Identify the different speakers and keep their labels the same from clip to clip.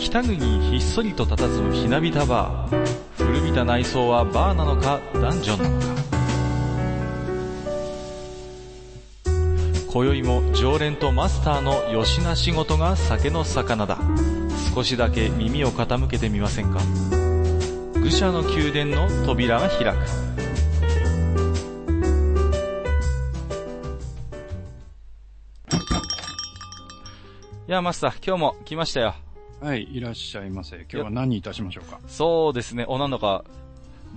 Speaker 1: 北国にひっそりと佇むひなびたバー古びた内装はバーなのかダンジョンなのか今宵も常連とマスターのよしな仕事が酒の魚だ少しだけ耳を傾けてみませんか愚者の宮殿の扉が開くいや、マスター、今日も来ましたよ。
Speaker 2: はい、いらっしゃいませ。今日は何いたしましょうか。
Speaker 1: そうですね。お、なんだか、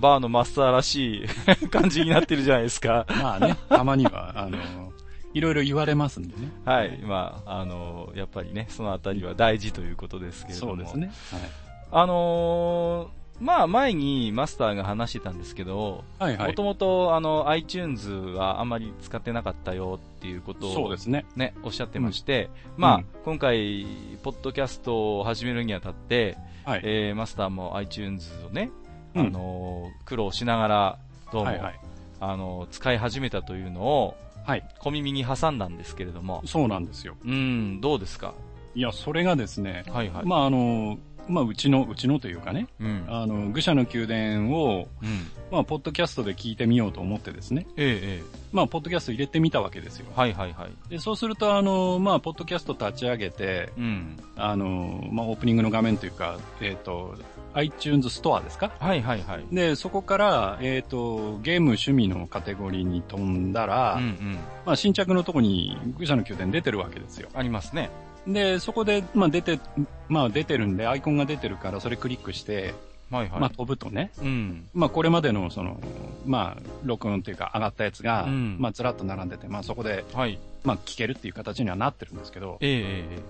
Speaker 1: バーのマスターらしい 感じになってるじゃないです か。
Speaker 2: まあね、たまには、あの、いろいろ言われますんでね。
Speaker 1: はい。まあ、あのやっぱりね、そのあたりは大事ということですけれども。
Speaker 2: そうです。ね。
Speaker 1: あのーまあ、前にマスターが話してたんですけど、
Speaker 2: はい。はいは
Speaker 1: も
Speaker 2: い
Speaker 1: と。もと、あの、iTunes はあんまり使ってなかったよっていうことを、
Speaker 2: そうですね。
Speaker 1: ね、おっしゃってまして、まあ、
Speaker 2: うん
Speaker 1: 今回、ポッドキャストを始めるにあたって、
Speaker 2: はい。
Speaker 1: えーマスターも iTunes をね、
Speaker 2: うん
Speaker 1: あのー苦労しながら、どうも、
Speaker 2: はいはい。
Speaker 1: あのー使い始めたというのを、
Speaker 2: はい。
Speaker 1: 小耳に挟んだんですけれども、
Speaker 2: そうなんですよ。
Speaker 1: うん、どうですか
Speaker 2: いや、それがですね、
Speaker 1: はいはい。
Speaker 2: まああの、まあうちの、うちのというかね、
Speaker 1: うん。
Speaker 2: あの、愚者の宮殿を、
Speaker 1: うん。
Speaker 2: まあポッドキャストで聞いてみようと思ってですね、
Speaker 1: ええ、え
Speaker 2: まあポッドキャスト入れてみたわけですよ
Speaker 1: え。。はいはいはい。
Speaker 2: で、そうすると、あの、まあポッドキャスト立ち上げて、
Speaker 1: うん。
Speaker 2: あの、まあオープニングの画面というか、えっ、と、iTunes ストアですか
Speaker 1: はいはいはい。
Speaker 2: で、そこから、えっ、と、ゲーム趣味のカテゴリーに飛んだら、
Speaker 1: うんうん。
Speaker 2: まあ、新着のとこに、愚者の宮殿出てるわけですよ。
Speaker 1: ありますね。
Speaker 2: で、そこで、まあ、出て、まあ、出てるんで、アイコンが出てるから、それクリックして、
Speaker 1: はいはい。
Speaker 2: まあ、飛ぶとね、
Speaker 1: うん。
Speaker 2: まあ、これまでの、その、まあ、録音っていうか、上がったやつが、
Speaker 1: うん
Speaker 2: まあ、ずらっと並んでて、まあ、そこで、
Speaker 1: はい。
Speaker 2: まあ、聞けるっていう形にはなってるんですけど、
Speaker 1: ええ、えええ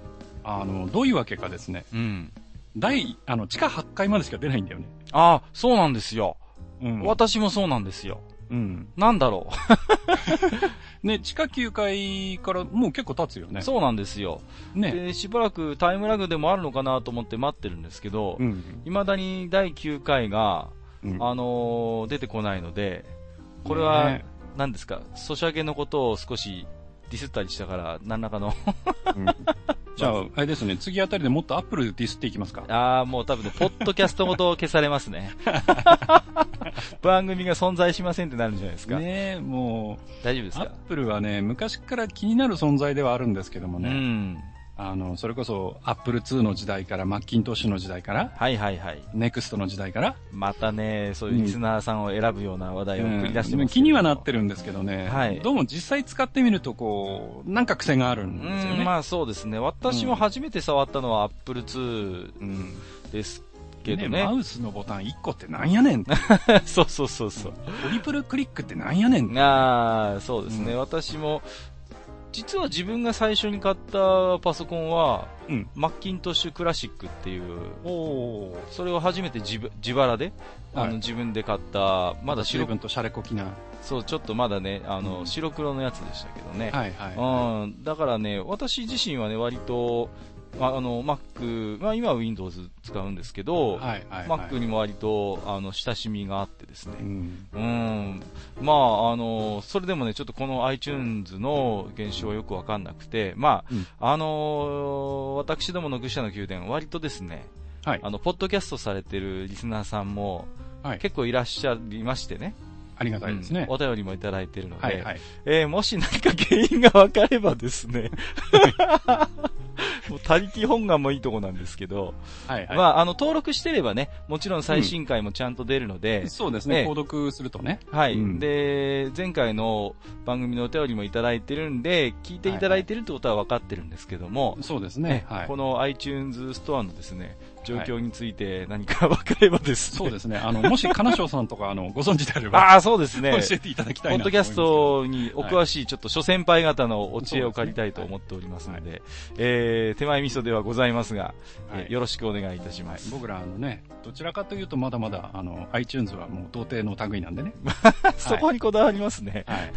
Speaker 2: あの、どういうわけかですね、
Speaker 1: え。うん。
Speaker 2: 第、あの、地下8階までしか出ないんだよね。
Speaker 1: ああ、そうなんですよ。
Speaker 2: うん。
Speaker 1: 私もそうなんですよ。
Speaker 2: うん。
Speaker 1: なんだろ
Speaker 2: ね、地下9階から、もう結構経つよ
Speaker 1: う。
Speaker 2: ね。
Speaker 1: そうなんですよ。
Speaker 2: ね。
Speaker 1: で、しばらくタイムラグでもあるのかなと思って待ってるんですけど、
Speaker 2: うん。
Speaker 1: 未だに第9回が、あのー出てこないので、これは
Speaker 2: ね、
Speaker 1: 何ですか、ソシャゲのことを少しディスったりしたから、何らかの、
Speaker 2: うん じゃあ、あれですね、次あたりでもっとアップルディスっていきますか。
Speaker 1: ああ、もう多分ね、ポッドキャストごと消されます ね。番組が存在しませんってなるんじゃないですか。
Speaker 2: ねえ、も
Speaker 1: 大丈夫で
Speaker 2: う、
Speaker 1: す
Speaker 2: ア
Speaker 1: か
Speaker 2: ップルはね、昔から気になる存在ではあるんですけども
Speaker 1: う
Speaker 2: ね、
Speaker 1: ん。
Speaker 2: あの、それこそ、アップル2の時代から、マッキントッシュの時代から、
Speaker 1: はいはいはい。
Speaker 2: ネクストの時代から、
Speaker 1: またね、そういうリスナーさんを選ぶような話題を繰り出して
Speaker 2: う
Speaker 1: ま
Speaker 2: ん
Speaker 1: すけれども、
Speaker 2: 気にはなってるんですけどね、
Speaker 1: はい
Speaker 2: どうも実際使ってみると、こう、なんか癖があるん
Speaker 1: う
Speaker 2: ですよ
Speaker 1: ん、
Speaker 2: ね。
Speaker 1: まあそうですね。私も初めて触ったのは Apple II
Speaker 2: うん
Speaker 1: ですけどね。
Speaker 2: マウスのボタン1個ってなんやねんって、
Speaker 1: そうそうそうそう。
Speaker 2: トリプルクリックってなんやねんって
Speaker 1: ああ、そうですね、
Speaker 2: うん
Speaker 1: 私も、実は自分が最初に買ったパソコンは、
Speaker 2: うん
Speaker 1: マッキントッシュクラシックっていう、
Speaker 2: おー
Speaker 1: それを初めて自分自腹で、あ
Speaker 2: は
Speaker 1: の
Speaker 2: い
Speaker 1: 自分で買った、まだ
Speaker 2: 随
Speaker 1: 白、
Speaker 2: 分とシャレこきな。は
Speaker 1: そう、ちょっとまだね、あの、
Speaker 2: うん
Speaker 1: 白黒のやつでしたけどね。
Speaker 2: いは
Speaker 1: う
Speaker 2: い。
Speaker 1: ん、だからね、私自身はね、割と、ああの、Mac、まあ今は Windows 使うんですけど、
Speaker 2: はいはい、はい。
Speaker 1: Mac にも割と、あの、親しみがあってですね。
Speaker 2: うん。
Speaker 1: うん。まあ、あの、それでもね、ちょっとこの iTunes の現象はよくわかんなくて、まあ、
Speaker 2: うん
Speaker 1: あの私どもの愚者の宮殿、割とですね、
Speaker 2: はい。
Speaker 1: あの、ポッドキャストされてるリスナーさんも、
Speaker 2: はい。
Speaker 1: 結構いらっしゃいましてね、
Speaker 2: ありがたいですね。
Speaker 1: うんお便りもいただいてるので、
Speaker 2: はいはい。
Speaker 1: えーもし何か原因がわかればですね、 もう他力本願もいいとこなんですけど、
Speaker 2: はいはい。
Speaker 1: まあ、あの、登録してればね、もちろん最新回もちゃんと出るので、
Speaker 2: そうです
Speaker 1: ええ
Speaker 2: ね。購読するとね。
Speaker 1: はい、
Speaker 2: うん
Speaker 1: で、前回の番組のお便りもいただいてるんで、聞いていただいてるってことは分かってるんですけども、
Speaker 2: そうですね。
Speaker 1: ね
Speaker 2: はい
Speaker 1: こ。の iTunes ストアのですね、状況について何か分かればですね。
Speaker 2: そうですね。あの、もし、金賞さんとか、あの、ご存知であれば、
Speaker 1: ああ、そうですね。
Speaker 2: 教えていただ
Speaker 1: ポ
Speaker 2: きたい
Speaker 1: ッ
Speaker 2: なと
Speaker 1: ドキ
Speaker 2: 思いま
Speaker 1: ャ
Speaker 2: す
Speaker 1: ス
Speaker 2: けど。
Speaker 1: トにお詳しい、ちょっと諸先輩方のお知恵を借りたいと思っておりますので、えー、手前味噌ではございますが、
Speaker 2: はい
Speaker 1: えーよろしくお願いいたします。
Speaker 2: 僕ら、あのね、どちらかというと、まだまだ、あの、iTunes はもう、童貞の類なんでね。
Speaker 1: そこにこだわりますね。
Speaker 2: はい。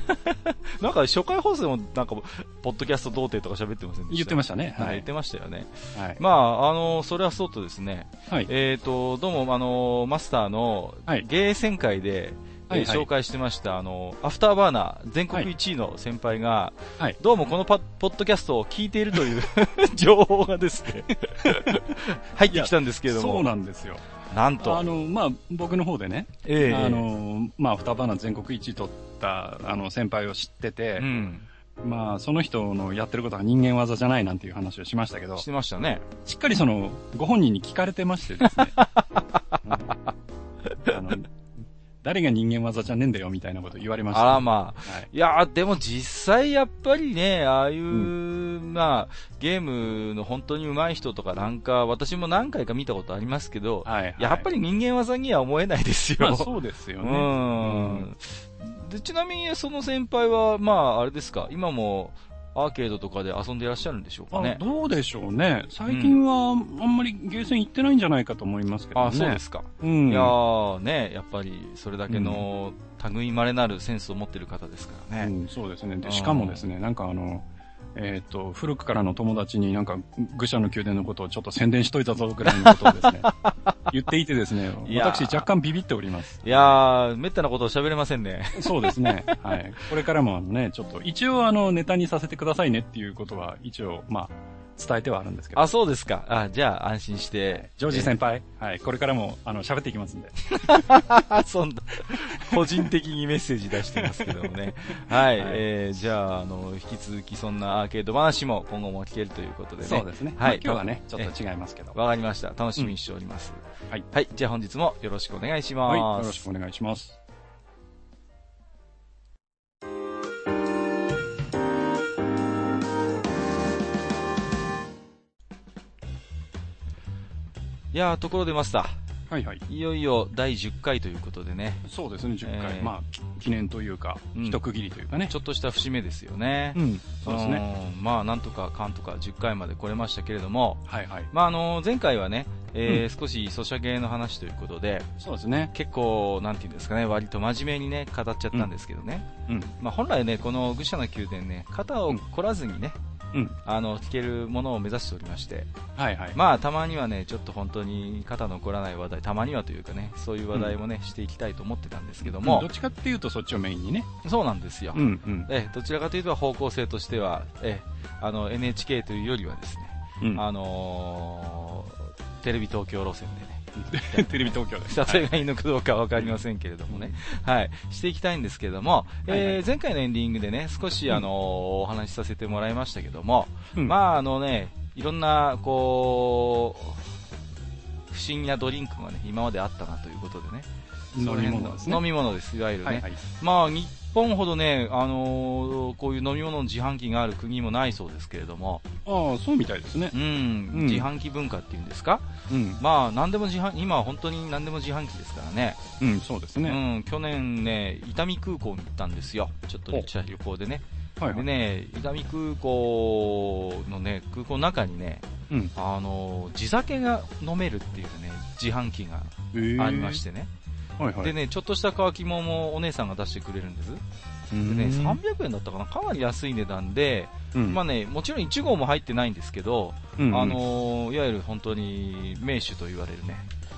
Speaker 1: なんか初回放送でも、なんか、ポッドキャスト童貞とか喋ってませんでした
Speaker 2: 言ってましたね。
Speaker 1: は、
Speaker 2: はい
Speaker 1: 言
Speaker 2: い
Speaker 1: っ。てましたよね。
Speaker 2: はい。
Speaker 1: まあ、あの、それはそうとですね、
Speaker 2: はい。
Speaker 1: えっ、と、どうも、あの、マスターの
Speaker 2: はい、
Speaker 1: ゲーセン会で、
Speaker 2: はい
Speaker 1: えー
Speaker 2: はい
Speaker 1: 紹介してました、あの、アフターバーナー全国1位の先輩が、
Speaker 2: はい
Speaker 1: どうもこのパポッドキャストを聞いているという 情報がですね、入ってきたんですけれども、
Speaker 2: そうなんですよ。
Speaker 1: なん
Speaker 2: あ
Speaker 1: と、
Speaker 2: の、まあ、僕の方でね、
Speaker 1: ええ
Speaker 2: あの、まあ、双花全国一位取った、あの、先輩を知ってて
Speaker 1: う、ん、
Speaker 2: まあ、その人のやってることは人間技じゃないなんていう話をしましたけど、
Speaker 1: してましたね。
Speaker 2: しっかりその、ご本人に聞かれてましてですね。うんあの誰が人間技じゃねえんだよみたいなこと言われました。
Speaker 1: あらまあ。
Speaker 2: はい。
Speaker 1: いやー、でも実際やっぱりね、ああいう、まあ、ゲームの本当に上手い人とかなんか、私も何回か見たことありますけど、
Speaker 2: はい、はい。
Speaker 1: やっぱり人間技には思えないですよ。
Speaker 2: まあそうですよ
Speaker 1: う
Speaker 2: ね。
Speaker 1: ん。で、ちなみにその先輩は、まあ、あれですか、今もアーケードとかで遊んでいらっしゃるんでしょうか
Speaker 2: あ
Speaker 1: ね。
Speaker 2: どうでしょうね。最近は、あんまりゲーセン行ってないんじゃないかと思いますけどね。
Speaker 1: あ、そうですか。
Speaker 2: うん。
Speaker 1: いやーね、やっぱりそれだけの類まれなるセンスを持ってる方ですから
Speaker 2: う
Speaker 1: ね。
Speaker 2: ん、そうですね。
Speaker 1: う
Speaker 2: で、
Speaker 1: ん
Speaker 2: しかもですね、なんかあの、えっ、と、古くからの友達になんか、愚者の宮殿のことをちょっと宣伝しといたぞぐらいのことをで すね、言っていてですね、
Speaker 1: いやー
Speaker 2: 私若干ビビっております。
Speaker 1: いやー、めったなことを喋れませんね。
Speaker 2: そうですね。はい。これからもあのね、ちょっと、一応あの、ネタにさせてくださいねっていうことは、一応、まあ、伝えてはあるんですけど。
Speaker 1: あ、そうですか。あ、じゃあ安心して。
Speaker 2: ジョー ジ先輩、はい、これからも、あの、喋っていきますんで。
Speaker 1: あ、そんな、個人的にメッセージ出してますけどもね。はい、
Speaker 2: はい
Speaker 1: えー、じゃあ、あの、引き続きそんなアーケード話も今後も聞けるということでね。
Speaker 2: そうですね。
Speaker 1: は
Speaker 2: はいい。今日はね、ちょっと違いますけど。は
Speaker 1: わかりました。楽しみにしております。
Speaker 2: んはい。
Speaker 1: はい、じゃあ本日もよろしくお願いし
Speaker 2: い。
Speaker 1: ま
Speaker 2: よろし
Speaker 1: す。
Speaker 2: くお願いします。
Speaker 1: い、やー、ところでマスタ
Speaker 2: はいはい。
Speaker 1: ー、いよいよ第10回ということでね、
Speaker 2: そうですね、10回。
Speaker 1: えー
Speaker 2: まあ、き記念というか、
Speaker 1: うん
Speaker 2: 一区切りというかね。
Speaker 1: ちょっとした節目ですよね。
Speaker 2: うん、そうですね。
Speaker 1: うん。まあ、なんとかかんとか10回まで来れましたけれども、
Speaker 2: はいはい。
Speaker 1: まあ、あの、前回はね、えー少しソシャゲの話ということで、
Speaker 2: そうですね。
Speaker 1: 結構、なんていうんですかね、割と真面目にね、語っちゃったんですけどね。
Speaker 2: うん。
Speaker 1: まあ、本来ね、この愚者の宮殿ね、肩を凝らずにね、
Speaker 2: うん。
Speaker 1: あの、聞けるものを目指しておりまして、
Speaker 2: はいはい。
Speaker 1: まあ、たまにはね、ちょっと本当に肩の凝らない話題、たまにはというかね、そういう話題もね、していきたいと思ってたんですけど
Speaker 2: うん
Speaker 1: も
Speaker 2: どっ、ちかっていうとそっちをメインにね。
Speaker 1: そうなんですよ。
Speaker 2: うんうん。
Speaker 1: えどちらかというと方向性としては、えあの、NHK というよりはですね、
Speaker 2: うん
Speaker 1: あのーテレビ東京路線でね、
Speaker 2: テレビ東京です。
Speaker 1: 例えがいいのかどうかわかりませんけれどもね、はい、していきたいんですけれども、
Speaker 2: はいは
Speaker 1: え
Speaker 2: い
Speaker 1: ー前回のエンディングでね、少しあのーお話しさせてもらいましたけども、
Speaker 2: うん
Speaker 1: まああのね、いろんな、こう、不審なドリンクがね、今まであったなということでね。
Speaker 2: 飲み物ですね。
Speaker 1: 飲み物です、いわゆるね。
Speaker 2: はいはい。
Speaker 1: まあ、日本ほどね、あのーこういう飲み物の自販機がある国もないそうですけれども、
Speaker 2: ああ、そうみたいですね
Speaker 1: う。ん、
Speaker 2: うん
Speaker 1: 自販機文化っていうんですか
Speaker 2: うん。
Speaker 1: まあ、何でも自販、今は本当に何でも自販機ですからね。
Speaker 2: うん、そうですね。
Speaker 1: うん、去年ね、伊丹空港に行ったんですよ。ちょっと旅旅行でね。
Speaker 2: はいは
Speaker 1: で
Speaker 2: い。
Speaker 1: ね、伊丹空港のね、空港の中にね、
Speaker 2: うん
Speaker 1: あのー、地酒が飲めるっていうね、自販機が
Speaker 2: えー
Speaker 1: ありましてね。
Speaker 2: はいはい。
Speaker 1: でね、ちょっとした乾き物もお姉さんが出してくれるんです。
Speaker 2: う
Speaker 1: で
Speaker 2: ん、
Speaker 1: ね、300円だったかなかなり安い値段で、
Speaker 2: うん
Speaker 1: まあね、もちろん1号も入ってないんですけど、
Speaker 2: うん
Speaker 1: あ、のーいわゆる本当に名手と言われるね、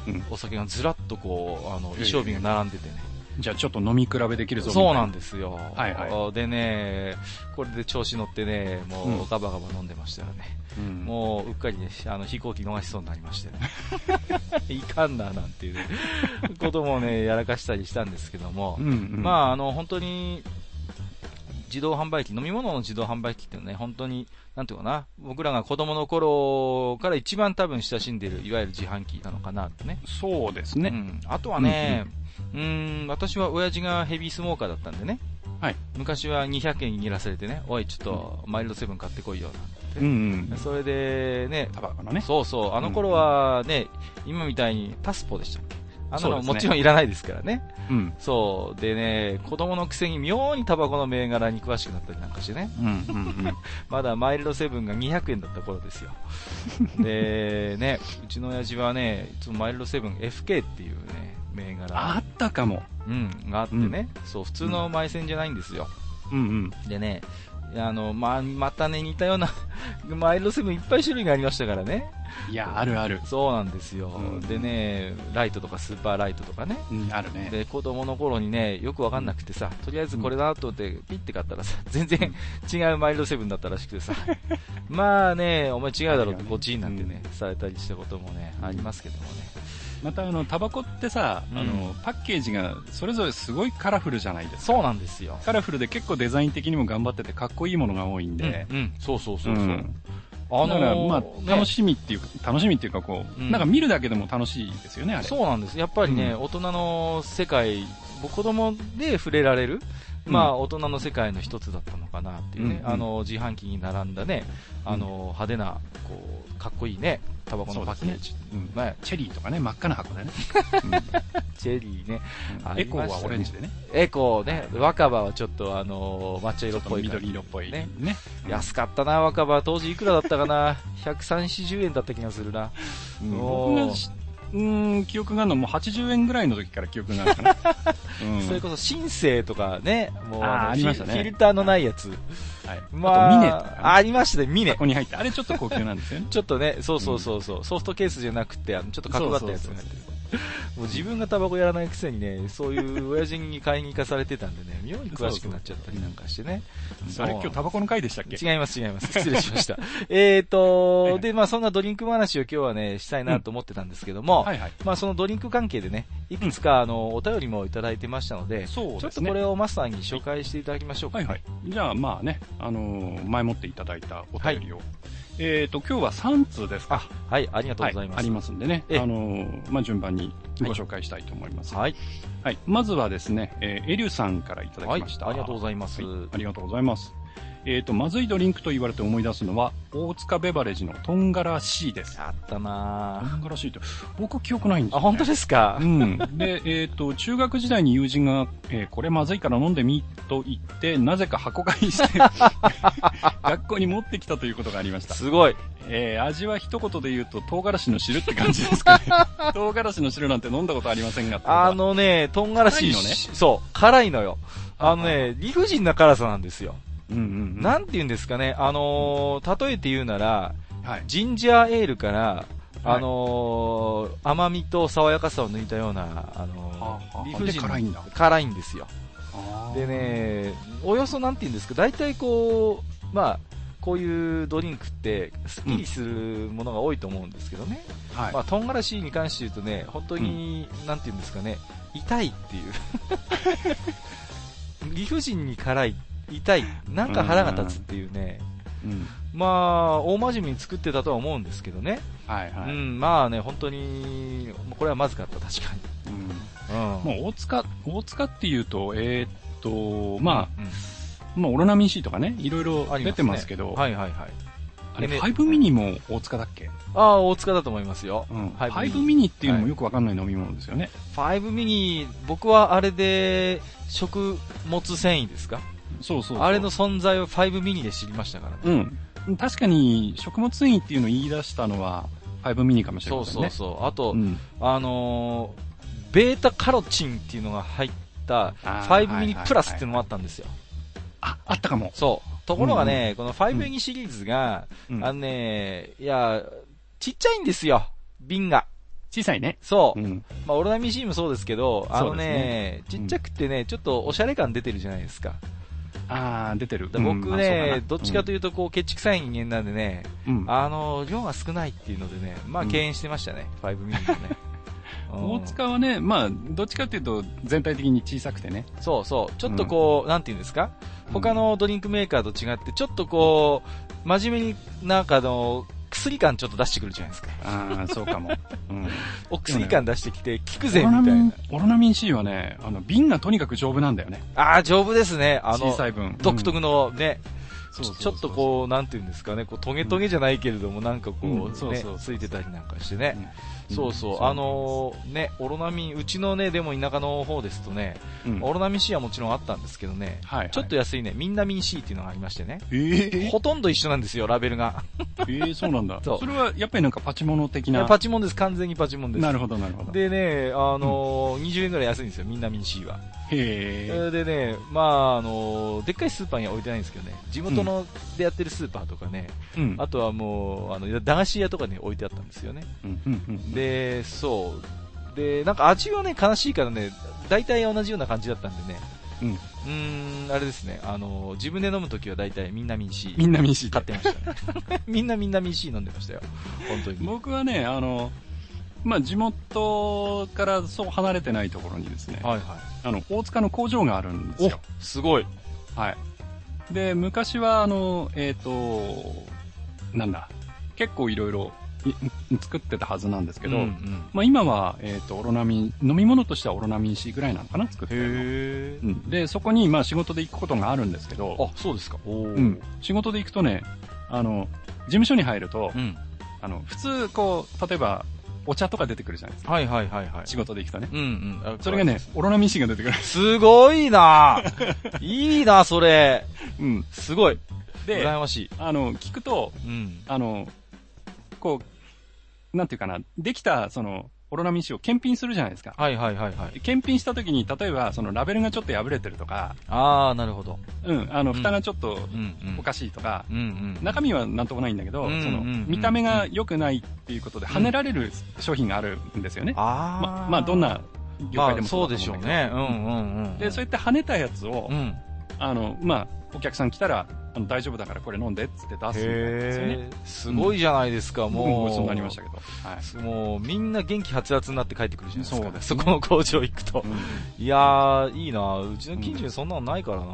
Speaker 2: うん
Speaker 1: お酒がずらっとこう、あの、
Speaker 2: ええ
Speaker 1: 衣装瓶が並んでてね。
Speaker 2: じゃあちょっと飲み比べできるぞ。
Speaker 1: そうなん
Speaker 2: だ。
Speaker 1: ですよ。
Speaker 2: はいは
Speaker 1: でね、これで調子乗ってね、も
Speaker 2: う
Speaker 1: うんガバガバ飲んでましたらね、
Speaker 2: うん
Speaker 1: もううっかりね、あの、飛行機逃しそうになりま してね。いかんな、なんていうね、こともね、やらかしたりしたんですけども、
Speaker 2: うんうん。
Speaker 1: まあ、あの、本当に、自動販売機、飲み物の自動販売機ってね、本当に、なんていうかな、僕らが子供の頃から一番多分親しんでる、いわゆる自販機なのかなってね。
Speaker 2: そうです
Speaker 1: う
Speaker 2: ね。
Speaker 1: ん、あとはね、うーん、私は親父がヘビースモーカーだったんでね。
Speaker 2: はい
Speaker 1: 昔は200円握らされてね、おい、ちょっと、マイルドセブン買ってこいよ、
Speaker 2: うんうん
Speaker 1: なんて。。それで、ね、
Speaker 2: タバコのね。
Speaker 1: そうそう、あの頃はね、今みたいにタスポでしたっけあ
Speaker 2: そ
Speaker 1: のの、
Speaker 2: うですね
Speaker 1: もちろんいらないですからね。
Speaker 2: うん。
Speaker 1: そう。でね、子供のくせに妙にタバコの銘柄に詳しくなったりなんかしてね。
Speaker 2: うんうんうん。
Speaker 1: まだマイルドセブンが200円だった頃ですよ。で、ね、うちの親父はね、いつもマイルドセブン FK っていうね、銘
Speaker 2: あ
Speaker 1: 柄、
Speaker 2: ったかも。
Speaker 1: うん、があってね、そう、普通のマイセンじゃないんですよ。
Speaker 2: うんうん。
Speaker 1: でね、あの、ま、またね、似たような マイルドセブンいっぱい種類がありましたからね。
Speaker 2: いや、あるある。
Speaker 1: そうなんですよ。
Speaker 2: うん
Speaker 1: でね、ライトとかスーパーライトとかね。
Speaker 2: うん、あるね。
Speaker 1: で、子供の頃にね、よくわかんなくてさ、とりあえずこれだなと思って、ピッて買ったらさ、 全然違うマイルドセブンだったらしくてさ、 まあね、お前違うだろうってこっちになってね、されたりしたこともね、ありますけどもね。
Speaker 2: また、あの、タバコってさ、あの、パッケージがそれぞれすごいカラフルじゃないですか。
Speaker 1: そうなんですよ。
Speaker 2: カラフルで結構デザイン的にも頑張っててかっこいいものが多いんで。
Speaker 1: うん、うんそうそう
Speaker 2: う
Speaker 1: そうそう。
Speaker 2: ん。
Speaker 1: あ
Speaker 2: だから、ま
Speaker 1: ね
Speaker 2: あ、楽しみっていうか、楽しみっていうか、こう、
Speaker 1: うん
Speaker 2: なんか見るだけでも楽しいですよね、あれ。
Speaker 1: そうなんです。やっぱりね、
Speaker 2: う
Speaker 1: 大人の世界、僕子供で触れられる、
Speaker 2: うん
Speaker 1: まあ大人の世界の一つだったのかなっていうね、
Speaker 2: うんうん
Speaker 1: あの自販機に並んだね、あの派手な、こう、かっこいいね、タバコのパッケージ。
Speaker 2: うん
Speaker 1: ね
Speaker 2: チェリーとかね、真っ赤な箱でね。
Speaker 1: チェリーね、
Speaker 2: うん
Speaker 1: あ
Speaker 2: エ
Speaker 1: り
Speaker 2: コー
Speaker 1: ましたね
Speaker 2: はオレンジでね。
Speaker 1: エコーね、若葉はちょっとあの抹茶色っぽい感じ
Speaker 2: 緑色っぽい
Speaker 1: ね
Speaker 2: ね。
Speaker 1: 安かったな、若葉。当時いくらだったかな ?130 円だった気がするな。
Speaker 2: うん
Speaker 1: お
Speaker 2: 僕
Speaker 1: ー
Speaker 2: がしうーん、記憶があるのはもう80円ぐらいの時から記憶があるかな。 うん
Speaker 1: それこそ、新生とかね、もう
Speaker 2: あー
Speaker 1: の
Speaker 2: ありましたね
Speaker 1: フィルターのないやつ。
Speaker 2: はい。
Speaker 1: ま
Speaker 2: あとミネと
Speaker 1: あ
Speaker 2: かね、
Speaker 1: りましたね、ミネ。
Speaker 2: こ。こに入って、あれちょっと高級なんですよね
Speaker 1: ちょっとね、そうそうそうそう、ソフトケースじゃなくて、あのちょっと角張ったやつ
Speaker 2: そう
Speaker 1: に
Speaker 2: そ
Speaker 1: な
Speaker 2: う
Speaker 1: ってる。もう自分がタバコやらないくせにね、そういう親父に買いに行かされてたんでね、妙に詳しくなっちゃったりなんかしてね。
Speaker 2: あれ今日タバコの回でしたっけ
Speaker 1: 違います、違い ます。失礼しました。えーと、
Speaker 2: はいはい
Speaker 1: で、まあそんなドリンク話を今日はね、したいなと思ってたんですけども、
Speaker 2: はいはい。
Speaker 1: まあそのドリンク関係でね、いくつかあの、お便りもいただいてましたので、
Speaker 2: そう
Speaker 1: ちょ
Speaker 2: で
Speaker 1: っ
Speaker 2: す
Speaker 1: と
Speaker 2: ね。
Speaker 1: これをマスターに紹介していただきましょうか、
Speaker 2: はいはい。じゃあまあね、あのー前もっていただいたお便りを。えっと、今日は3通ですか。
Speaker 1: はい。ありがとうございます。
Speaker 2: ありますんでね、
Speaker 1: ええ
Speaker 2: あのーまあ順番にご紹介したいと思います。
Speaker 1: はい。
Speaker 2: はい。まずはですね、えーエリュさんからいただ
Speaker 1: はい。
Speaker 2: きました。
Speaker 1: ありがとうございます。
Speaker 2: はい、ありがとうございます。えっ、と、まずいドリンクと言われて思い出すのは、大塚ベバレージのトンガラシーです。
Speaker 1: あった
Speaker 2: ト
Speaker 1: な
Speaker 2: ンガラシーって、僕記憶ないんです
Speaker 1: ぁ。あ、
Speaker 2: よ、
Speaker 1: 本
Speaker 2: ね。
Speaker 1: 当ですか
Speaker 2: うん。で、えっ、と、中学時代に友人が、えーこれまずいから飲んでみ、と言って、なぜか箱買 いして、学校に持ってきたということがありました。
Speaker 1: すごい。
Speaker 2: えー味は一言で言うと、唐辛子の汁って感じですかね。 唐辛子の汁なんて飲んだことありませんがってことは
Speaker 1: あ、のね、トンガラシ
Speaker 2: 辛いのね
Speaker 1: そう、辛いのよ。あの
Speaker 2: あ
Speaker 1: ね、理不尽な辛さなんですよ。
Speaker 2: うんうんうん。
Speaker 1: なんて言うんですかね、あのー、例えて言うなら、
Speaker 2: はい。
Speaker 1: ジンジャーエールから、あのー、甘みと爽やかさを抜いたような、あの
Speaker 2: はあは
Speaker 1: ー、
Speaker 2: あ
Speaker 1: 理不尽
Speaker 2: で辛いんだ
Speaker 1: 辛いんですよ。
Speaker 2: あー
Speaker 1: で、ね、およそなんて言うんですか、大体こう、まあ、こういうドリンクって、スッキリするものが多いと思うんですけどね。
Speaker 2: はい。
Speaker 1: まあ、トンガラシに関して言うとね、本当に、なんて言うんですかね、痛いって いう。理不尽に辛い、痛い、なんか腹が立つっていうね、
Speaker 2: うん。
Speaker 1: まあ、大真面目に作ってたとは思うんですけどね。
Speaker 2: はいはい。
Speaker 1: うん、まあね、本当に、これはまずかった、確かに。
Speaker 2: うん
Speaker 1: うん。
Speaker 2: もう大塚、大塚っていうと、えーっと、ま
Speaker 1: うん、
Speaker 2: あ、まあ、オロナミン C とかね、いろいろ
Speaker 1: あり
Speaker 2: 出てますけど、
Speaker 1: はいはいはい。
Speaker 2: あれ、
Speaker 1: ね
Speaker 2: ファイブミニも大塚だっけ
Speaker 1: ああ、大塚だと思いますよ。
Speaker 2: うん。
Speaker 1: ファ
Speaker 2: フ
Speaker 1: イブミニ
Speaker 2: ァイブミニっていうのもよくわかんない飲み物ですよね。
Speaker 1: 5ミニ、僕はあれで、食物繊維ですか
Speaker 2: そうそうそう
Speaker 1: あれの、存在を5ミニで知りましたからね。
Speaker 2: うん。確かに、食物繊維っていうのを言い出したのは、ファイブミニかもしれ
Speaker 1: そ
Speaker 2: ま
Speaker 1: う
Speaker 2: せん
Speaker 1: そう
Speaker 2: ね。
Speaker 1: そう。あと、
Speaker 2: うん。
Speaker 1: あのーベータカロチンっていうのが入った、
Speaker 2: あー
Speaker 1: 5ミニプラスっていうのもあったんですよ。
Speaker 2: あ、あったかも。
Speaker 1: そう。ところがね、この5ミニシリーズが、
Speaker 2: うん
Speaker 1: あのね、いや、ちっちゃいんですよ。瓶が。
Speaker 2: 小さいね。
Speaker 1: そう。
Speaker 2: うん。
Speaker 1: まあ、オロナミン C もそうですけど、あのね、
Speaker 2: そうですね
Speaker 1: ちっちゃくてね、ちょっとおしゃれ感出てるじゃないですか。
Speaker 2: あー、出てる。
Speaker 1: だから僕ね、どっちかと
Speaker 2: い
Speaker 1: いうと、こう、ケチくさい人間なんでね、
Speaker 2: うん、うん
Speaker 1: あの、量が少ないっていうのでね、まあ、
Speaker 2: うん
Speaker 1: 敬遠してましたね、5ミリの ね。うん
Speaker 2: 大塚はね、まあ、どっちかっていうと、全体的に小さくてね。
Speaker 1: そうそう。ちょっとこう、なんていうんですか他のドリンクメーカーと違って、ちょっとこう、真面目になんかあの、薬感ちょっと出してくるじゃないですか。
Speaker 2: ああ、そうかも。 うん。
Speaker 1: お薬感出してきて、効く
Speaker 2: オ
Speaker 1: ぜ、み
Speaker 2: ロナ
Speaker 1: た
Speaker 2: ミ
Speaker 1: い
Speaker 2: ン
Speaker 1: な。、
Speaker 2: オロナミン C はね、あの、瓶がとにかく丈夫なんだよね。
Speaker 1: ああ、丈夫ですね。あ
Speaker 2: 小
Speaker 1: の、
Speaker 2: さい分。
Speaker 1: 独特の
Speaker 2: の、
Speaker 1: ね、
Speaker 2: そうそうそう
Speaker 1: ちょっとこう、なんていうんですかね、こうトゲトゲじゃないけれども、なんかこう、
Speaker 2: うんそう
Speaker 1: ね
Speaker 2: そう、
Speaker 1: ついてたりなんかして
Speaker 2: う
Speaker 1: ね。
Speaker 2: ん、
Speaker 1: そうそう、あのーね、オロナミン、うちのね、でも田舎の方ですとね、
Speaker 2: うん、
Speaker 1: オ
Speaker 2: はい
Speaker 1: ロナミン C はもちろんあったんですけどね、
Speaker 2: はい。
Speaker 1: ちょっと、安いね、ミンナミン C っていうのがありましてね、
Speaker 2: えー、
Speaker 1: ほとんど一緒なんですよ、ラベルが。
Speaker 2: えー、そうなんだ。
Speaker 1: そう
Speaker 2: それは、やっぱりなんかパチモノ的な。
Speaker 1: パチモンです、完全にパチモンです。
Speaker 2: なるほど、なるほど。
Speaker 1: でね、あのー20円ぐらい安いんですよ、ミンナミン C は。
Speaker 2: へえ。
Speaker 1: でね、まあ、あのーでっかいスーパーには置いてないんですけどね、地元元のでやってるスーパーとかね、
Speaker 2: うん
Speaker 1: あとはもう、あの、駄菓子屋とかに置いてあったんですよね。
Speaker 2: うんうんうん
Speaker 1: で、そう。で、なんか味はね、悲しいからね、大体同じような感じだったんでね。
Speaker 2: うん
Speaker 1: うーん、あれですね、あの、自分で飲むときは大体みんなみんし、
Speaker 2: みんな民主
Speaker 1: 買ってました ね。みんなみんなみんし飲んでましたよ。本当に。
Speaker 2: 僕はね、あの、まあ、地元からそう離れてないところにですね、
Speaker 1: はいは
Speaker 2: あの、大塚の工場があるんです
Speaker 1: い。
Speaker 2: よ。
Speaker 1: おすごい。
Speaker 2: はい。で、昔は、あの、えっ、と、なんだ、結構いろいろいん作ってたはずなんですけど、
Speaker 1: うんうん
Speaker 2: まあ、今は、えっ、と、オロナミン、飲み物としてはオロナミン C ぐらいなのかな作ってるの
Speaker 1: へ
Speaker 2: う
Speaker 1: え。
Speaker 2: んで、そこに、まあ、仕事で行くことがあるんですけど、
Speaker 1: あ、そうですか。おー
Speaker 2: うん。仕事で行くとね、あの、事務所に入ると、
Speaker 1: うん。
Speaker 2: あの、普通、こう、例えば、お茶とか出てくるじゃないですか。
Speaker 1: はいはいはいはい。
Speaker 2: 仕事で行くとね。
Speaker 1: うんうんあ。
Speaker 2: それがね、オロナミン C が出てくる。
Speaker 1: すごい ないいなそれ。
Speaker 2: うん。
Speaker 1: すごい。
Speaker 2: で、
Speaker 1: 羨ましい。
Speaker 2: あの、聞くと、
Speaker 1: うん。
Speaker 2: あの、こう、なんていうかな、できた、その、オロナミン C を検品するじゃないですか。
Speaker 1: はいはいはいはい。
Speaker 2: 検品した時に、例えば、その、ラベルがちょっと破れてるとか、
Speaker 1: あー、なるほど。
Speaker 2: うん、あの、蓋がちょっと
Speaker 1: うんうん
Speaker 2: お。かしいとか、
Speaker 1: うんうん。
Speaker 2: 中身はなんともないんだけど、
Speaker 1: うん
Speaker 2: その
Speaker 1: うんうん
Speaker 2: 見た目が良くないっていうことで跳ねられる商品があるんですよね。
Speaker 1: あー。
Speaker 2: ままあどんな業界でも
Speaker 1: まあ、そう
Speaker 2: だ
Speaker 1: で
Speaker 2: と
Speaker 1: しょ
Speaker 2: 思
Speaker 1: うん
Speaker 2: だ
Speaker 1: ね。
Speaker 2: けど
Speaker 1: うんうんうん。
Speaker 2: で、そうやって跳ねたやつを、
Speaker 1: うん。へ
Speaker 2: あの、まあ、お客さん来たら、あの大丈夫だからこれ飲んでっつって出すんですよね。
Speaker 1: え。すごいじゃないですか、
Speaker 2: 僕も
Speaker 1: も
Speaker 2: ご
Speaker 1: う。
Speaker 2: ちそうになりましたけど。はい。
Speaker 1: もう、みんな元気はつらつになって帰ってくるじゃないです
Speaker 2: そ
Speaker 1: か。
Speaker 2: うです
Speaker 1: そこの工場行くと。いやー、いいなうちの近所にそんなのないからな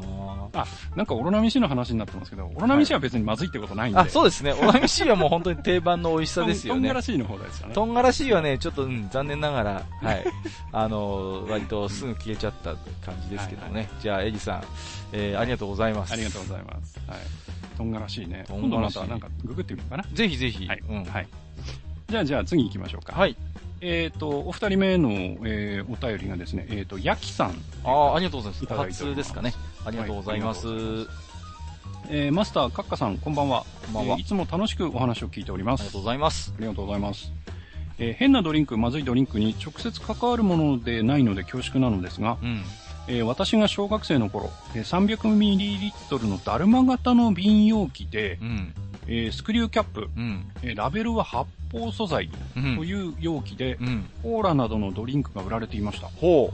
Speaker 2: なんかオロナミン C の話になってますけど、オロナミン C は別にまずいってことないんで。
Speaker 1: あ、そうですね。オラミシーはもう本当に定番の美味しさですよ
Speaker 2: とんが
Speaker 1: ね
Speaker 2: ら。しいの方ですよね。
Speaker 1: とんがらしいはね、ちょっと、うん、残念なが ら、はい。あの、割とすぐ消えちゃった感じですけど
Speaker 2: は
Speaker 1: ね。じゃあ、エリさん、えー、ありがとうございます。
Speaker 2: ありがとうございます。はい。とんがらしいね。
Speaker 1: と
Speaker 2: 今
Speaker 1: ん
Speaker 2: 度
Speaker 1: が
Speaker 2: ま
Speaker 1: らしい
Speaker 2: たなんかググってみようかな。
Speaker 1: ぜひぜひ。
Speaker 2: はい。
Speaker 1: うん
Speaker 2: はい。じゃあ、じゃあ次行きましょうか。
Speaker 1: はい。
Speaker 2: えっ、と、お二人目の、えーお便りがですね、えっ、と、ヤキさん。
Speaker 1: ああ、ありがとうございます。
Speaker 2: いただいており
Speaker 1: 初
Speaker 2: ま
Speaker 1: ですすかね。ありがとうございます。
Speaker 2: はいありがとうござい
Speaker 1: あ
Speaker 2: えーマスター、カッカさん、こんばんは。
Speaker 1: こんばんは
Speaker 2: えーいつも楽しくお話を聞いております。
Speaker 1: りがとう
Speaker 2: あ
Speaker 1: ございます。
Speaker 2: りがとうございます。えー変なドリンク、まずいドリンクに直接関わるものでないので恐縮なのですが、
Speaker 1: うん。
Speaker 2: えー私が小学生の頃、えー 300ml のダルマ型の瓶容器で
Speaker 1: う、ん。
Speaker 2: えースクリューキャップ、
Speaker 1: うん。
Speaker 2: えーラベルは発泡素材
Speaker 1: う
Speaker 2: と
Speaker 1: ん。
Speaker 2: いう容器で、
Speaker 1: うん。
Speaker 2: コーラなどのドリンクが売られていました。
Speaker 1: ほ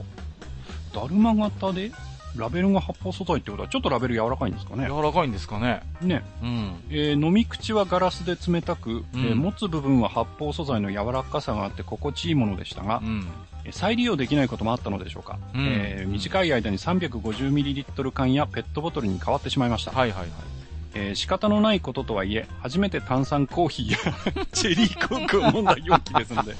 Speaker 2: ダルマ型で、ラベルが発泡素材ってことは、ちょっとラベル柔らかいんですか
Speaker 1: う。
Speaker 2: ね。
Speaker 1: 柔らかいんですかね。
Speaker 2: ね。
Speaker 1: うん。
Speaker 2: えー飲み口はガラスで冷たく、えー
Speaker 1: うん
Speaker 2: 持つ部分は発泡素材の柔らかさがあって心地いいものでしたが
Speaker 1: う、ん。
Speaker 2: えー再利用できないこともあったのでしょうか。
Speaker 1: うん
Speaker 2: えー短い間に 350ml 缶やペットボトルに変わってしまいました。
Speaker 1: はいはいはい。
Speaker 2: えー仕方のないこととはいえ、初めて炭酸コ ーヒーやチェリーコークを飲んだ容器ですので、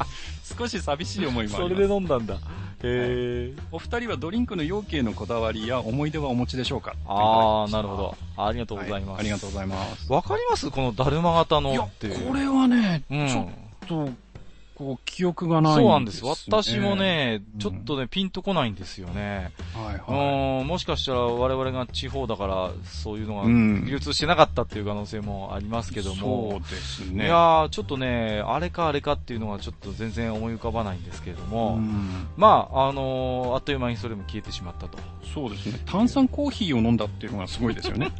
Speaker 2: 少し寂しい思いもあります。
Speaker 1: 飲んだんだ。へえ。
Speaker 2: お二人はドリンクの容器へのこだわりや思い出はお持ちでしょうか
Speaker 1: ああ、なるほど。ありがとうございます。
Speaker 2: ありがとうございます。
Speaker 1: わかりますこのだるま型の
Speaker 2: いや、
Speaker 1: っていう。
Speaker 2: これはね、
Speaker 1: うん。
Speaker 2: ちょっと、こう、記憶がない
Speaker 1: そうなんです。
Speaker 2: ね
Speaker 1: 私も、ね
Speaker 2: うん、
Speaker 1: ちょっとね、ピンとこないんですよね。
Speaker 2: はいうは
Speaker 1: ん、もしかしたら我々が地方だから、そういうの
Speaker 2: い。う
Speaker 1: が
Speaker 2: ん。
Speaker 1: 流通してなかったっていう可能性もありますけども。
Speaker 2: そうですね。
Speaker 1: いやー、ちょっとね、あれかあれかっていうのがちょっと全然思い浮かばないんですけれど
Speaker 2: う
Speaker 1: も、
Speaker 2: ん、
Speaker 1: まあ、あのーあっという間にそれも消えてしまったと。
Speaker 2: そうですね。炭酸コーヒーを飲んだっていうのがすごいですよね。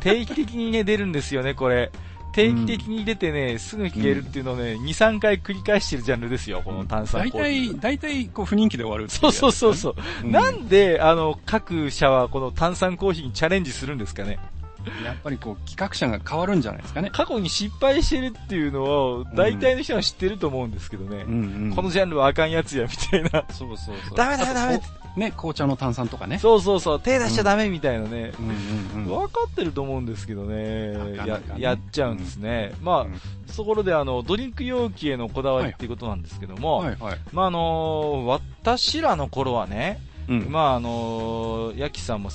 Speaker 1: 定期的にね、出るんですよね、これ。定期的に出てね、すぐ消えるっていうのをね、2、3回繰り返してるジャンルですよ、 この炭酸コーヒー。
Speaker 2: 大体、大体、こう、不人気で終わるってい
Speaker 1: そうそうそう
Speaker 2: う
Speaker 1: そう。
Speaker 2: やつ。
Speaker 1: な
Speaker 2: うん
Speaker 1: で、あの、各社はこの炭酸コーヒーにチャレンジするんですかね。
Speaker 2: んやっぱりこう、企画者が変わるんじゃないですかね。
Speaker 1: 過去に失敗してるっていうのを、大体の人は知ってると思うんですけどね。
Speaker 2: ん
Speaker 1: この、ジャンルはあかんやつや、みたいな。
Speaker 2: そうそうそう。
Speaker 1: ダメダメダメ
Speaker 2: あとこうね、紅茶の炭酸とかね。
Speaker 1: そうそうそう、手出しちゃダメみたいなね。
Speaker 2: うんうんうん。
Speaker 1: 分かってると思うんですけどね
Speaker 2: な。かな
Speaker 1: や
Speaker 2: かね
Speaker 1: やっちゃうんですね。ま
Speaker 2: うん
Speaker 1: あ、そころであの、ドリンク容器へのこだわりっていうことなんですけども、
Speaker 2: はいはい。
Speaker 1: まああの私らの頃はね、
Speaker 2: うん
Speaker 1: まああのヤキさんも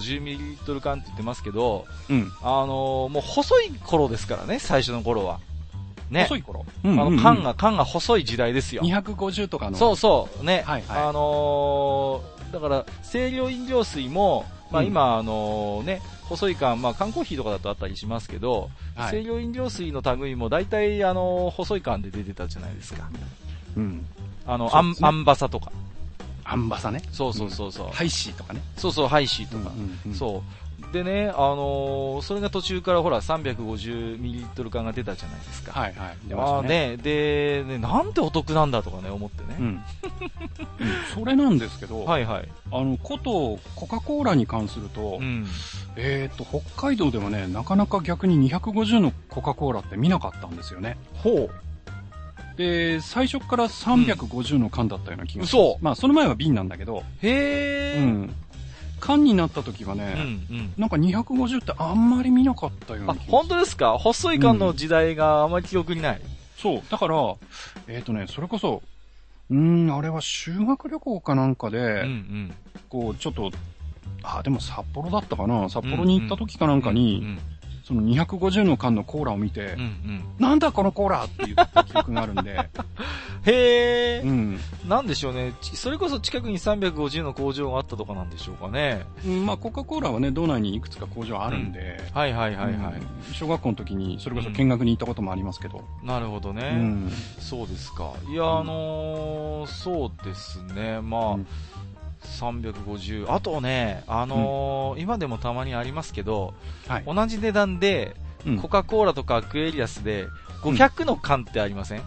Speaker 1: 350ml 缶って言ってますけど、
Speaker 2: うん。
Speaker 1: あのもう細い頃ですからね、最初の頃は。ね。
Speaker 2: 細い頃。
Speaker 1: あ
Speaker 2: うんうん
Speaker 1: の、
Speaker 2: うん
Speaker 1: 缶。が、缶が細い時代ですよ。
Speaker 2: 250とかの。
Speaker 1: そうそう、ね。
Speaker 2: はいはい
Speaker 1: あのーだから、清涼飲料水も、まあ
Speaker 2: うん
Speaker 1: 今、あのね、細い缶、まあ缶コーヒーとかだとあったりしますけど、
Speaker 2: はい
Speaker 1: 清涼飲料水の類も大体、あのー細い缶で出てたじゃないですか。
Speaker 2: うん。
Speaker 1: あの、
Speaker 2: そ
Speaker 1: ア
Speaker 2: うで
Speaker 1: ン
Speaker 2: すね
Speaker 1: アンバサとか。
Speaker 2: アンバサね。
Speaker 1: そうそうそうそう。
Speaker 2: ハイシーとかね。
Speaker 1: そうそう、ハイシーと
Speaker 2: とか
Speaker 1: か。。そう。でね、あのーそれが途中からほら 350ml 缶が出たじゃないですか。
Speaker 2: はいはい。出ま
Speaker 1: あ
Speaker 2: した
Speaker 1: ーね
Speaker 2: ね。
Speaker 1: でね、なんてお得なんだとかね、思って
Speaker 2: う
Speaker 1: ね。
Speaker 2: ん。それなんですけど、
Speaker 1: はいはい。
Speaker 2: あの、ことコカ・コーラに関すると、
Speaker 1: うん。
Speaker 2: えっ、と、北海道ではね、なかなか逆に250のコカ・コーラって見なかったんですよね。
Speaker 1: ほ
Speaker 2: で、最初から350の缶だったような気
Speaker 1: う。
Speaker 2: がする。
Speaker 1: 嘘
Speaker 2: まあ、その前は瓶なんだけど、
Speaker 1: へ
Speaker 2: う
Speaker 1: ー。
Speaker 2: ん。缶になった時は
Speaker 1: うん。う
Speaker 2: ね、
Speaker 1: ん。
Speaker 2: なんか250ってあんまり見なかったよう
Speaker 1: あ
Speaker 2: な気が、する
Speaker 1: 本当ですか細い缶の時代があまり記憶にない。
Speaker 2: そう。だから、えっ、とね、それこそ、うーん、あれは修学旅行かなんか
Speaker 1: う
Speaker 2: で、
Speaker 1: ん。
Speaker 2: こう、ちょっと、あ、でも札幌だったかな札幌に行った時かなんかに、
Speaker 1: うん。
Speaker 2: その250の缶のコーラを見て、
Speaker 1: うんうん。
Speaker 2: なんだこのコーラって言った記憶があるんで、
Speaker 1: へー
Speaker 2: う。ん。
Speaker 1: なんでしょうね。ちそれこそ近くに350の工場があったとかなんでしょうかね。
Speaker 2: うんまあ、コカ・コーラはね、道内にいくつか工場あるんで、
Speaker 1: はいはいはいはい。
Speaker 2: うん小学校の時に、それこそ見学に行ったこともありますけど。
Speaker 1: なるほど
Speaker 2: う
Speaker 1: ね。
Speaker 2: ん。
Speaker 1: そうですか。いや、あのーそうですね。まあ、
Speaker 2: うん
Speaker 1: 350。あとね、あのー今でもたまにありますけど、
Speaker 2: はい。
Speaker 1: 同じ値段で、
Speaker 2: うん
Speaker 1: コカ・コーラとかアクエリアスで、500の缶ってありません、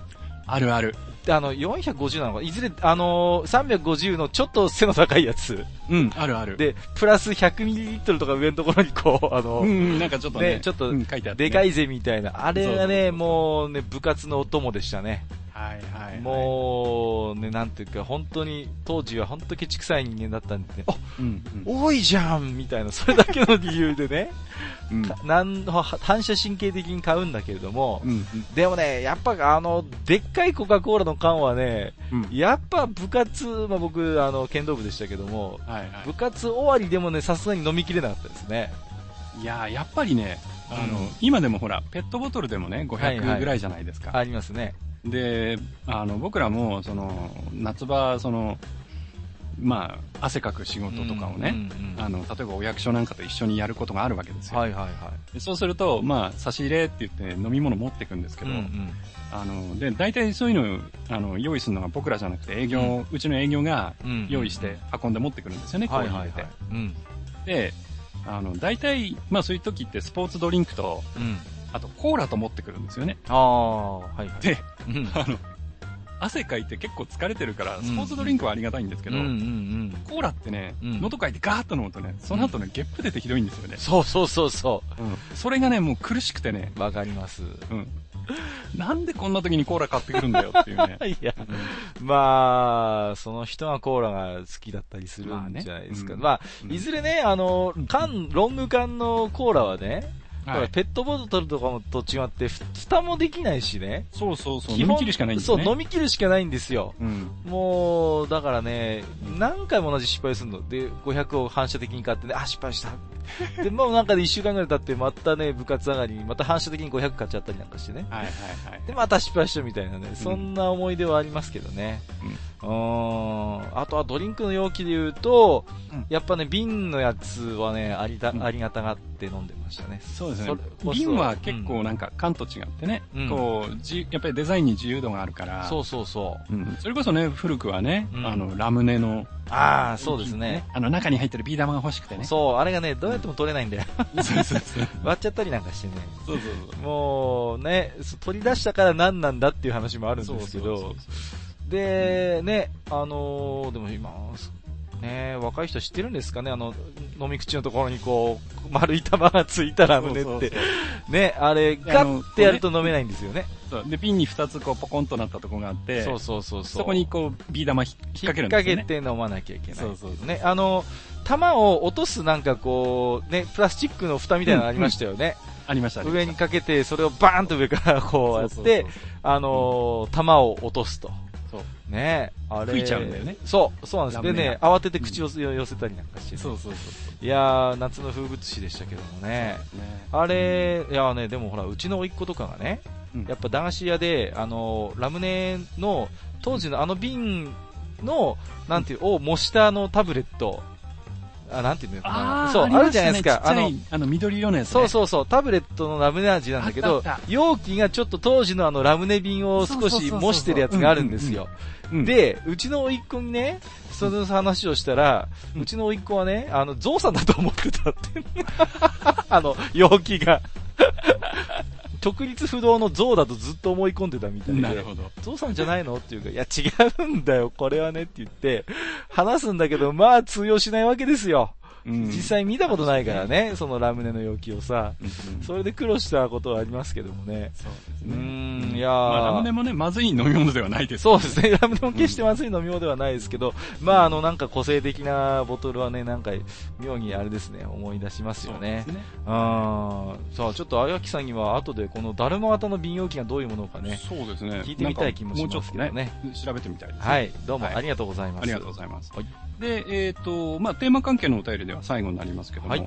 Speaker 2: あるある。
Speaker 1: で、あの、450なのかいずれ、あのー350のちょっと背の高いやつ。
Speaker 2: うん、あるある。、
Speaker 1: で、プラス 100ml とか上のところにこう、あの
Speaker 2: うんうん、なんかちょっとね、
Speaker 1: ねちょっと
Speaker 2: うん書いてあってね、
Speaker 1: でかいぜみたいな。あれ
Speaker 2: そ
Speaker 1: が
Speaker 2: うそう
Speaker 1: ね、
Speaker 2: そう
Speaker 1: もうね、部活のお供でしたね。
Speaker 2: はいはいはい。
Speaker 1: もうね、なんていうか、本当に、当時は本当ケチくさい人間だったんでね、あ、
Speaker 2: うん、うん
Speaker 1: 多いじゃんみたいな、それだけの理由で ね、
Speaker 2: うん、
Speaker 1: なんは反射神経的に買うんだけれども、
Speaker 2: うん、
Speaker 1: でもね、やっぱあの、でっかいコカ・コーラの缶はね、
Speaker 2: うん。
Speaker 1: やっぱ部活、まあ、僕、あの、剣道部でしたけども、
Speaker 2: はいは
Speaker 1: 部活終わりでもね、さすがに飲みきれなかったですね。
Speaker 2: い。いやーやっぱりね、あの、
Speaker 1: うん
Speaker 2: 今でもほら、ペットボトルでもね、
Speaker 1: はいはい
Speaker 2: 500ぐらいじゃないですか。
Speaker 1: ありますね。
Speaker 2: で、あの、僕らも、その、夏場、その、まあ、汗かく仕事とかを
Speaker 1: うん
Speaker 2: ね、
Speaker 1: うんうん
Speaker 2: あの、例えばお役所なんかと一緒にやることがあるわけですよ。
Speaker 1: はいはいは
Speaker 2: でそうすると、まあ、差し入れって言って飲み物持ってくんです
Speaker 1: い。
Speaker 2: け
Speaker 1: うん
Speaker 2: ど、
Speaker 1: うん
Speaker 2: あの、で、大体そういうの、あの、用意するのが僕らじゃなくて営業、うちの営業が
Speaker 1: うん
Speaker 2: 用意して運んで持ってくるんですよね、こう
Speaker 1: はいいう
Speaker 2: の
Speaker 1: は
Speaker 2: っ
Speaker 1: いは
Speaker 2: て
Speaker 1: い。。うん。
Speaker 2: で、あの、大体、まあそういう時ってスポーツドリンクと、
Speaker 1: うん。
Speaker 2: あとコーラと持ってくるんですよね。
Speaker 1: ああ、はいはい。
Speaker 2: で、
Speaker 1: うん。
Speaker 2: あの、汗かいて結構疲れてるから、
Speaker 1: ん
Speaker 2: スポーツドリンクはありがたいんですけど、
Speaker 1: うんうんうん。
Speaker 2: コーラってね、
Speaker 1: うん
Speaker 2: 喉かいてガーッと飲むとね、その後ね、ゲップ出てひどいんですよね。
Speaker 1: そうそうそうそ
Speaker 2: それがね、もう苦しくてね、
Speaker 1: う。わかります。。
Speaker 2: うん。なんでこんな時にコーラ買ってくるんだよっていうね
Speaker 1: いや、まあ、その人がコーラが好きだったりする
Speaker 2: まあ
Speaker 1: ん
Speaker 2: ね
Speaker 1: じゃないですか。
Speaker 2: うん
Speaker 1: まあ、いずれね、あの
Speaker 2: うん、
Speaker 1: 缶、ロング缶のコーラはね、ほ
Speaker 2: は
Speaker 1: ら
Speaker 2: い、
Speaker 1: ペットボトルとかもと違って、ふ蓋もできないしね。
Speaker 2: そうそうそう、
Speaker 1: 基
Speaker 2: 飲
Speaker 1: 本
Speaker 2: み切るしかないんですね。
Speaker 1: そう、飲み切るしかないんですよ。
Speaker 2: うん。
Speaker 1: もう、だからね、何回も同じ失敗するの。で、500を反射的に買ってね、あ、失敗した。 で、もうなんかで1週間ぐらい経って、またね、部活上がりに、また反射的に500買っちゃったりなんかしてね。
Speaker 2: はいはいはい。
Speaker 1: で、また失敗したみたいなね、そんな思い出はありますけどね。うーん。あとはドリンクの容器で言うと、
Speaker 2: うん
Speaker 1: やっぱね、瓶のやつはね、ありた、
Speaker 2: うん
Speaker 1: ありがたがって飲んでましたね。
Speaker 2: そうですね
Speaker 1: それこそ。
Speaker 2: 瓶は結構なんか缶と違ってね、
Speaker 1: うん
Speaker 2: こう、じ、やっぱりデザインに自由度があるから、
Speaker 1: そうそうそう。
Speaker 2: うんそれこそね、古くはね、
Speaker 1: うん
Speaker 2: あの、ラムネの、
Speaker 1: ああ、そうですね。。
Speaker 2: あの、中に入ってるビー玉が欲しくてね。
Speaker 1: そう、あれがね、どうやっても取れないんだよ。
Speaker 2: うそうそうそう。
Speaker 1: 割っちゃったりなんかしてね。
Speaker 2: そう
Speaker 1: もうね、そ取り出したから何なんだっていう話もあるん
Speaker 2: そうそう。
Speaker 1: ですけど、で、ね、あのーでも今、ね、若い人知ってるんですかね、あの、飲み口のところにこう、丸い玉がついたラムネ
Speaker 2: そう
Speaker 1: っ
Speaker 2: そう
Speaker 1: て、ね、あれ、ガッてやると飲めないんですよね。
Speaker 2: そうで、瓶に2つこう、ポコンとなったとこがあって、
Speaker 1: そうそうそうそう。
Speaker 2: そこにこう、ビー玉ひ引っ掛けるんですよ
Speaker 1: 引っ
Speaker 2: ね。
Speaker 1: 掛けて飲まなきゃいけない。
Speaker 2: そうそうそう
Speaker 1: ね、あの、玉を落とすなんかこう、ね、プラスチックの蓋みたいなのありましたよね。
Speaker 2: ありました、ありま
Speaker 1: 上
Speaker 2: し
Speaker 1: にかけて、それをバーンと上からこうや
Speaker 2: た。
Speaker 1: っ
Speaker 2: そうそうそう
Speaker 1: て、あのー、玉を落とすと。
Speaker 2: そう
Speaker 1: ねえ、あれ。
Speaker 2: 吹いちゃうんだよね。
Speaker 1: そう、そうなんです。で
Speaker 2: ラムネが
Speaker 1: ね、慌てて口を寄せたりなんかしてね、
Speaker 2: そうそうそう
Speaker 1: いやー、夏の風物詩でしたけどもね。
Speaker 2: そう。ね
Speaker 1: あれ、いやーね、でもほら、うちの甥っ子とかがね、
Speaker 2: うん
Speaker 1: やっぱ駄菓子屋で、あのー、ラムネの、当時のあの瓶の、なんていう、を模したあのタブレットあ、なんていうんだろう
Speaker 2: あ
Speaker 1: な
Speaker 2: ー
Speaker 1: そう、
Speaker 2: り
Speaker 1: あ
Speaker 2: ま
Speaker 1: る
Speaker 2: し
Speaker 1: じ
Speaker 2: た
Speaker 1: ゃない
Speaker 2: ね
Speaker 1: ですか。
Speaker 2: ちっ
Speaker 1: あ
Speaker 2: ちゃ
Speaker 1: の
Speaker 2: い、あの、緑色のやつ、ね。
Speaker 1: そうそうそう、タブレットのラムネ味なんだけ
Speaker 2: あっ
Speaker 1: ど
Speaker 2: たあっ、た
Speaker 1: 容器がちょっと当時のあのラムネ瓶を少
Speaker 2: そうそうそう
Speaker 1: し
Speaker 2: そう
Speaker 1: 模してるやつがあるんですよ。
Speaker 2: うん。
Speaker 1: で、うちの甥っ子にね、その話をしたら、
Speaker 2: う
Speaker 1: うんちの甥っ子はね、あの、ゾウさんだと思って たって。あの、容器が。 直立不動のゾウだとずっと思い込んでたみたい
Speaker 2: なる
Speaker 1: で。
Speaker 2: ほど。
Speaker 1: ゾウさんじゃないのっていうか、いや違うんだよ、これはねって言って、話すんだけど、まあ通用しないわけですよ。
Speaker 2: うん
Speaker 1: 実、際見たことないからね、そのラムネの容器をさ。それで苦労したことはありますけどもね。
Speaker 2: そうです
Speaker 1: うー
Speaker 2: ね。
Speaker 1: ん、いやー
Speaker 2: まあ、ラムネもね、まずい飲み物ではないです。
Speaker 1: そうですね、 ラムネも決してまずい飲み物ではないですけど、まあ、あの、なんか個性的なボトルはね、なんか、妙にあれですね、思い出しますよね
Speaker 2: そう。ですね。
Speaker 1: うーん。さあ、ちょっと、あやきさんには、後で、この、だるま型の瓶容器がどういうものかね、
Speaker 2: そうですね。
Speaker 1: 聞いてみたい気もしますけどね
Speaker 2: なんかもうちょっとね。調べてみたいですね。
Speaker 1: はい、どうも
Speaker 2: はい
Speaker 1: ありがとうございます。
Speaker 2: ありがとうございます。
Speaker 1: はい
Speaker 2: で、えっ、と、まあ、テーマ関係のお便りでは最後になりますけども、
Speaker 1: はい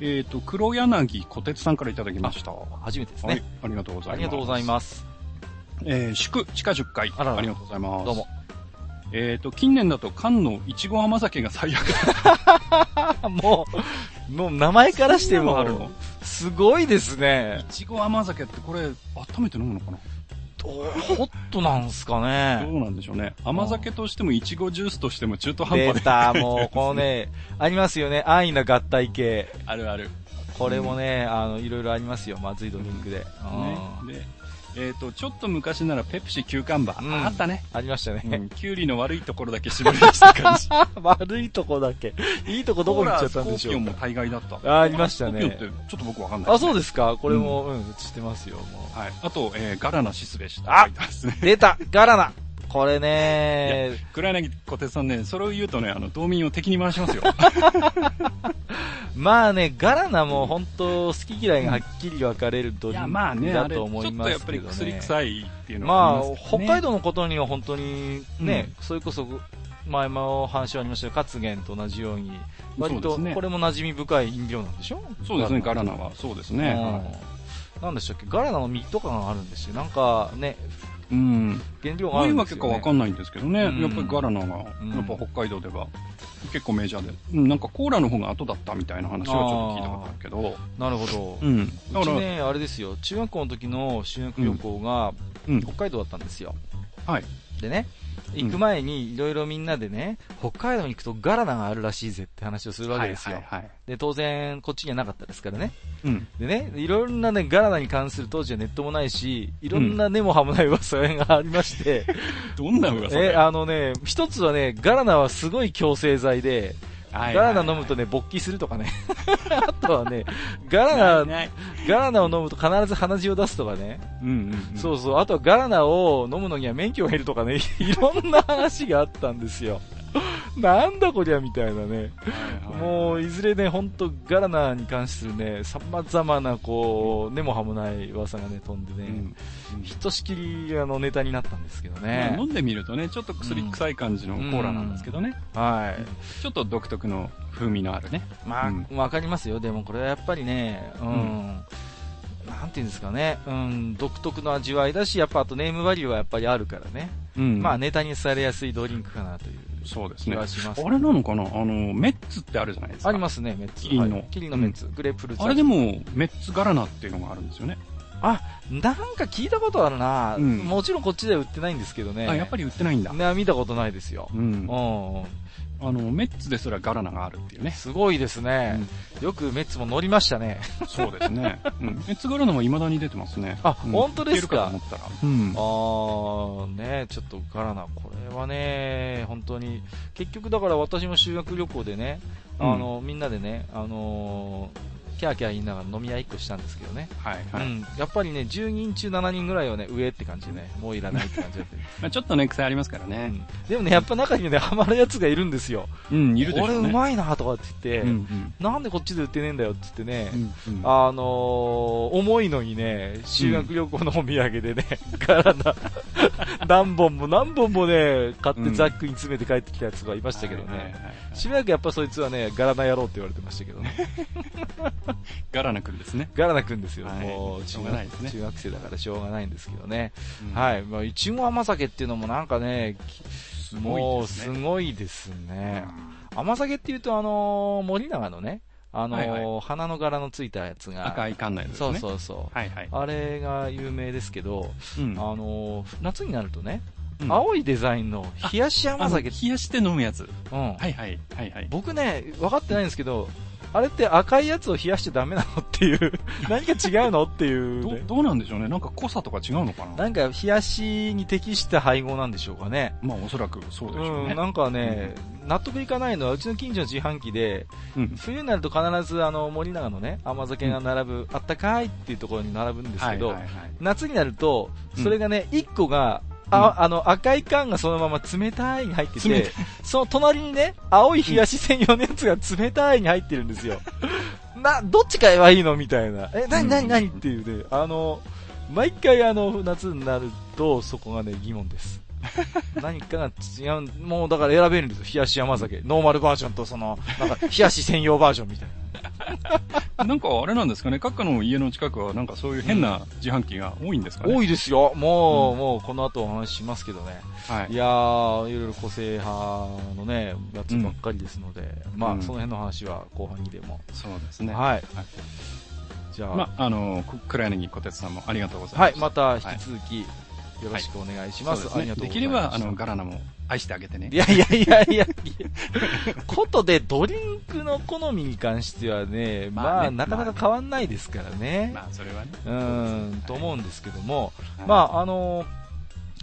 Speaker 2: えっ、と、黒柳小鉄さんからいただきました。は
Speaker 1: 初めてです
Speaker 2: い
Speaker 1: ね。、
Speaker 2: ありがとうございます。
Speaker 1: ありがとうございます。
Speaker 2: えー祝、地下10回。
Speaker 1: あらら
Speaker 2: りがとうございます。
Speaker 1: どうも。。
Speaker 2: えっ、と、近年だと、菅のいちご甘酒が最悪だ
Speaker 1: あもう、もう、名前からして
Speaker 2: そんなのあるの
Speaker 1: も、すごいです
Speaker 2: い
Speaker 1: ね。
Speaker 2: ちご甘酒ってこれ、温めて飲むのかな、
Speaker 1: ホットなんすかね。
Speaker 2: どうなんでしょうね。甘酒としても、いちごジュースとしても中途半
Speaker 1: 出
Speaker 2: 端で。
Speaker 1: た、もう、この ね、ありますよね、安易な合体系。
Speaker 2: あるある。
Speaker 1: これもね、あの、いろいろありますよ、まずいドリンクで。うん
Speaker 2: ね。で、えっ、と、ちょっと昔なら、ペプシキューカンバー。
Speaker 1: うん
Speaker 2: ああったね。
Speaker 1: ありました
Speaker 2: う
Speaker 1: ね。
Speaker 2: ん、キュウリの悪いところだけ絞り出した感じ。
Speaker 1: 悪いとこだけ。いいとこ どこに行っちゃったんでしょ
Speaker 2: コーラスコーピオン
Speaker 1: う
Speaker 2: も
Speaker 1: か。
Speaker 2: 大概だった。
Speaker 1: あありましたね
Speaker 2: コーピオンってちょっと僕わかんない。
Speaker 1: あ、そうですかこれも、うん、知ってますよ、も
Speaker 2: はい。あと、えー、ガラナシスベシ
Speaker 1: あ
Speaker 2: ですね。
Speaker 1: う。出たガラナこれね、
Speaker 2: 黒柳小鉄さんね、それを言うとね、あの、道民を敵に回します よ。
Speaker 1: まあね、ガラナも本当好き嫌いがはっきり分かれるド
Speaker 2: い
Speaker 1: リ
Speaker 2: や、
Speaker 1: ンク
Speaker 2: まあね、あ
Speaker 1: だ
Speaker 2: れ、ち
Speaker 1: と
Speaker 2: ょ
Speaker 1: 思い
Speaker 2: っ
Speaker 1: ま
Speaker 2: とやっ
Speaker 1: す
Speaker 2: ぱ
Speaker 1: け
Speaker 2: り
Speaker 1: ど
Speaker 2: 薬
Speaker 1: ね。
Speaker 2: 臭いっていうのは
Speaker 1: ま
Speaker 2: あ
Speaker 1: あ
Speaker 2: ります、けどね
Speaker 1: 北海道のことには本当にね、それこそ前も話はありましたよ、カツゲンと同じように、割
Speaker 2: そうで
Speaker 1: と
Speaker 2: すね
Speaker 1: これも馴染み深い飲料なんでしょ
Speaker 2: そうですね、ガラナは。そうですね。は
Speaker 1: うんなんでしたっけガラナの実とかがあるんですよ。なんかね、
Speaker 2: いうん。
Speaker 1: 原料
Speaker 2: ど
Speaker 1: があ
Speaker 2: うい
Speaker 1: る
Speaker 2: うんわ
Speaker 1: です
Speaker 2: け
Speaker 1: よ、ね。
Speaker 2: かわかんないんですけどね。
Speaker 1: うん
Speaker 2: やっぱりガラナが、や
Speaker 1: うん
Speaker 2: っぱ北海道では、結構メジャーで、うん、なんかコーラの方が後だったみたいな話はちょっと聞いたことあるけど、
Speaker 1: なるほど。
Speaker 2: うん。だ
Speaker 1: う
Speaker 2: か
Speaker 1: ち
Speaker 2: ら、
Speaker 1: ね、あれですよ、中学校の時の修学旅行が
Speaker 2: うん
Speaker 1: 北。海道だったんですよ。
Speaker 2: はい。
Speaker 1: でね、
Speaker 2: うん
Speaker 1: 行く前にいろいろみんなでね、北海道に行くとガラナがあるらしいぜって話をするわけですよ。
Speaker 2: はいはいはい
Speaker 1: で、当然、こっちにはなかったですからね。
Speaker 2: うん。
Speaker 1: でね、いろんなね、ガラナに関する当時はネットもないし、いろんな根も葉もない噂がありまして、
Speaker 2: どんな噂だ
Speaker 1: え、
Speaker 2: よ
Speaker 1: あの ね、一つはね、ガラナはすごい強制剤で、
Speaker 2: はい
Speaker 1: ガラナ飲むとね、勃起するとか ね。あとはね、ガラナ、
Speaker 2: ない
Speaker 1: ガラナを飲むと必ず鼻血を出すとかね。
Speaker 2: うんうん。
Speaker 1: そうそう。あとはガラナを飲むのには免許を得るとかね、 いろんな話があったんですよ。なんだこりゃみたいなね。
Speaker 2: うん。
Speaker 1: もう、いずれね、ほんとガラナに関するね、様々なこう、根も葉もない噂がね、飛んで
Speaker 2: う
Speaker 1: ね、
Speaker 2: ん、
Speaker 1: ひとしきりあのネタになったんですけど
Speaker 2: まあ
Speaker 1: ね
Speaker 2: 飲。んでみるとね、ちょっと薬臭い感じのコーラなんですけどね。
Speaker 1: はい。
Speaker 2: ちょっと独特の風味のあるね。
Speaker 1: まあ、
Speaker 2: うん
Speaker 1: わかりますよ。でもこれはやっぱりね、うん。なんていうんですかね、うん、独特の味わいだし、やっぱあとネームバリューはやっぱりあるからね。
Speaker 2: うん
Speaker 1: まあ、ネタにされやすいドリンクかなという
Speaker 2: そうです
Speaker 1: 気
Speaker 2: ね。
Speaker 1: は
Speaker 2: あ
Speaker 1: します。
Speaker 2: れなのかなあの、メッツってあるじゃないですか。
Speaker 1: ありますね、メッツ。
Speaker 2: キリンの
Speaker 1: はいキリンのメッツ、グレープフルーツ。
Speaker 2: あれでも、メッツガラナっていうのがあるんですよね。
Speaker 1: なんか聞いたことあるな、
Speaker 2: うん
Speaker 1: もちろんこっちでは売ってないんですけどね。
Speaker 2: あ、やっぱ
Speaker 1: り
Speaker 2: り売ってないんだ。
Speaker 1: ね、見たことないですよ。
Speaker 2: う。
Speaker 1: うんん。
Speaker 2: あの、メッツですらガラナがあるっていうね。
Speaker 1: すごいですね。よくメッツも乗りましたね。
Speaker 2: そうです ね。うん。メッツガラナは未だに出てますね。
Speaker 1: あ
Speaker 2: うん
Speaker 1: 本当ですか
Speaker 2: 売ってると思ったら。うん
Speaker 1: あ。ー、ねちょっとガラナ、これはね、本当に、結局だから私も修学旅行でね、あの、みんなでね、あのーキャーキャー言いながら飲み屋一個したんですけどね。
Speaker 2: はいは
Speaker 1: う
Speaker 2: い。
Speaker 1: ん。やっぱりね、10人中7人ぐらいはね、上って感じでね、もういらないって感じだった。
Speaker 2: まあちょっとね、癖ありますから
Speaker 1: う
Speaker 2: ね。
Speaker 1: んでもね、やっぱ中にね、ハマるやつがいるんですよ。
Speaker 2: うん、いるでしょ
Speaker 1: これ
Speaker 2: う
Speaker 1: う
Speaker 2: ね。
Speaker 1: まいなとかって言って、
Speaker 2: うんうん
Speaker 1: なんでこっちで売ってねえんだよって言ってね、
Speaker 2: うんうん
Speaker 1: あのー、重いのにね、修学旅行のお土産でね、ガラナ、何本も何本もね、買ってザックに詰めて帰ってきたやつがいましたけどね。
Speaker 2: はいはいはいはい
Speaker 1: しばらくやっぱそいつはね、ガラナ野郎って言われてましたけどね。
Speaker 2: ガラナくんですね。
Speaker 1: ガラナくんですよ。
Speaker 2: はい
Speaker 1: もう
Speaker 2: し
Speaker 1: 中
Speaker 2: ょうがないです
Speaker 1: 学、
Speaker 2: ね
Speaker 1: 中学生だからしょうがないんですけどね。
Speaker 2: い。
Speaker 1: はい。まあ、いちご甘酒っていうのもなんかね、
Speaker 2: す
Speaker 1: もうす
Speaker 2: ね。
Speaker 1: ごいですね。甘酒っていうと、あのー森永のね、あのー
Speaker 2: はいは
Speaker 1: 花の柄のついたやつが、
Speaker 2: 赤い缶のやつです
Speaker 1: そう
Speaker 2: ね。う
Speaker 1: そうそう。
Speaker 2: はいはい。
Speaker 1: あれが有名ですけど、
Speaker 2: うん
Speaker 1: あのー夏になるとね、
Speaker 2: うん
Speaker 1: 青いデザインの冷やし
Speaker 2: あ
Speaker 1: 甘
Speaker 2: の
Speaker 1: 酒
Speaker 2: 冷、やして飲むやつ。
Speaker 1: うん
Speaker 2: はいはい。はいはい。
Speaker 1: 僕ね、分かってないんですけど、あれって赤いやつを冷やしちゃダメなのっていう、 何か違うのっていう
Speaker 2: ど
Speaker 1: ね、
Speaker 2: どうなんでしょうね。なんか濃さとか違うのかな
Speaker 1: なんか冷やしに適した配合なんでしょうかね。
Speaker 2: まあおそらくそうでしょう
Speaker 1: うん、
Speaker 2: ね。
Speaker 1: なんかね、納得いかないのは、うちの近所の自販機で、
Speaker 2: うん
Speaker 1: 冬になると必ずあの森永のね、甘酒が並ぶ、あったかいっていうところに並ぶんです
Speaker 2: は
Speaker 1: け
Speaker 2: い
Speaker 1: ど、
Speaker 2: はいはい。
Speaker 1: 夏になると、それがね、1個が、ああの赤い缶がそのまま冷たいに入って
Speaker 2: 冷
Speaker 1: て、その隣にね、青い冷やし専用のやつが冷たいに入ってるんですよ。 な、どっち買えばいいのみたいな。え、なになになにっていうね、あの、毎回あの、夏になると、そこがね、疑問 です。何かが違う、もうだから選べるんですよ。冷やし甘酒。ノーマルバージョンとその、なんか、冷やし専用バージョンみたいな。
Speaker 2: なんかあれなんですかね、各の家の近くはなんかそういう変な自販機が多いんですか ね。
Speaker 1: 多
Speaker 2: い。
Speaker 1: いですよ。もう、
Speaker 2: うん
Speaker 1: もう、この後お話ししますけどね。
Speaker 2: はいい。
Speaker 1: やー、いろいろ個性派のね、やつばっかりですので、ま
Speaker 2: う
Speaker 1: あ、
Speaker 2: ん
Speaker 1: その辺の話は後半にでも。
Speaker 2: そうですね。
Speaker 1: はい
Speaker 2: はい。
Speaker 1: じゃあ、
Speaker 2: まあ、あの、く黒柳小鉄さんもありがとうございま
Speaker 1: は
Speaker 2: す。
Speaker 1: い、また引き続き、よろしくお願いします。
Speaker 2: そう
Speaker 1: あり
Speaker 2: で
Speaker 1: がと
Speaker 2: す
Speaker 1: うご
Speaker 2: ね。で
Speaker 1: ざ
Speaker 2: き
Speaker 1: い
Speaker 2: れ
Speaker 1: ま
Speaker 2: ば、
Speaker 1: す。
Speaker 2: あの、ガラナも愛してあげてね
Speaker 1: い。やいやいやいや、ことでドリンクの好みに関してはね、まあ、
Speaker 2: まあね
Speaker 1: なかなか変わんないですからね。
Speaker 2: まあ、それはね。
Speaker 1: うーん、と思うんですけども、
Speaker 2: はい
Speaker 1: まあ、あの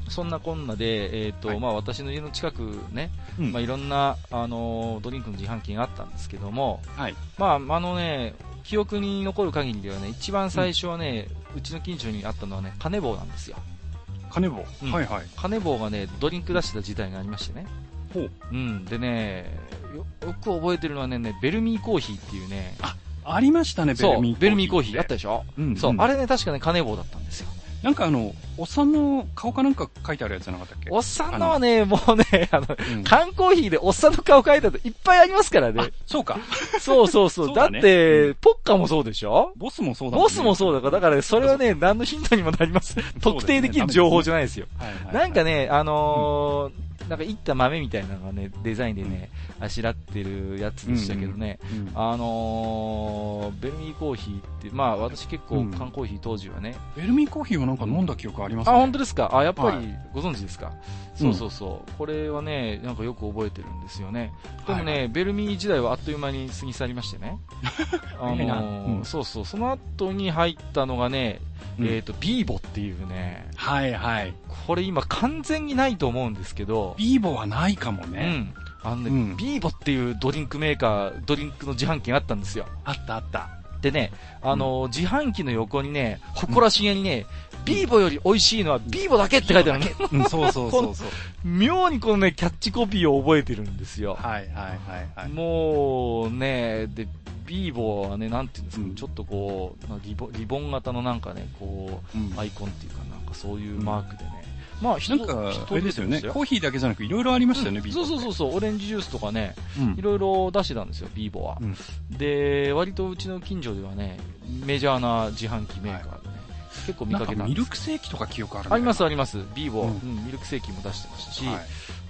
Speaker 1: そんなこんなで、えっ、と、
Speaker 2: はい
Speaker 1: まあ、私の家の近くね、
Speaker 2: うん
Speaker 1: まあ、いろんな、あのドリンクの自販機があったんですけども、
Speaker 2: はい。
Speaker 1: まあ、あのね、記憶に残る限りではね、一番最初はね、うちの近所にあったのはね、カネボウなんですよ。
Speaker 2: 金棒。
Speaker 1: うん
Speaker 2: はいはい。
Speaker 1: カネボウがね、ドリンク出してた時代がありましてね。
Speaker 2: ほう。
Speaker 1: うん、でね、よよく覚えてるのはね、ねベルミーコーヒーっていうね、
Speaker 2: ありましたね、ベ
Speaker 1: そ
Speaker 2: ルミーコーヒーっ
Speaker 1: う、
Speaker 2: て。
Speaker 1: ベルミーコーヒーあったでしょ、
Speaker 2: うん。
Speaker 1: そう、
Speaker 2: ん
Speaker 1: あれね、確かね、カネボウだったんですよ。
Speaker 2: なんかあの、おっさんの顔かなんか書いてあるやつじゃなかったっけ
Speaker 1: おっさんのはね、もうね、あの、
Speaker 2: うん
Speaker 1: 缶コーヒーでおっさんの顔描いたといっぱいありますから
Speaker 2: あ
Speaker 1: ね。
Speaker 2: そう か。
Speaker 1: そうそうそう。
Speaker 2: そう
Speaker 1: だ
Speaker 2: だ
Speaker 1: っ
Speaker 2: ね
Speaker 1: て、ポッカもそうでしょ
Speaker 2: ボスもそうだもん
Speaker 1: ボ
Speaker 2: ね
Speaker 1: スもそうだから、だからねそれはね、何のヒントにもなります。特定できる情報じゃないですよ。
Speaker 2: はいはいはい
Speaker 1: なんかね、あのー、なんかいった豆みたいなのがね、デザインでね、あしらってるやつでしたけどね、
Speaker 2: うん
Speaker 1: あのー、ベルミーコーヒーって、まあ私結
Speaker 2: う
Speaker 1: 構
Speaker 2: ん
Speaker 1: 缶コーヒー当時はね、
Speaker 2: ベルミーコーヒーはなんか飲んだ記憶あります
Speaker 1: あ、
Speaker 2: ね。
Speaker 1: 本当ですかあ、やっぱ
Speaker 2: は
Speaker 1: りご存知ですか、
Speaker 2: う
Speaker 1: そうんそうそう。これはね、なんかよく覚えてるんですよね。でもね、
Speaker 2: はい
Speaker 1: ベルミー時代はあっという間に過ぎ去りまして ね。あの
Speaker 2: いいな
Speaker 1: ー
Speaker 2: うん
Speaker 1: そうそう。その後に入ったのがね、
Speaker 2: うん
Speaker 1: えっ、と、ビーボっていうね、
Speaker 2: はいはい。
Speaker 1: これ今完全にないと思うんですけど、
Speaker 2: ビーボはないかも
Speaker 1: う
Speaker 2: ね。
Speaker 1: ん。あのね、
Speaker 2: うん
Speaker 1: ビーボっていうドリンクメーカー、ドリンクの自販機があったんですよ。
Speaker 2: あったあった。
Speaker 1: でね、あのー自販機の横にね、誇らしげにね、ビーボより美味しいのはビーボだけって書いてあるのね。
Speaker 2: うん、そうそうそうそう。
Speaker 1: 妙にこのね、キャッチコピーを覚えてるんですよ。
Speaker 2: はいはいはいはい。
Speaker 1: もうね、で、ビーボーはね、なんていうんですか、
Speaker 2: うん
Speaker 1: ちょっとこう、まあリボ、リボン型のなんかね、こ
Speaker 2: うん
Speaker 1: う、アイコンっていうか、なんかそういうマークでね。まあ、人
Speaker 2: なんか、あれですよね。
Speaker 1: 人出て
Speaker 2: コーヒーだけじゃなくいろいろありま
Speaker 1: ま
Speaker 2: し
Speaker 1: したた
Speaker 2: よ
Speaker 1: よ
Speaker 2: ね、
Speaker 1: ね、
Speaker 2: ビー
Speaker 1: そ
Speaker 2: ボ
Speaker 1: うそうそうそう、オレンジジュースとかね、
Speaker 2: うん
Speaker 1: いろいろ出してたんですよ、ビーボーは。
Speaker 2: うん
Speaker 1: で、割とうちの近所ではね、メジャーな自販機メーカーでね、結構見
Speaker 2: なん
Speaker 1: か
Speaker 2: か
Speaker 1: けたん
Speaker 2: ミ
Speaker 1: で
Speaker 2: ル
Speaker 1: す。
Speaker 2: クセーキとか記憶あるんだよな
Speaker 1: ありますあります、ビーボー、
Speaker 2: う
Speaker 1: うんミルクセーキも出してましたし、
Speaker 2: は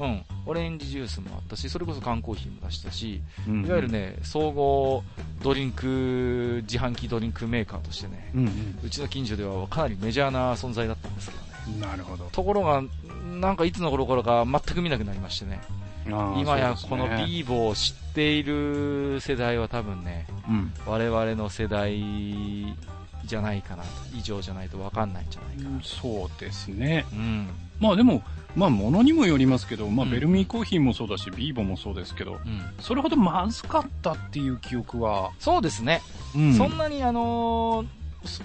Speaker 1: うん、オレンジジュースもあったし、それこそ缶コーヒーも出したし、
Speaker 2: い。
Speaker 1: いわゆる。ね、総合ドリンク、自販機ドリンクメーカーとしてね、
Speaker 2: うんうん。
Speaker 1: うちの近所ではかなりメジャーな存在だったんですけどね。
Speaker 2: なるほど。
Speaker 1: ところが、なんかいつの頃からか全く見なくなりましてね、今やこの
Speaker 2: ー
Speaker 1: ビーボを知っている世代は多分ね、
Speaker 2: うん。
Speaker 1: 我々の世代じゃないかなと、以上じゃないとわかんないんじゃないかな。
Speaker 2: そうですね。
Speaker 1: うん、
Speaker 2: まあでも、まあ物にもよりますけど、まあ
Speaker 1: うん
Speaker 2: ベルミーコーヒーもそうだし、ビーボもそうですけど、
Speaker 1: うん。
Speaker 2: それほどまずかったっていう記憶は、
Speaker 1: そうですね。
Speaker 2: うん
Speaker 1: そんなにあのー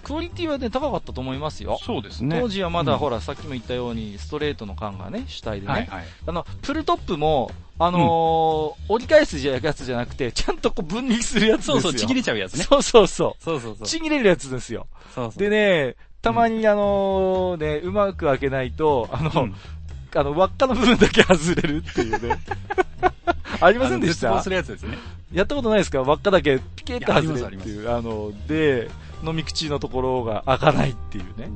Speaker 1: クオリティはね、高かったと思いますよ。
Speaker 2: そうですね。
Speaker 1: 当時はまだ、
Speaker 2: うん
Speaker 1: ほら、さっきも言ったように、ストレートの缶がね、主体でね。
Speaker 2: はいはい。
Speaker 1: あの、プルトップも、あのー折り返すやつじゃなくて、ちゃんとこう分離するやつです
Speaker 2: そ
Speaker 1: よ。
Speaker 2: うそう、ちぎ
Speaker 1: れ
Speaker 2: れちゃうやつね。
Speaker 1: そうそうそ
Speaker 2: そうそう
Speaker 1: う。ちぎれるやつですよ。
Speaker 2: そう
Speaker 1: でね、たまにあのーね、うまく開けないと、あの、
Speaker 2: うん
Speaker 1: あの、輪っかの部分だけ外れるっていう ね。ありませんでし
Speaker 2: あ
Speaker 1: た
Speaker 2: の絶望するやつですね。
Speaker 1: やったことないですか輪っかだけピケッと
Speaker 2: いやあり
Speaker 1: 外
Speaker 2: ます
Speaker 1: れるっていう。あの、で、飲み口のところが開かないっていうね。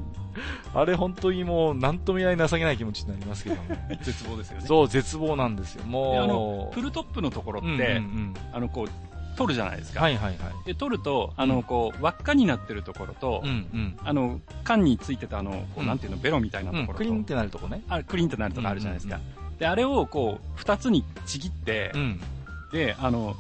Speaker 1: あれ本当にもう、なんとも言えない情けない気持ちになりますけど も。
Speaker 2: 絶望ですよね。
Speaker 1: そう、絶望なんですよ。
Speaker 2: であの
Speaker 1: も、う。
Speaker 2: プルトップのところって、
Speaker 1: うんうん
Speaker 2: あの、こう、取るじゃないです
Speaker 1: うん
Speaker 2: か。
Speaker 1: はいはいはい。
Speaker 2: で、取ると、あの、こう、輪っかになってるところと、
Speaker 1: うんうん。
Speaker 2: あの、缶についてたあの、こ
Speaker 1: う
Speaker 2: う、
Speaker 1: ん
Speaker 2: なんていうの、ベロみたいなと
Speaker 1: うん
Speaker 2: ころ
Speaker 1: ク
Speaker 2: と、
Speaker 1: リンってなるとこね。
Speaker 2: あクリンってなるとこあるじゃないですか。
Speaker 1: うん
Speaker 2: で、あれをこう、二つにちぎって、
Speaker 1: うん。
Speaker 2: で、あの、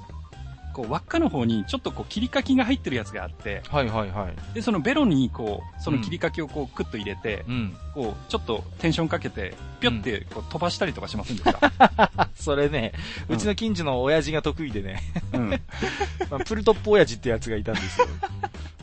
Speaker 2: こう、輪っかの方にちょっとこう、切り欠きが入ってるやつがあって、
Speaker 1: はいはいはい。
Speaker 2: で、そのベロにこう、その切り欠きをこう、クッと入れて、
Speaker 1: うん。
Speaker 2: こう、ちょっとテンションかけて、ぴょってこう飛ばしたりとかしませんで した。
Speaker 1: あ、それね、うちの近所の親父が得意でね、
Speaker 2: うん。
Speaker 1: まあ、プルトップ親父ってやつがいたんです よ。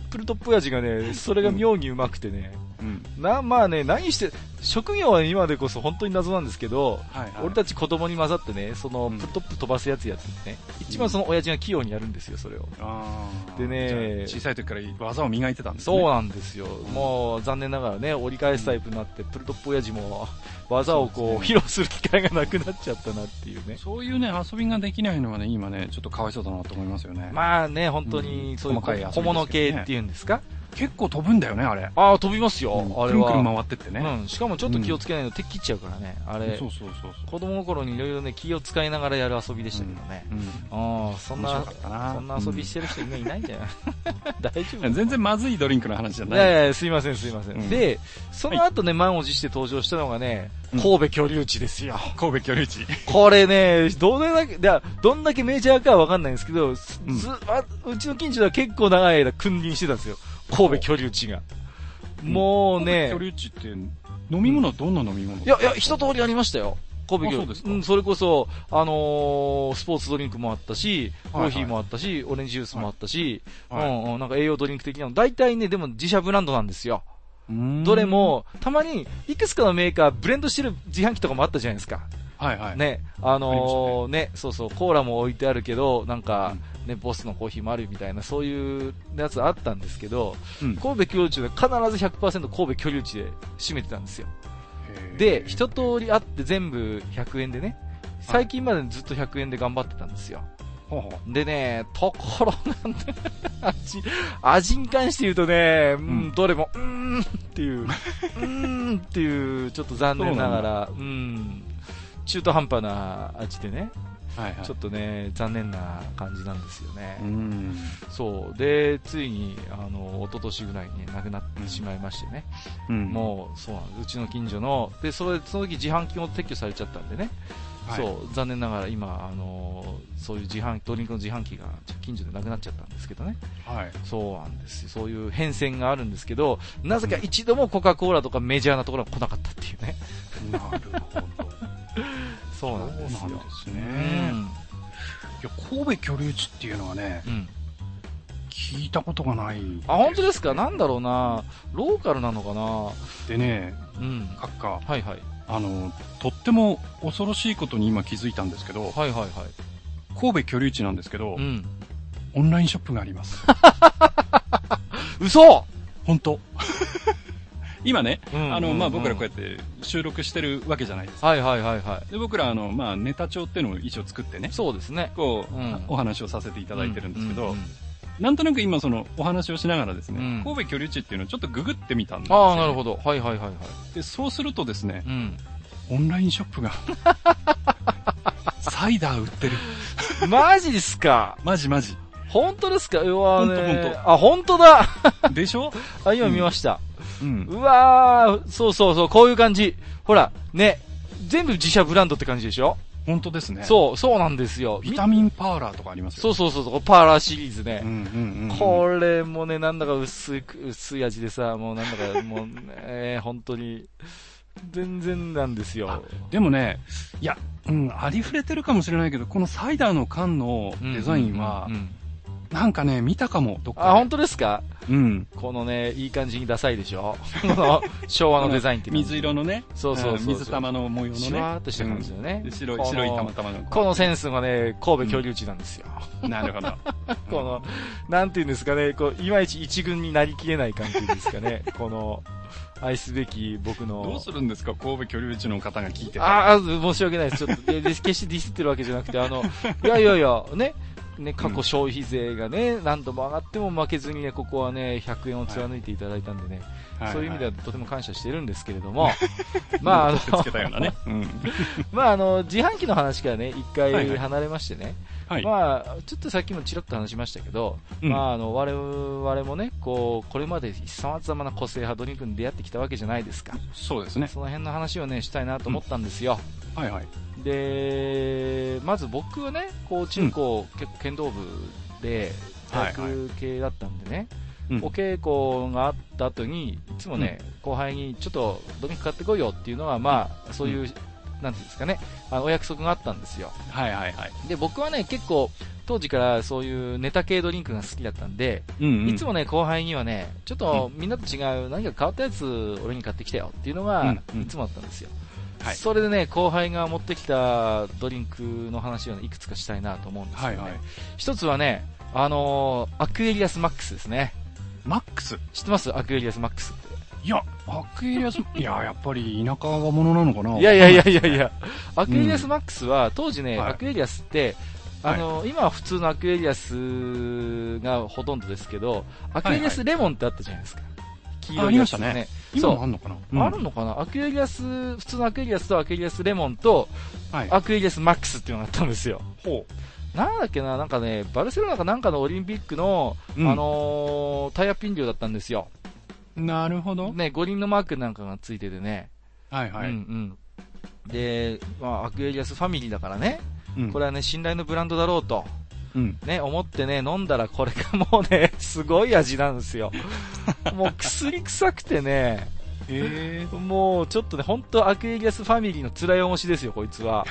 Speaker 1: プルトップ親父がね、それが妙にうまくてね、
Speaker 2: うん。
Speaker 1: な、まあね、何して、職業は今でこそ本当に謎なんですけど、
Speaker 2: はい、はい。
Speaker 1: 俺たち子供に混ざってね、その
Speaker 2: うん
Speaker 1: プルトップ飛ばすやつやっててね、一番その親父が器用にやるんですよ、それを。
Speaker 2: あー
Speaker 1: でね
Speaker 2: じゃあ小さい時から技を磨いてたんですね。
Speaker 1: そうなんですよ。もう残念ながらね、折り返すタイプになって、プルトップ親父も技をこう、披露する機会がなくなっちゃったなっていうね。
Speaker 2: そういうね、遊びができないのはね、今ね、ちょっとかわいそうだなと思いますよね。
Speaker 1: まあね、本当にそういう
Speaker 2: 細かい遊びです
Speaker 1: 小
Speaker 2: けどね
Speaker 1: 物系っていうんですか
Speaker 2: 結構飛ぶんだよね、あれ。
Speaker 1: ああ、飛びますよ、
Speaker 2: うん
Speaker 1: あれ
Speaker 2: くるんくるん
Speaker 1: は。
Speaker 2: 回ってってね。
Speaker 1: うん、しかもちょっと気をつけないと手切っちゃうからね、あれ
Speaker 2: そ。うそうそうそう。
Speaker 1: 子供の頃にいろいろね、気を使いながらやる遊びでしたけどね。
Speaker 2: うん。
Speaker 1: ああ、そん
Speaker 2: 面白
Speaker 1: な
Speaker 2: か、ったな。
Speaker 1: そんな遊びしてる人今いないんじゃない 大丈
Speaker 2: う
Speaker 1: 夫
Speaker 2: ん全然まずいドリンクの話じゃ
Speaker 1: い
Speaker 2: ない。
Speaker 1: やいやいや、すいませんすいません。
Speaker 2: うん
Speaker 1: で、その後ね、満を持して登場したのがね、
Speaker 2: うん
Speaker 1: 神戸居留地ですよ。
Speaker 2: 神戸距離地。
Speaker 1: これね、どれだけ、だどんだけメジャーかはわかんないんですけど、す
Speaker 2: うん
Speaker 1: ずあうちの近所では結構長い間君臨してたんですよ。神戸居留地が。
Speaker 2: うん
Speaker 1: もうね、
Speaker 2: 距離地って、飲み物はどんな飲み物
Speaker 1: いや、いや、一通りありましたよ。神戸牛
Speaker 2: あそうですか
Speaker 1: ん、それこそ、あのースポーツドリンクもあったし、コ
Speaker 2: はい
Speaker 1: ー
Speaker 2: はい
Speaker 1: ヒーもあったし、オレンジジュースもあったし、
Speaker 2: はい
Speaker 1: うんうん、なんか栄養ドリンク的なの。大体ね、でも自社ブランドなんですよ。
Speaker 2: うん
Speaker 1: どれ、も、たまに、いくつかのメーカー、ブレンドしてる自販機とかもあったじゃないですか。
Speaker 2: はいはい。
Speaker 1: ね、あ
Speaker 2: ありま
Speaker 1: のーね、そうそう、コーラも置いてあるけど、なんか、ね、ボスのコーヒーもあるみたいな、そういうやつあったんですけど、
Speaker 2: うん
Speaker 1: 神戸居留地で必ず100%神戸居留地で占めてたんですよ。
Speaker 2: へー
Speaker 1: で、一通りあって全部100円でね、最近までずっと100円で頑張ってたんですよ。
Speaker 2: ほうほう
Speaker 1: でね、ところなんで、 味、味に関して言うとね、うん
Speaker 2: うん
Speaker 1: どれも、うーんっていう、うーんっていう、ちょっと残念ながら、うん、中途半端な味でね、
Speaker 2: はいはい。
Speaker 1: ちょっとね、残念な感じなんですよね。
Speaker 2: うん。
Speaker 1: そう。で、ついに、あの、一昨年ぐらいに亡くなってしまいましてね。
Speaker 2: うん
Speaker 1: もう、そうなんです。うちの近所の、で、それ、その時自販機も撤去されちゃったんでね。
Speaker 2: はい
Speaker 1: そう、残念ながら今、あのーそういう自販、ドリンクの自販機が近所でなくなっちゃったんですけどね。
Speaker 2: はい。
Speaker 1: そうなんですよ。そういう変遷があるんですけど、なぜか一度もコカ・コーラとかメジャーなところは来なかったっていうね。
Speaker 2: なるほど。
Speaker 1: そうなんです
Speaker 2: そう
Speaker 1: よ
Speaker 2: なん。です
Speaker 1: う
Speaker 2: ね。
Speaker 1: ん。
Speaker 2: いや、神戸居留地っていうのはね、
Speaker 1: うん。
Speaker 2: 聞いたことがない。
Speaker 1: あ、本当ですかなんだろうなローカルなのか
Speaker 2: でね、
Speaker 1: なうん。
Speaker 2: 閣下、
Speaker 1: はいはい。
Speaker 2: あの、とっても恐ろしいことに今気づいたんですけど、
Speaker 1: はいはいはい。
Speaker 2: 神戸居留地なんですけど
Speaker 1: う、ん。
Speaker 2: オンラインショップがあり ます。
Speaker 1: 嘘
Speaker 2: 本当 今ね、
Speaker 1: うん
Speaker 2: あの、まあ、僕らこうや
Speaker 1: っ
Speaker 2: って収録してるわけじゃないですか。
Speaker 1: て。はいはいはいはい。
Speaker 2: で、僕らあの、まあ、ネタ帳っていうのを一応作ってね、
Speaker 1: そうですね。
Speaker 2: こう、
Speaker 1: うん
Speaker 2: お話をさせていただいてるんですけど、
Speaker 1: うううん
Speaker 2: なんとなく今そのお話をしながらですね、
Speaker 1: うん
Speaker 2: 神戸居留地っていうのをちょっとググってみたんですよ
Speaker 1: ああ、なるほど。はいはいはいはい。
Speaker 2: で、そうするとですね、
Speaker 1: うん。
Speaker 2: オンラインショッ プが、サイダー売ってる。
Speaker 1: マジですか
Speaker 2: マジマジ。
Speaker 1: 本当ですかうわーね
Speaker 2: ほんとほん
Speaker 1: あ、本当だ
Speaker 2: でしょ
Speaker 1: あ、今見ました。
Speaker 2: うん。
Speaker 1: うわー、そうそうそう、こういう感じ。ほら、ね、全部自社ブランドって感じでしょ
Speaker 2: 本当ですね。
Speaker 1: そう、そうなんですよ。
Speaker 2: ビタミンパーラーとかあります
Speaker 1: そ
Speaker 2: よ。
Speaker 1: うそうそうそう、パーラーシリーズ
Speaker 2: う
Speaker 1: ね。
Speaker 2: んうんうん。
Speaker 1: これもね、なんだか薄い、薄い味でさ、もうなんだか、もう、ね、えー本当に、全然なんです
Speaker 2: あ
Speaker 1: よ。
Speaker 2: でもね、いや、うん、ありふれてるかもしれないけど、このサイダーの缶のデザインは
Speaker 1: うんう、んうん
Speaker 2: なんかね、見たかも、どっかで。
Speaker 1: あ、本当ですか
Speaker 2: うん。
Speaker 1: このね、いい感じにダサいでしょこの昭和のデザインって感じ
Speaker 2: 水色のね、
Speaker 1: そうそうそうそうん
Speaker 2: 水玉の模様の
Speaker 1: シュワ
Speaker 2: ね。
Speaker 1: ーっとした感じだよね。
Speaker 2: で白
Speaker 1: こ
Speaker 2: い、
Speaker 1: の
Speaker 2: 白い玉玉の。
Speaker 1: このセンスがね、神戸居留地なんですよ。
Speaker 2: なるほ ど。
Speaker 1: この、なんていうんですかね、こう、いまいち一軍になりきれない感じですかね。この、愛すべき僕の。
Speaker 2: どうするんですか神戸居留地の方が聞いてたら
Speaker 1: ああ、申し訳ないです。ちょっと、でで決してディスってるわけじゃなくて、あの、いやいやいや、ね、ね、過去消費税がね、何度も上がっても負けずにね、ここはね、100円を貫いていただいたんでね、そういう意味ではとても感謝してるんですけれど も、まあ、あの、
Speaker 2: つけたような ね。うん。
Speaker 1: まあ、あの、自販機の話からね、一
Speaker 2: はい
Speaker 1: 回
Speaker 2: はい
Speaker 1: 離れましてね、
Speaker 2: はい。
Speaker 1: まあ、ちょっとさっきもちらっと話しましたけど、
Speaker 2: うん
Speaker 1: まあ、あの、我々もね、こう、これまで様々な個性派ドリンクに出会ってきたわけじゃないですか。
Speaker 2: そうですね。
Speaker 1: その辺の話をね、したいなと思ったんですよ。
Speaker 2: はいはい。
Speaker 1: で、まず僕はね、こう、中高、結構剣道部で、体
Speaker 2: はい
Speaker 1: 育系だったんでね、
Speaker 2: うん
Speaker 1: お稽古があった後に、いつもね、後輩にちょっとドリンク買ってこいよっていうのは、まあ、そういう、なんていうんですかね、あのお約束があったんですよ。
Speaker 2: はいはいはい。
Speaker 1: で、僕はね、結構、当時からそういうネタ系ドリンクが好きだったんで、
Speaker 2: うんうん
Speaker 1: いつもね、後輩にはね、ちょっとみんなと違う、何か変わったやつ、俺に買ってきたよっていうのが、
Speaker 2: うんうん
Speaker 1: いつもあったんですよ。
Speaker 2: はい
Speaker 1: それでね、後輩が持ってきたドリンクの話をね、いくつかしたいなと思うんですけど
Speaker 2: はい
Speaker 1: ね。
Speaker 2: はい。
Speaker 1: 一つはね、あのーアクエリアスマックスですね。
Speaker 2: マックス。
Speaker 1: 知ってますアクエリアスマックスって。
Speaker 2: いや、アクエリアス、 いや、やっぱり田舎がものなのかな。
Speaker 1: いやいやい
Speaker 2: や。
Speaker 1: やいやいや、アクエリアスマックスは、当時ね、
Speaker 2: はい
Speaker 1: アクエリアスって、あの、今は普通のアクエリアスがほとんどですけど、アクエリアスレモンってあったじゃないですか。黄色いやつ、
Speaker 2: ありま
Speaker 1: ね。
Speaker 2: 今もあんのかなうん
Speaker 1: あるのかなアクエリアス、普通のアクエリアスとアクエリアスレモンと、
Speaker 2: はい。
Speaker 1: アクエリアスマックスっていうのがあったんですよ。
Speaker 2: ほ
Speaker 1: なんだっけな、なんかね、バルセロナかなんかのオリンピックの、
Speaker 2: うん
Speaker 1: あのータイアップ飲料だったんですよ。
Speaker 2: う。なるほど。
Speaker 1: ね、五輪のマークなんかがついててね。
Speaker 2: はいは
Speaker 1: う
Speaker 2: い。
Speaker 1: んうん。で、まあ、アクエリアスファミリーだからね、
Speaker 2: うん
Speaker 1: これはね、信頼のブランドだろうと、
Speaker 2: うん。
Speaker 1: ね、思ってね、飲んだらこれがもうね、すごい味なん ですよ。もう薬臭くてね、
Speaker 2: え
Speaker 1: もうちょっとね、本当アクエリアスファミリーの辛い重しですよ、こいつは。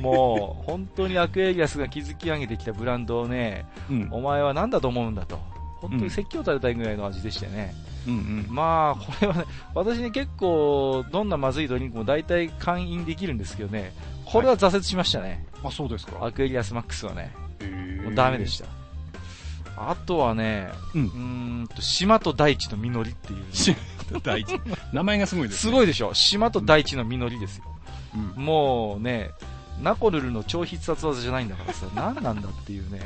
Speaker 1: もう、本当にアクエリアスが築き上げてきたブランドをね、
Speaker 2: ー。うん。
Speaker 1: お前は何だと思うんだと。本当に説教されたいぐらいの味でしてね。
Speaker 2: うんうん。
Speaker 1: まあ、これはね、 私ね、結構、どんなまずいドリンクも大体勘引できるんですけどね、これは挫折しましたね。
Speaker 2: あ、そうですか。
Speaker 1: アクエリアスマックスはね、
Speaker 2: えー
Speaker 1: もうダメでした。あとはね、
Speaker 2: うん
Speaker 1: ーんと、島と大地の実りっていう。
Speaker 2: し 大事。名前がすごいですす、
Speaker 1: ごいでしょ島と大地の実りですよ。
Speaker 2: うん。
Speaker 1: もうね、ナコルルの超必殺技じゃないんだから さ、何なんだっていうね。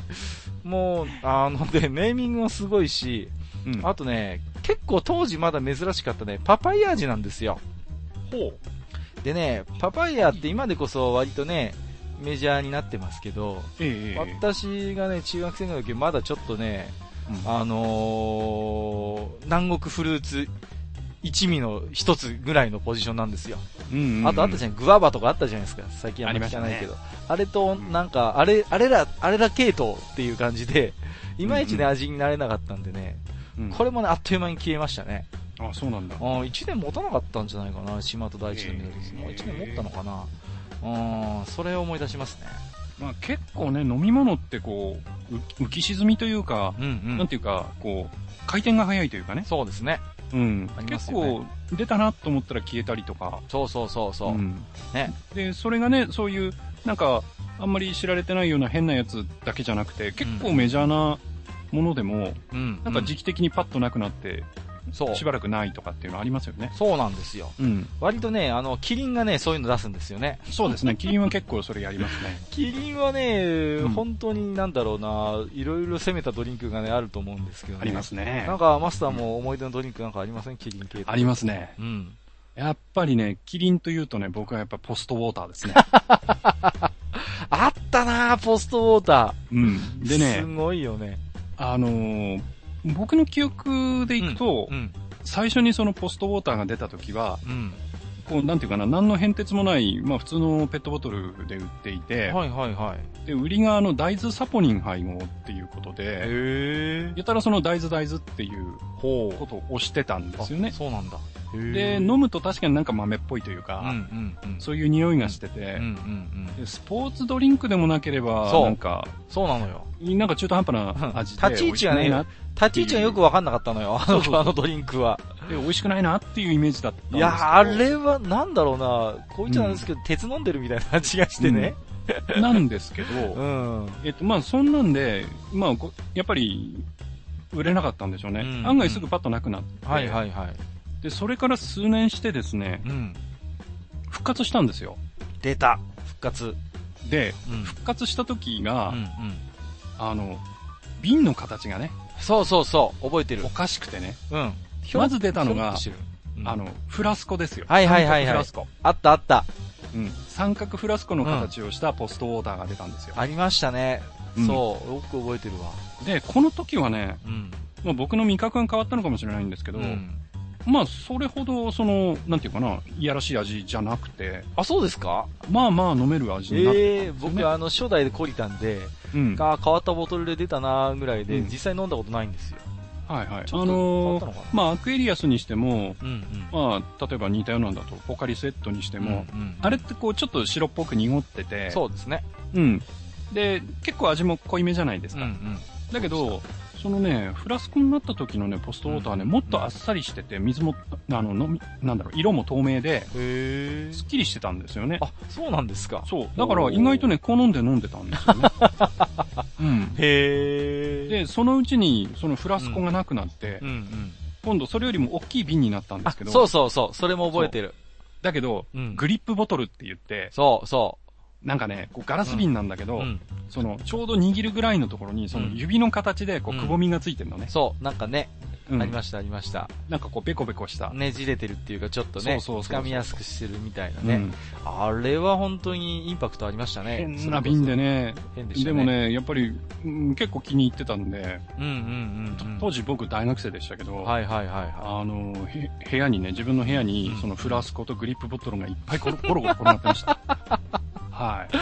Speaker 1: もう、あので、ネーミングもすごいし、
Speaker 2: うん。
Speaker 1: あとね、結構当時まだ珍しかったね、パパイヤ味なんですよ。
Speaker 2: ほ
Speaker 1: でね、パパイヤって今でこそ割とね、メジャーになってますけど、
Speaker 2: う。ええ
Speaker 1: 私がね、中学生の時まだちょっとね、
Speaker 2: うん
Speaker 1: あのー、南国フルーツ一味の一つぐらいのポジションなんですよ。
Speaker 2: うんうん。
Speaker 1: あとあったじ
Speaker 2: ゃ
Speaker 1: ゃん、グワバとかあったじゃないですか。最近あんま聞かないけど。あれと、なんか、あれ、あれら、あれら系統っていう感じで、いまいちね、
Speaker 2: うん
Speaker 1: 味になれなかったんでね、
Speaker 2: ん。
Speaker 1: これもね、あっという間に消えましたね。
Speaker 2: れ。あ、そうなんだ。
Speaker 1: うん、1年持たなかったんじゃないかな、島と大地の緑です。
Speaker 2: へー
Speaker 1: もう1年持ったのかな。うん、それを思い出しますね。
Speaker 2: まあ結構ね、飲み物ってこう、う浮き沈みというか、
Speaker 1: うんうん。
Speaker 2: なんていうか、こう、回転が早いというかね。
Speaker 1: そうですね。
Speaker 2: うん
Speaker 1: あ。ります
Speaker 2: 結
Speaker 1: よね
Speaker 2: 構、出たなと思ったら消えたりとか。
Speaker 1: そうそうそうそう。
Speaker 2: ん
Speaker 1: ね
Speaker 2: で、それがね、そういう、なんか、あんまり知られてないような変なやつだけじゃなくて、結構メジャーなものでも、
Speaker 1: うん。
Speaker 2: なんか時期的にパッとなくなって、
Speaker 1: うんそう。
Speaker 2: しばらくないとかっていうのありますよね。
Speaker 1: そうなんですよ。
Speaker 2: うん。
Speaker 1: 割とね、あの、キリンがね、そういうの出すんですよね。
Speaker 2: そうですね。キリンは結構それやりますね。
Speaker 1: キリンはね、
Speaker 2: ん
Speaker 1: 本当になんだろうな、いろいろ攻めたドリンクがね、あると思うんですけどね。
Speaker 2: ありま。すね
Speaker 1: な。んか、マスターも思い出のドリンクなんかありませんキリン系って
Speaker 2: ありますね。
Speaker 1: うん。
Speaker 2: やっぱりね、キリンというとね、僕はやっぱポストウォータ ーですね。
Speaker 1: あったなポストウォータ
Speaker 2: うん。
Speaker 1: ー。
Speaker 2: でね
Speaker 1: す、ごいよね。
Speaker 2: あのー僕の記憶でいくと、
Speaker 1: うん。
Speaker 2: 最初にそのポストウォーターが出た時は、
Speaker 1: うん。
Speaker 2: こう、なんていうかな、何の変哲もない、まあ普通のペットボトルで売っていて、
Speaker 1: はいはいはい。
Speaker 2: で、売りがあの大豆サポニン配合っていうことで、
Speaker 1: へ
Speaker 2: やたらその大豆大豆っていう
Speaker 1: ほ
Speaker 2: ことを推してたんですよね。
Speaker 1: そうなんだ。
Speaker 2: で、飲むと確かになんか豆っぽいという
Speaker 1: うんう
Speaker 2: か、
Speaker 1: んうん。
Speaker 2: そういう匂いがしてて、
Speaker 1: うんうんうん。
Speaker 2: でスポーツドリンクでもなければ、
Speaker 1: そう
Speaker 2: なんか、
Speaker 1: そうなのよ。
Speaker 2: なんか中途半端な味で、
Speaker 1: 立ち位置がね
Speaker 2: 美味しくないな
Speaker 1: 立ち位置がよくわかんなかったのよ。あ
Speaker 2: そうそうそ
Speaker 1: の、
Speaker 2: う
Speaker 1: あのドリンクは。
Speaker 2: で美味しくないなっていうイメージだったんですけど
Speaker 1: いやー、あれは、なんだろうな、こう言っちゃなんですけど、鉄飲んでるみたいな感じがしてね。
Speaker 2: なんですけ
Speaker 1: う
Speaker 2: ど、
Speaker 1: ん。
Speaker 2: えっと、まあ、そんなんで、まあ、こやっぱり、売れなかったんでしょうね。
Speaker 1: うん
Speaker 2: 案外すぐパッとなくなって、
Speaker 1: はいはいはい。
Speaker 2: で、それから数年してですね、
Speaker 1: うん。
Speaker 2: 復活したんですよ。
Speaker 1: 出た。復活。
Speaker 2: で、
Speaker 1: うん。
Speaker 2: 復活した時が、
Speaker 1: うん
Speaker 2: あの、瓶の形がね、
Speaker 1: そうそうそう、覚えてる
Speaker 2: お。かしくてね、
Speaker 1: うん。
Speaker 2: まず出たのが
Speaker 1: ひょろっとしてるうん
Speaker 2: あの、フラスコですよ。
Speaker 1: はいはいはいはい
Speaker 2: 三角フラスコ。
Speaker 1: あったあった。
Speaker 2: うん。三角フラスコの形をしたポストウォーターが出たんですよ。
Speaker 1: ありましたね。
Speaker 2: うん
Speaker 1: そう、よく覚えてるわ。
Speaker 2: で、この時はね、
Speaker 1: うん。
Speaker 2: まあ、僕の味覚が変わったのかもしれないんですけど、
Speaker 1: うん
Speaker 2: まあ、それほど、その、なんていうかな、いやらしい味じゃなくて、
Speaker 1: あ、そうですか
Speaker 2: まあまあ飲める味になって、
Speaker 1: ええ僕、あの、初代で懲りたんで、
Speaker 2: うん。は
Speaker 1: あ変わったボトルで出たなーぐらいで、
Speaker 2: うん
Speaker 1: 実際飲んだことないんですよ。
Speaker 2: いはい。
Speaker 1: ち
Speaker 2: あ
Speaker 1: ょっと変わ
Speaker 2: の
Speaker 1: った
Speaker 2: ー
Speaker 1: のかな
Speaker 2: まあ、アクエリアスにしても、
Speaker 1: うんうん。
Speaker 2: まあ、例えば似たようなんだと、ポカリスエットにして
Speaker 1: で
Speaker 2: も、、
Speaker 1: うん
Speaker 2: あれってこう、ちょっと白っぽく濁ってて、
Speaker 1: そうですね。
Speaker 2: う。ん。で、結構味も濃いめじゃないです
Speaker 1: うん
Speaker 2: か。
Speaker 1: うん。
Speaker 2: だけど、そのね、フラスコになった時のね、ポストウォーターね、
Speaker 1: うん
Speaker 2: もっとあっさりしてて、水も、あの、飲み、なんだろう、色も透明で、
Speaker 1: へえ
Speaker 2: す。っきりしてたんですよね。
Speaker 1: あ、そうなんですか。
Speaker 2: そう。だから意外とね、好んで飲んでたんで すよね。うん。
Speaker 1: へえ。、
Speaker 2: で、そのうちに、そのフラスコがなくなって、
Speaker 1: うんうん。
Speaker 2: 今度それよりも大きい瓶になったんで
Speaker 1: あ
Speaker 2: すけ、ど、
Speaker 1: そうそうそう、それも覚えてる。
Speaker 2: だけど、
Speaker 1: うん。
Speaker 2: グリップボトルって言って、
Speaker 1: そうそ
Speaker 2: なんかね、こうガラス瓶なんだけ
Speaker 1: う。
Speaker 2: ど、
Speaker 1: うん。
Speaker 2: その、ちょうど握るぐらいのところに、その
Speaker 1: うん
Speaker 2: 指の形で、こう、
Speaker 1: うん
Speaker 2: くぼみがついてるのね。
Speaker 1: そう、なんかね、
Speaker 2: うん。
Speaker 1: ありました、ありました。
Speaker 2: なんかこう、ベコベコした。
Speaker 1: ねじれてるっていうか、ちょっとね、
Speaker 2: そうそうそうそう
Speaker 1: 掴みやすくしてるみたいな
Speaker 2: う
Speaker 1: ね
Speaker 2: ん。。
Speaker 1: あれは本当にインパクトありましたね。
Speaker 2: 変な瓶で
Speaker 1: それ
Speaker 2: ね、
Speaker 1: こそ。変でした
Speaker 2: で
Speaker 1: ね。
Speaker 2: も。ね、やっぱり、うん結構気に入ってたんで、
Speaker 1: うんうんうんうん。
Speaker 2: 当時僕大学生でしたけど、
Speaker 1: はいはいはいは
Speaker 2: あの、へ部屋にね、自分の部屋に
Speaker 1: うん、
Speaker 2: そのフラスコとグリップボトルがいっぱいゴロゴロゴロ 転がってました。はい。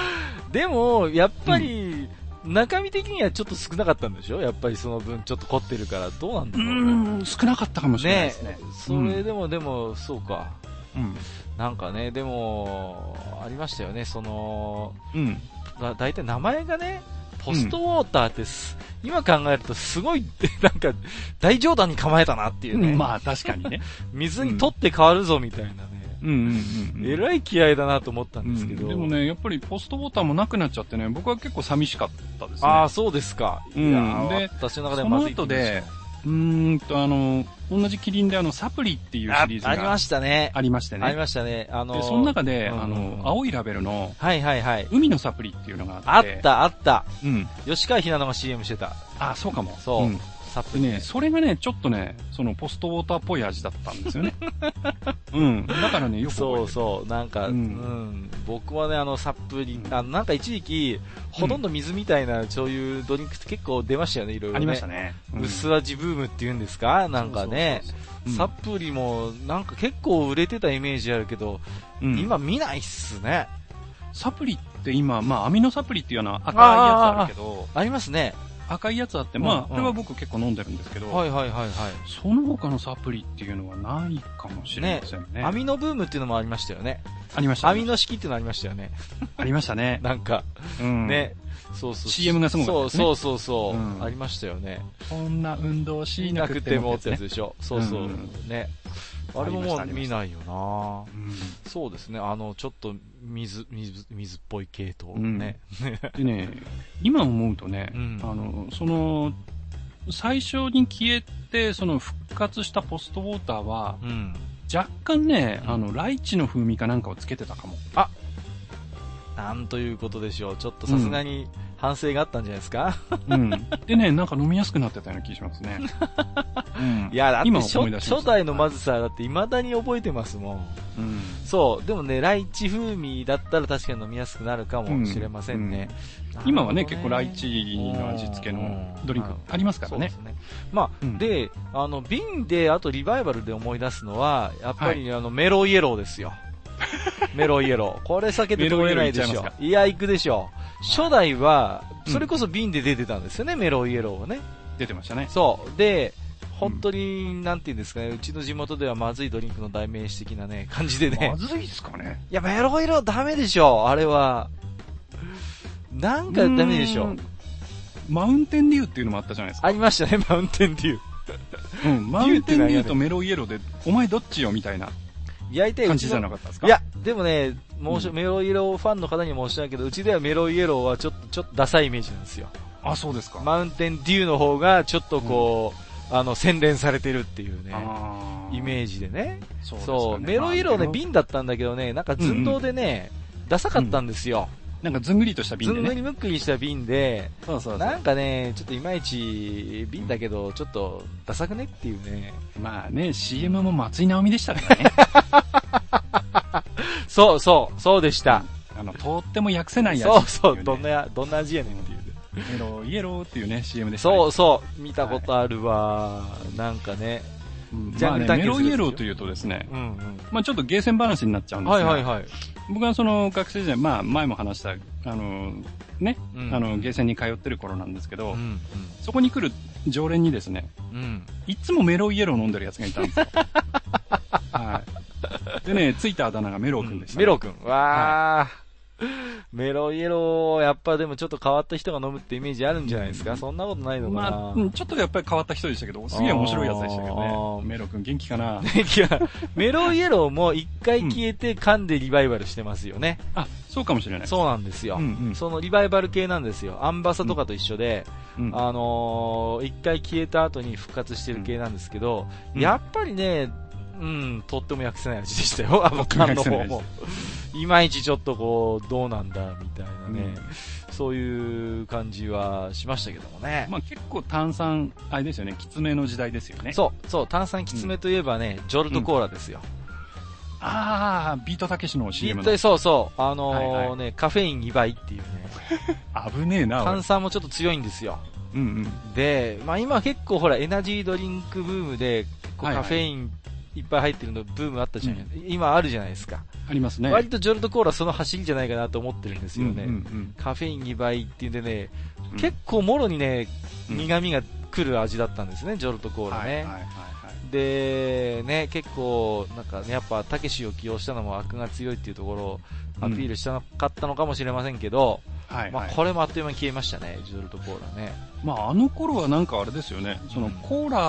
Speaker 1: い。でも、やっぱり、中身的にはちょっと少なかったんでしょやっぱりその分ちょっと凝ってるから、どうなんだ
Speaker 2: う
Speaker 1: ろう。
Speaker 2: ーん、少なかったかもしれないですね。
Speaker 1: それでもでも、そうか。
Speaker 2: う
Speaker 1: なんかね、でも、ありましたよね、その、
Speaker 2: ん。うん。
Speaker 1: だ大体名前がね、ポストウォーターってす、今考えるとすごい、 なんか、大冗談に構えたなっていうね。
Speaker 2: まあ確かにね。
Speaker 1: 水に取って変わるぞみたいなね。
Speaker 2: うんうんうん。
Speaker 1: え
Speaker 2: い
Speaker 1: らい気合だなと思ったんですけど。
Speaker 2: でもね、やっぱりポストボタンもなくなっちゃってね、僕は結構寂しかったですね。
Speaker 1: ああ、そうですか。
Speaker 2: うん
Speaker 1: いやー
Speaker 2: で
Speaker 1: 私の中ではまずい
Speaker 2: その後でうーんと、あの、同じキリンであの、サプリっていう
Speaker 1: あ
Speaker 2: シリーズ
Speaker 1: あり
Speaker 2: が
Speaker 1: ましたね。
Speaker 2: ありまして
Speaker 1: あり
Speaker 2: ね。
Speaker 1: ましたね。あの
Speaker 2: で、
Speaker 1: ー
Speaker 2: その中で、
Speaker 1: うん
Speaker 2: あの、青いラベルの、
Speaker 1: はいはいはい。
Speaker 2: 海のサプリっていうのがあ
Speaker 1: あ
Speaker 2: っ。。
Speaker 1: ってたあった。
Speaker 2: うん。
Speaker 1: 吉川ひなのが CM してた。
Speaker 2: あ、そうかも。
Speaker 1: そうんサプ
Speaker 2: でね、それがね、ちょっとね、そのポストウォーターっぽい味だったんですよ ね。うん。だからね、よく覚えて
Speaker 1: そ
Speaker 2: る
Speaker 1: うそう、なんか、
Speaker 2: う
Speaker 1: うんん、僕はね、あの、サプリ
Speaker 2: う、ん
Speaker 1: あなんか一時期、ほとんど水みたいな、そういうドリンクって結構出ましたよね、いろいろ、ね。
Speaker 2: ありましたね。うん
Speaker 1: 薄味ブームっていうんですかなんかね。
Speaker 2: そうそうそ
Speaker 1: サ
Speaker 2: う
Speaker 1: プリも、なんか結構売れてたイメージあるけど、
Speaker 2: うん、今、
Speaker 1: 今見ないっすね。
Speaker 2: サプリって今、まあ、アミノサプリっていうような赤いやつあるけど、
Speaker 1: ありますね。
Speaker 2: 赤いやつあって、まあ、
Speaker 1: うん
Speaker 2: これは僕結構飲んでるんですけど、
Speaker 1: はいはいはいはい。
Speaker 2: その他のサプリっていうのはないかもしれませんね。
Speaker 1: アミノブームっていうのもありましたよね。
Speaker 2: ありました。
Speaker 1: アミノ式っていうのありましたよね。
Speaker 2: ありましたね。
Speaker 1: なんか、
Speaker 2: うん。
Speaker 1: ね。そうそう。
Speaker 2: CM がすごかったですね
Speaker 1: そうそうそうそう、
Speaker 2: うん
Speaker 1: ありましたよね。
Speaker 2: こんな運動し
Speaker 1: し
Speaker 2: な
Speaker 1: な
Speaker 2: く
Speaker 1: く
Speaker 2: て
Speaker 1: て
Speaker 2: も
Speaker 1: もっ
Speaker 2: っ
Speaker 1: てて
Speaker 2: や
Speaker 1: や
Speaker 2: つ
Speaker 1: つ
Speaker 2: ね。。
Speaker 1: でしょ。そうそううんね。あれももう見ないよなそうですね。あの、ちょっと水、水、水っぽい系統ね。
Speaker 2: うんでね、今思うとね、
Speaker 1: うん
Speaker 2: あの、その、最初に消えて、その復活したポストウォーターは、
Speaker 1: うん。
Speaker 2: 若干ね、
Speaker 1: うん
Speaker 2: あの、ライチの風味かなんかをつけてたかも。
Speaker 1: なんということでしょう。ちょっとさすがに反省があったんじゃないですか、
Speaker 2: うん。でね、なんか飲みやすくなってたような気しますね。う ん
Speaker 1: いや、だって
Speaker 2: 今
Speaker 1: 初
Speaker 2: 思い出しました
Speaker 1: 初代のまずさ、だって未だに覚えてますもん。
Speaker 2: うん。
Speaker 1: そう。でもね、ライチ風味だったら確かに飲みやすくなるかもしれませんね。なるほど
Speaker 2: 今はね、結構ライチの味付けのドリンクありますからね
Speaker 1: そ。うですね。ま
Speaker 2: うん
Speaker 1: あ、で、あの、瓶で、あとリバイバルで思い出すのは、やっぱり、あの、メロイエローです よ。メロイエロー。これ避けて通れないで
Speaker 2: メ
Speaker 1: し
Speaker 2: ロイエローいっちゃい
Speaker 1: ょ
Speaker 2: ます。
Speaker 1: いや、行くでしょ。初代は、
Speaker 2: うん
Speaker 1: それこそ瓶で出てたんですよね、メロイエローはね。
Speaker 2: 出てましたね。
Speaker 1: そう。で、本当に、なんて言うんですかね、うちの地元ではまずいドリンクの代名詞的なね、感じでね
Speaker 2: ま。ずいっすかね。
Speaker 1: いや、メロイエローダメでしょ、あれは。なんかダメでし
Speaker 2: う
Speaker 1: ょ
Speaker 2: ん。。マウンテンリューっていうのもあったじゃないですか。
Speaker 1: ありましたね、マウンテンデュー。
Speaker 2: うん。マウンテンリューとメロイエローで、お前どっちよみたいな
Speaker 1: 焼いて、
Speaker 2: 感
Speaker 1: う
Speaker 2: じ
Speaker 1: ち
Speaker 2: じゃな
Speaker 1: の
Speaker 2: かったですか
Speaker 1: い、や、でもね、申し、
Speaker 2: うん
Speaker 1: メロイエローファンの方には申し訳ないけど、うちではメロイエローはちょっと、ちょっとダサいイメージなんですよ。
Speaker 2: あ、そうですか。
Speaker 1: マウンテンデューの方が、ちょっとこう、あの、洗練されてるっていうね、イメー
Speaker 2: ジ。
Speaker 1: ジでね。
Speaker 2: そうですかね
Speaker 1: そう、メロイエローね、
Speaker 2: まあ
Speaker 1: 瓶だったんだけどね、なんか寸胴でね、ダサかったんですよ。
Speaker 2: なんかずんぐりとした
Speaker 1: ず
Speaker 2: 瓶で
Speaker 1: んぐ
Speaker 2: ね。
Speaker 1: りむっくりした瓶で、
Speaker 2: そうそうそう
Speaker 1: な。んかね、ちょっといまいち瓶だけど、ちょっとダサくねっていうね。
Speaker 2: まあね、CM も松井直美でしたからね。
Speaker 1: そうそう、そうで した。
Speaker 2: あの、とっても訳せないやつ、
Speaker 1: そうそう、どん
Speaker 2: ね。
Speaker 1: な、どんな味やねんっていうね。
Speaker 2: イエロー、イエローっていうね、CM でしたね。
Speaker 1: そうそう、見たことあるわ。なんかね。
Speaker 2: うん。
Speaker 1: ジャ
Speaker 2: ま
Speaker 1: ン
Speaker 2: あ
Speaker 1: ル
Speaker 2: ね、
Speaker 1: 対決で
Speaker 2: メ
Speaker 1: すよ
Speaker 2: ロイエローというとですね、
Speaker 1: うん
Speaker 2: まあちょっとゲーセン話になっちゃう
Speaker 1: うんん。
Speaker 2: です
Speaker 1: は
Speaker 2: が、
Speaker 1: いはいはい。
Speaker 2: 僕はその学生時代、まあ前も話した、あの、ね、
Speaker 1: うん
Speaker 2: あの、ゲーセンに通ってる頃なんですけど、
Speaker 1: うん
Speaker 2: そこに来る常連にですね、
Speaker 1: うん。うん。
Speaker 2: いつもメロイエロー飲んでるやつがいたんですよ。はい。でね、ついたあだ名がメロウ君でした、
Speaker 1: メロ君。わあ。メロイエロー、やっぱでもちょっと変わった人が飲むってイメージあるんじゃないですかそんなことないのか
Speaker 2: まあ
Speaker 1: な、
Speaker 2: うんちょっとやっぱり変わった人でしたけど、すげえ面白いやつでしたけど
Speaker 1: あ
Speaker 2: ね
Speaker 1: ー。
Speaker 2: メロウ君元気かな
Speaker 1: いや、メロイエローも一回消えて噛んでリバイバルしてますよね。
Speaker 2: あ、そうかもしれない。
Speaker 1: そうなんですよ。
Speaker 2: うんうん
Speaker 1: そのリバイバル系なんですよ。アンバサとかと一緒で、
Speaker 2: うん
Speaker 1: あのー一回消えた後に復活してる系なんですけど、
Speaker 2: うん
Speaker 1: やっぱりね、うん、とっても訳せない味でしたよ。あの
Speaker 2: とっても
Speaker 1: 缶
Speaker 2: 訳
Speaker 1: の
Speaker 2: せな
Speaker 1: 方
Speaker 2: い味
Speaker 1: も。いまいちちょっとこう、どうなんだ、みたいなね、そういう感じはしましたけどもね。
Speaker 2: まあ結構炭酸、あれですよね、きつめの時代ですよね。
Speaker 1: そう、そう、炭酸きつめといえばね、ジョルトコーラですよ。
Speaker 2: あー、ビートたけしの CM
Speaker 1: 絶
Speaker 2: の
Speaker 1: 対。そうそう、あのー
Speaker 2: はいはい
Speaker 1: ね、カフェイン2倍っていうね、
Speaker 2: 危ねえな、おい
Speaker 1: 炭酸もちょっと強いんですよ。
Speaker 2: うんうん。
Speaker 1: で、まあ今結構ほら、エナジードリンクブームで、結構
Speaker 2: はいは
Speaker 1: カ
Speaker 2: い
Speaker 1: フェインいっぱい入ってるの、ブームあったじゃない、今あるじゃないですか。
Speaker 2: ありますね。
Speaker 1: 割とジョルトコーラその走りじゃないかなと思ってるんですよね。
Speaker 2: うんうん
Speaker 1: カフェイン2倍っていうんでね、
Speaker 2: うん
Speaker 1: 結構もろにね、
Speaker 2: うん
Speaker 1: 苦味が来る味だったんですね、ジョルトコーラね。
Speaker 2: はいはいはいはい
Speaker 1: で、ね、結構、なんかね、やっぱ、たけしを起用したのも悪が強いっていうところをアピールしたかったのかもしれませんけど、
Speaker 2: はいはい。
Speaker 1: まあこれもあっという間に消えましたね、ジョルトコーラね。
Speaker 2: まあ、あの頃はなんかあれですよね、その
Speaker 1: うん
Speaker 2: コーラ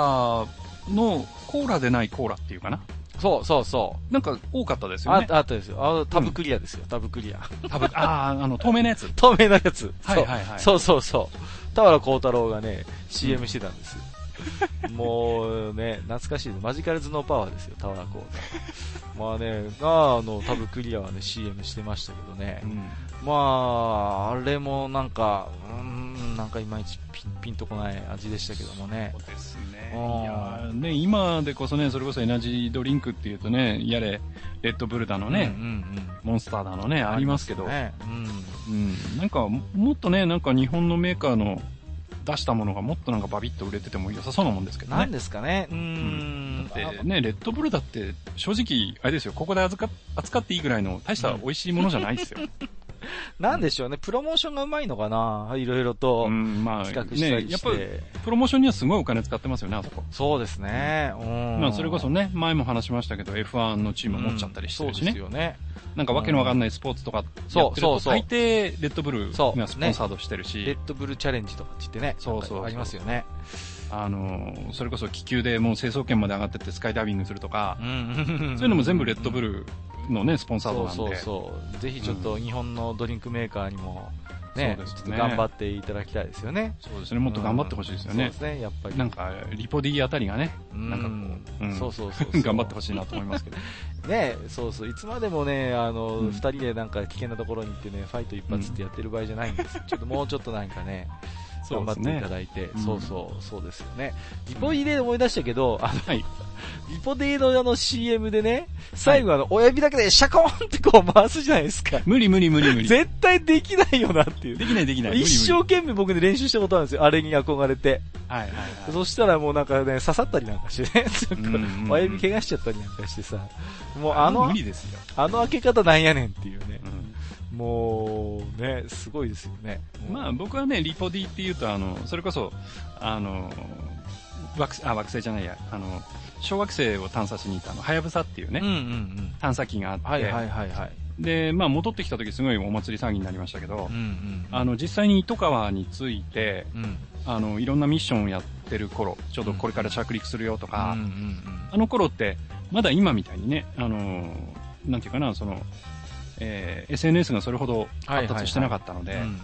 Speaker 2: の、コーラでないコーラっていうかな。
Speaker 1: そうそうそう。
Speaker 2: なんか多かったですよ
Speaker 1: あ
Speaker 2: ね。
Speaker 1: あったですよ。あのタブクリアですよ、タブクリア。
Speaker 2: 多分、ああ、あの、透明なやつ。
Speaker 1: 透明なやつ。
Speaker 2: はいはいはい。
Speaker 1: そうそうそうそう。田原幸太郎がね、CM してたんですよ。もうね、懐かしいねマジカルズノーパワーですよ、田原幸太郎。まあね、ああの、タブクリアはね、CM してましたけどね
Speaker 2: う。ん。
Speaker 1: まあ、あれもなんか、うーん、なんかいまいちピンピンとこない味でしたけどもね
Speaker 2: そ。うですね。い
Speaker 1: あー
Speaker 2: やーね、今でこそね、それこそエナジードリンクっていうとね、やれ、レッドブルだのね
Speaker 1: う、んうんうん。
Speaker 2: モンスターだのね、ありますけど、
Speaker 1: ね、うん。
Speaker 2: うん。なんか、ももっとね、なんか日本のメーカーの出したものがもっとなんかバビッと売れてても良さそうなもんですけど
Speaker 1: なん
Speaker 2: ね。
Speaker 1: ですかね、うーん。あ
Speaker 2: でね、レッドブルだって、正直、あれですよ、ここで預か扱っていいぐらいの大した美味しいものじゃないですよ。
Speaker 1: なんでしょうね、プロモーションがうまいのかないろいろ
Speaker 2: う
Speaker 1: と
Speaker 2: ん、まあ、
Speaker 1: 企画した
Speaker 2: ね、
Speaker 1: り
Speaker 2: やっ
Speaker 1: し
Speaker 2: ぱ
Speaker 1: て。
Speaker 2: プロモーションにはすごいお金使ってますよね、あそこ。
Speaker 1: そうですね。うん。
Speaker 2: まあ、それこそね、前も話しましたけど、F1 のチーム持っちゃったりしてるし
Speaker 1: うんそうで
Speaker 2: ね
Speaker 1: す。よね。
Speaker 2: なんかわけのわかんないスポーツとかやってると、
Speaker 1: そうそうそう
Speaker 2: 大抵、レッドブル
Speaker 1: そう
Speaker 2: がスポンサードしてる
Speaker 1: レ
Speaker 2: し
Speaker 1: ッ、ドブルチャレンジとかって言ってね。
Speaker 2: そうそうそう
Speaker 1: ありますよね。
Speaker 2: あのー、それこそ気球でもう成層圏まで上がってってスカイダイビングするとか、
Speaker 1: ん
Speaker 2: そういうのも全部レッドブ
Speaker 1: ル
Speaker 2: ルのね、スポンサード
Speaker 1: そう
Speaker 2: なんで。
Speaker 1: そうそう。ぜひちょっと日本のドリンクメーカーにも、ね、
Speaker 2: そうです
Speaker 1: ち
Speaker 2: ね
Speaker 1: ょっと頑張っていただきたいですよね。
Speaker 2: そうですね、もっと頑張ってほしいですよ
Speaker 1: そう
Speaker 2: ね
Speaker 1: で。すね、やっぱり。
Speaker 2: なんか、リポ D あたりがね、
Speaker 1: うん
Speaker 2: なんかこううん
Speaker 1: そうそうそうそう。
Speaker 2: 頑張ってほしいなと思いますけど。
Speaker 1: ねそうそう、いつまでもね、あの、
Speaker 2: う
Speaker 1: 二、
Speaker 2: ん
Speaker 1: 人でなんか危険なところに行ってね、ファイト一発ってやってる場合じゃないんです。ちょっともうちょっとなんかね、
Speaker 2: そ
Speaker 1: 頑
Speaker 2: う
Speaker 1: 張
Speaker 2: で
Speaker 1: っ
Speaker 2: す
Speaker 1: てい
Speaker 2: ね
Speaker 1: た。だいて、
Speaker 2: うん
Speaker 1: そうそう、そうですよね。リポイで思い出したけど、あの、
Speaker 2: はい。
Speaker 1: リポデイのあの CM でね、最後あの、親指だけでシャコーンってこう回すじゃないですか。
Speaker 2: 無理無理無理無理。で
Speaker 1: 絶対できないよなっていう。
Speaker 2: きないできない。無理無理
Speaker 1: 一生懸命僕ね練習したことあるんですよ。あれに憧れて。
Speaker 2: はいはいはい。
Speaker 1: そしたらもうなんかね、刺さったりなんかしてね。
Speaker 2: うんうんう ん
Speaker 1: 親指怪我しちゃったりなんかしてさ。もうあの
Speaker 2: 無、理ですよ。
Speaker 1: あの開け方なんやねんっていうね。もう、ね、すごいですよね。
Speaker 2: まあ僕はね、リポ D っていうと、あの、それこそ、あの、惑星、あ、惑星じゃないや、あの、小惑星を探査しに行ったあの、はやぶさっていうね、
Speaker 1: うんうんうん。
Speaker 2: 探査機があって、
Speaker 1: はいはいはいはい。
Speaker 2: で、まあ戻ってきた時すごいお祭り騒ぎになりましたけど、
Speaker 1: うんうん。
Speaker 2: あの、実際に糸川について、
Speaker 1: うん。
Speaker 2: あの、いろんなミッションをやってる頃、ちょうどこれから着陸するよとか、
Speaker 1: うんうん
Speaker 2: あの頃って、まだ今みたいにね、あの、なんていうかな、その、えー SNS がそれほど発達してなかったので、
Speaker 1: うん。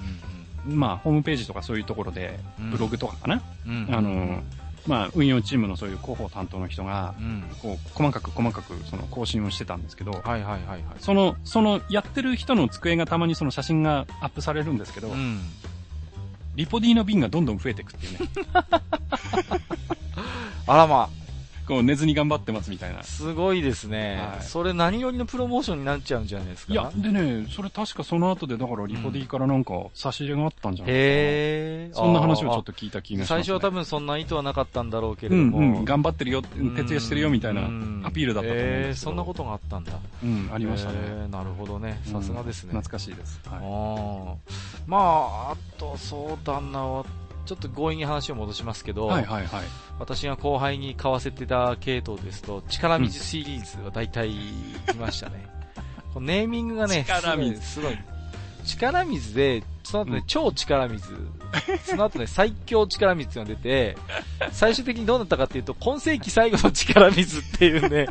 Speaker 1: うん
Speaker 2: まあ、ホームページとかそういうところで、
Speaker 1: うん
Speaker 2: ブログとかかな、
Speaker 1: うんうん。
Speaker 2: あの、まあ、運用チームのそういう広報担当の人が、
Speaker 1: うん。
Speaker 2: こう、細かく細かく、その更新をしてたんですけど、
Speaker 1: はいはいはいはい。
Speaker 2: その、その、やってる人の机がたまにその写真がアップされるんですけど、
Speaker 1: うん。
Speaker 2: リポ D の瓶がどんどん増えていくっていうね、
Speaker 1: あらま、
Speaker 2: こう、寝ずに頑張ってますみたいな。
Speaker 1: すごいですね。
Speaker 2: はい
Speaker 1: それ何よりのプロモーションになっちゃうんじゃないですか。
Speaker 2: いや、でね、それ確かその後で、だからリポ D からなんか差し入れがあったんじゃないで
Speaker 1: へえ。
Speaker 2: すか。そんな話をちょっ
Speaker 1: と
Speaker 2: と聞いた気がします、
Speaker 1: 最
Speaker 2: ね。
Speaker 1: 初は多分そんな意図はなかったんだろうけれ
Speaker 2: う
Speaker 1: ど
Speaker 2: ん
Speaker 1: も。
Speaker 2: うん、頑張ってるよ、徹夜してるよみたいな
Speaker 1: うん
Speaker 2: アピールだったと思うん
Speaker 1: へ
Speaker 2: で
Speaker 1: え
Speaker 2: すけど
Speaker 1: そんなことがあったんだ。
Speaker 2: うん、あ
Speaker 1: あ
Speaker 2: りましたね。
Speaker 1: なるほどね。さすがですね。
Speaker 2: うん懐かしいです。はい
Speaker 1: あーまあ、あと、そうだな、ちょっと強引に話を戻しますけど、
Speaker 2: はいはいはい。
Speaker 1: 私が後輩に買わせてた系統ですと、力水シリーズは大体いましたね。このネーミングがね、
Speaker 2: 力水
Speaker 1: すごい。すごい力水で、その後ね、
Speaker 2: うん
Speaker 1: 超力水、その後ね、最強力水っていうのが出て、最終的にどうなったかっていうと、今世紀最後の力水っていう ね、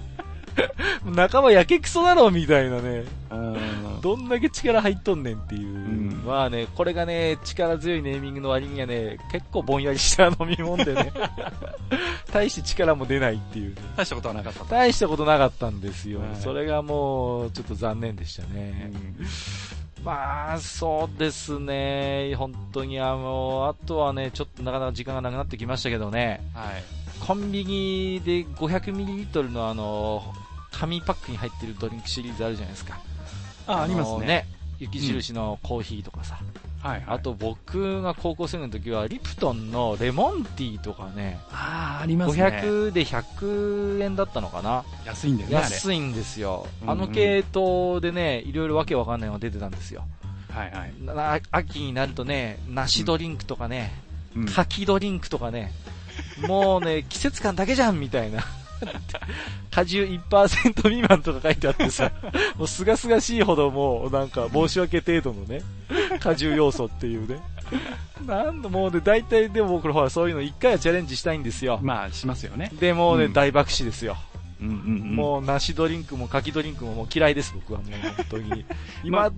Speaker 1: 仲間やけくそだろみたいなね、どんだけ力入っとんねんっていう、
Speaker 2: ん
Speaker 1: まあね、これがね、力強いネーミングの割にはね、結構ぼんやりした飲み物で ね、大して力も出ないっていうね、
Speaker 2: 大したことはなかった。
Speaker 1: 大したことなかったんですよ。
Speaker 2: はい
Speaker 1: それがもう、ちょっと残念でしたね。まあ、そうですね、本当にあの、あとはね、ちょっとなかなか時間がなくなってきましたけどね、
Speaker 2: はい。
Speaker 1: コンビニで 500ml のあの、紙パックに入ってるドリンクシリーズあるじゃないですか。
Speaker 2: あ、あります
Speaker 1: の
Speaker 2: ね。
Speaker 1: ね。雪印のコーヒーとかさ、
Speaker 2: はいはい。
Speaker 1: あ、と僕が高校生の時はリプトンのレモンティーとかね、
Speaker 2: ああ、ありますね。
Speaker 1: 500で100円だったのかな、
Speaker 2: 安いんだよね、あれ。
Speaker 1: 安いんですよ、
Speaker 2: うんうん
Speaker 1: あの系統でね、いろいろわけわかんないのが出てたんですよ、
Speaker 2: はいはい。
Speaker 1: な秋になるとね、梨ドリンクとかね、
Speaker 2: うん
Speaker 1: 柿ドリンクとかね、もうね、 季節感だけじゃんみたいな。果汁1%未満とか書いてあって さ、もうすがすがしいほどもうなんか申し訳程度のね、果汁要素っていうね。なんだもうね、大体でもこれほらそういうの一回はチャレンジしたいんですよ。
Speaker 2: まあ、しますよね。
Speaker 1: でもうね、
Speaker 2: うん
Speaker 1: 大爆死ですよ。
Speaker 2: うんうんうん
Speaker 1: もう梨ドリンクも柿ドリンクももう嫌いです僕はもう本当 に。未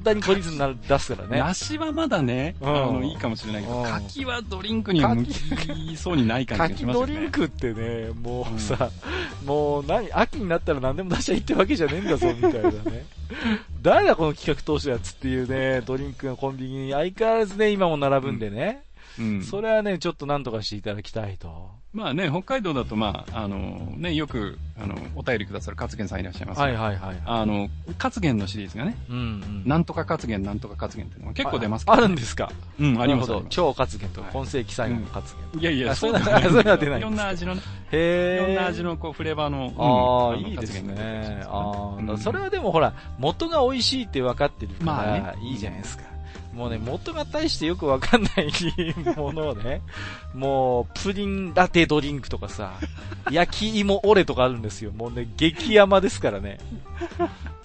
Speaker 1: だに懲りずになる出すからね。
Speaker 2: 梨はまだね、
Speaker 1: う
Speaker 2: あ
Speaker 1: ん
Speaker 2: の、いいかもしれないけ
Speaker 1: うん
Speaker 2: ど、柿はドリンクには向きそうにない感じがし
Speaker 1: 柿
Speaker 2: ます
Speaker 1: ド
Speaker 2: よ
Speaker 1: リン
Speaker 2: ね。
Speaker 1: クってね、も
Speaker 2: う
Speaker 1: うんさ、もう何、秋になったら何でも出しゃいいってわけじゃねえんだぞ、みたいな ね。誰だこの企画当初やつっていうね、ドリンクがコンビニに相変わらずね、今も並ぶんでね。
Speaker 2: うん
Speaker 1: それはね、ちょっと何とかしていただきたいと。
Speaker 2: まあね、北海道だと、まあ、あの、ね、よく、あの、お便りくださる勝元さんいらっしゃいます。
Speaker 1: はいはいはい。
Speaker 2: あの、活言のシリーズがね、
Speaker 1: うんうん。
Speaker 2: なんとか活言、なんとか活言っていうのが結構出ますけ
Speaker 1: あ
Speaker 2: ど、
Speaker 1: あるんですか
Speaker 2: うん、あります
Speaker 1: なるほ
Speaker 2: よ
Speaker 1: ど。。超活言と
Speaker 2: はい
Speaker 1: 今世紀最後の活言。
Speaker 2: いやいや、
Speaker 1: あそう
Speaker 2: だ
Speaker 1: なんだそういうのは出ないんですけど
Speaker 2: いろんな味のね、い
Speaker 1: へ
Speaker 2: ろ
Speaker 1: え。
Speaker 2: んな味のこう、フレーバーの、
Speaker 1: ああ、
Speaker 2: うんの
Speaker 1: いいです
Speaker 2: 活言が出てきま
Speaker 1: ね
Speaker 2: す。から
Speaker 1: ああ、
Speaker 2: うん
Speaker 1: それはでもほら、元が美味しいって分かってるから、
Speaker 2: まあね
Speaker 1: いいじゃないですか。もうね、元が大してよく分かんないものを ね、もう、プリンラテドリンクとかさ、焼き芋オレとかあるんですよ。もうね、激甘ですからね。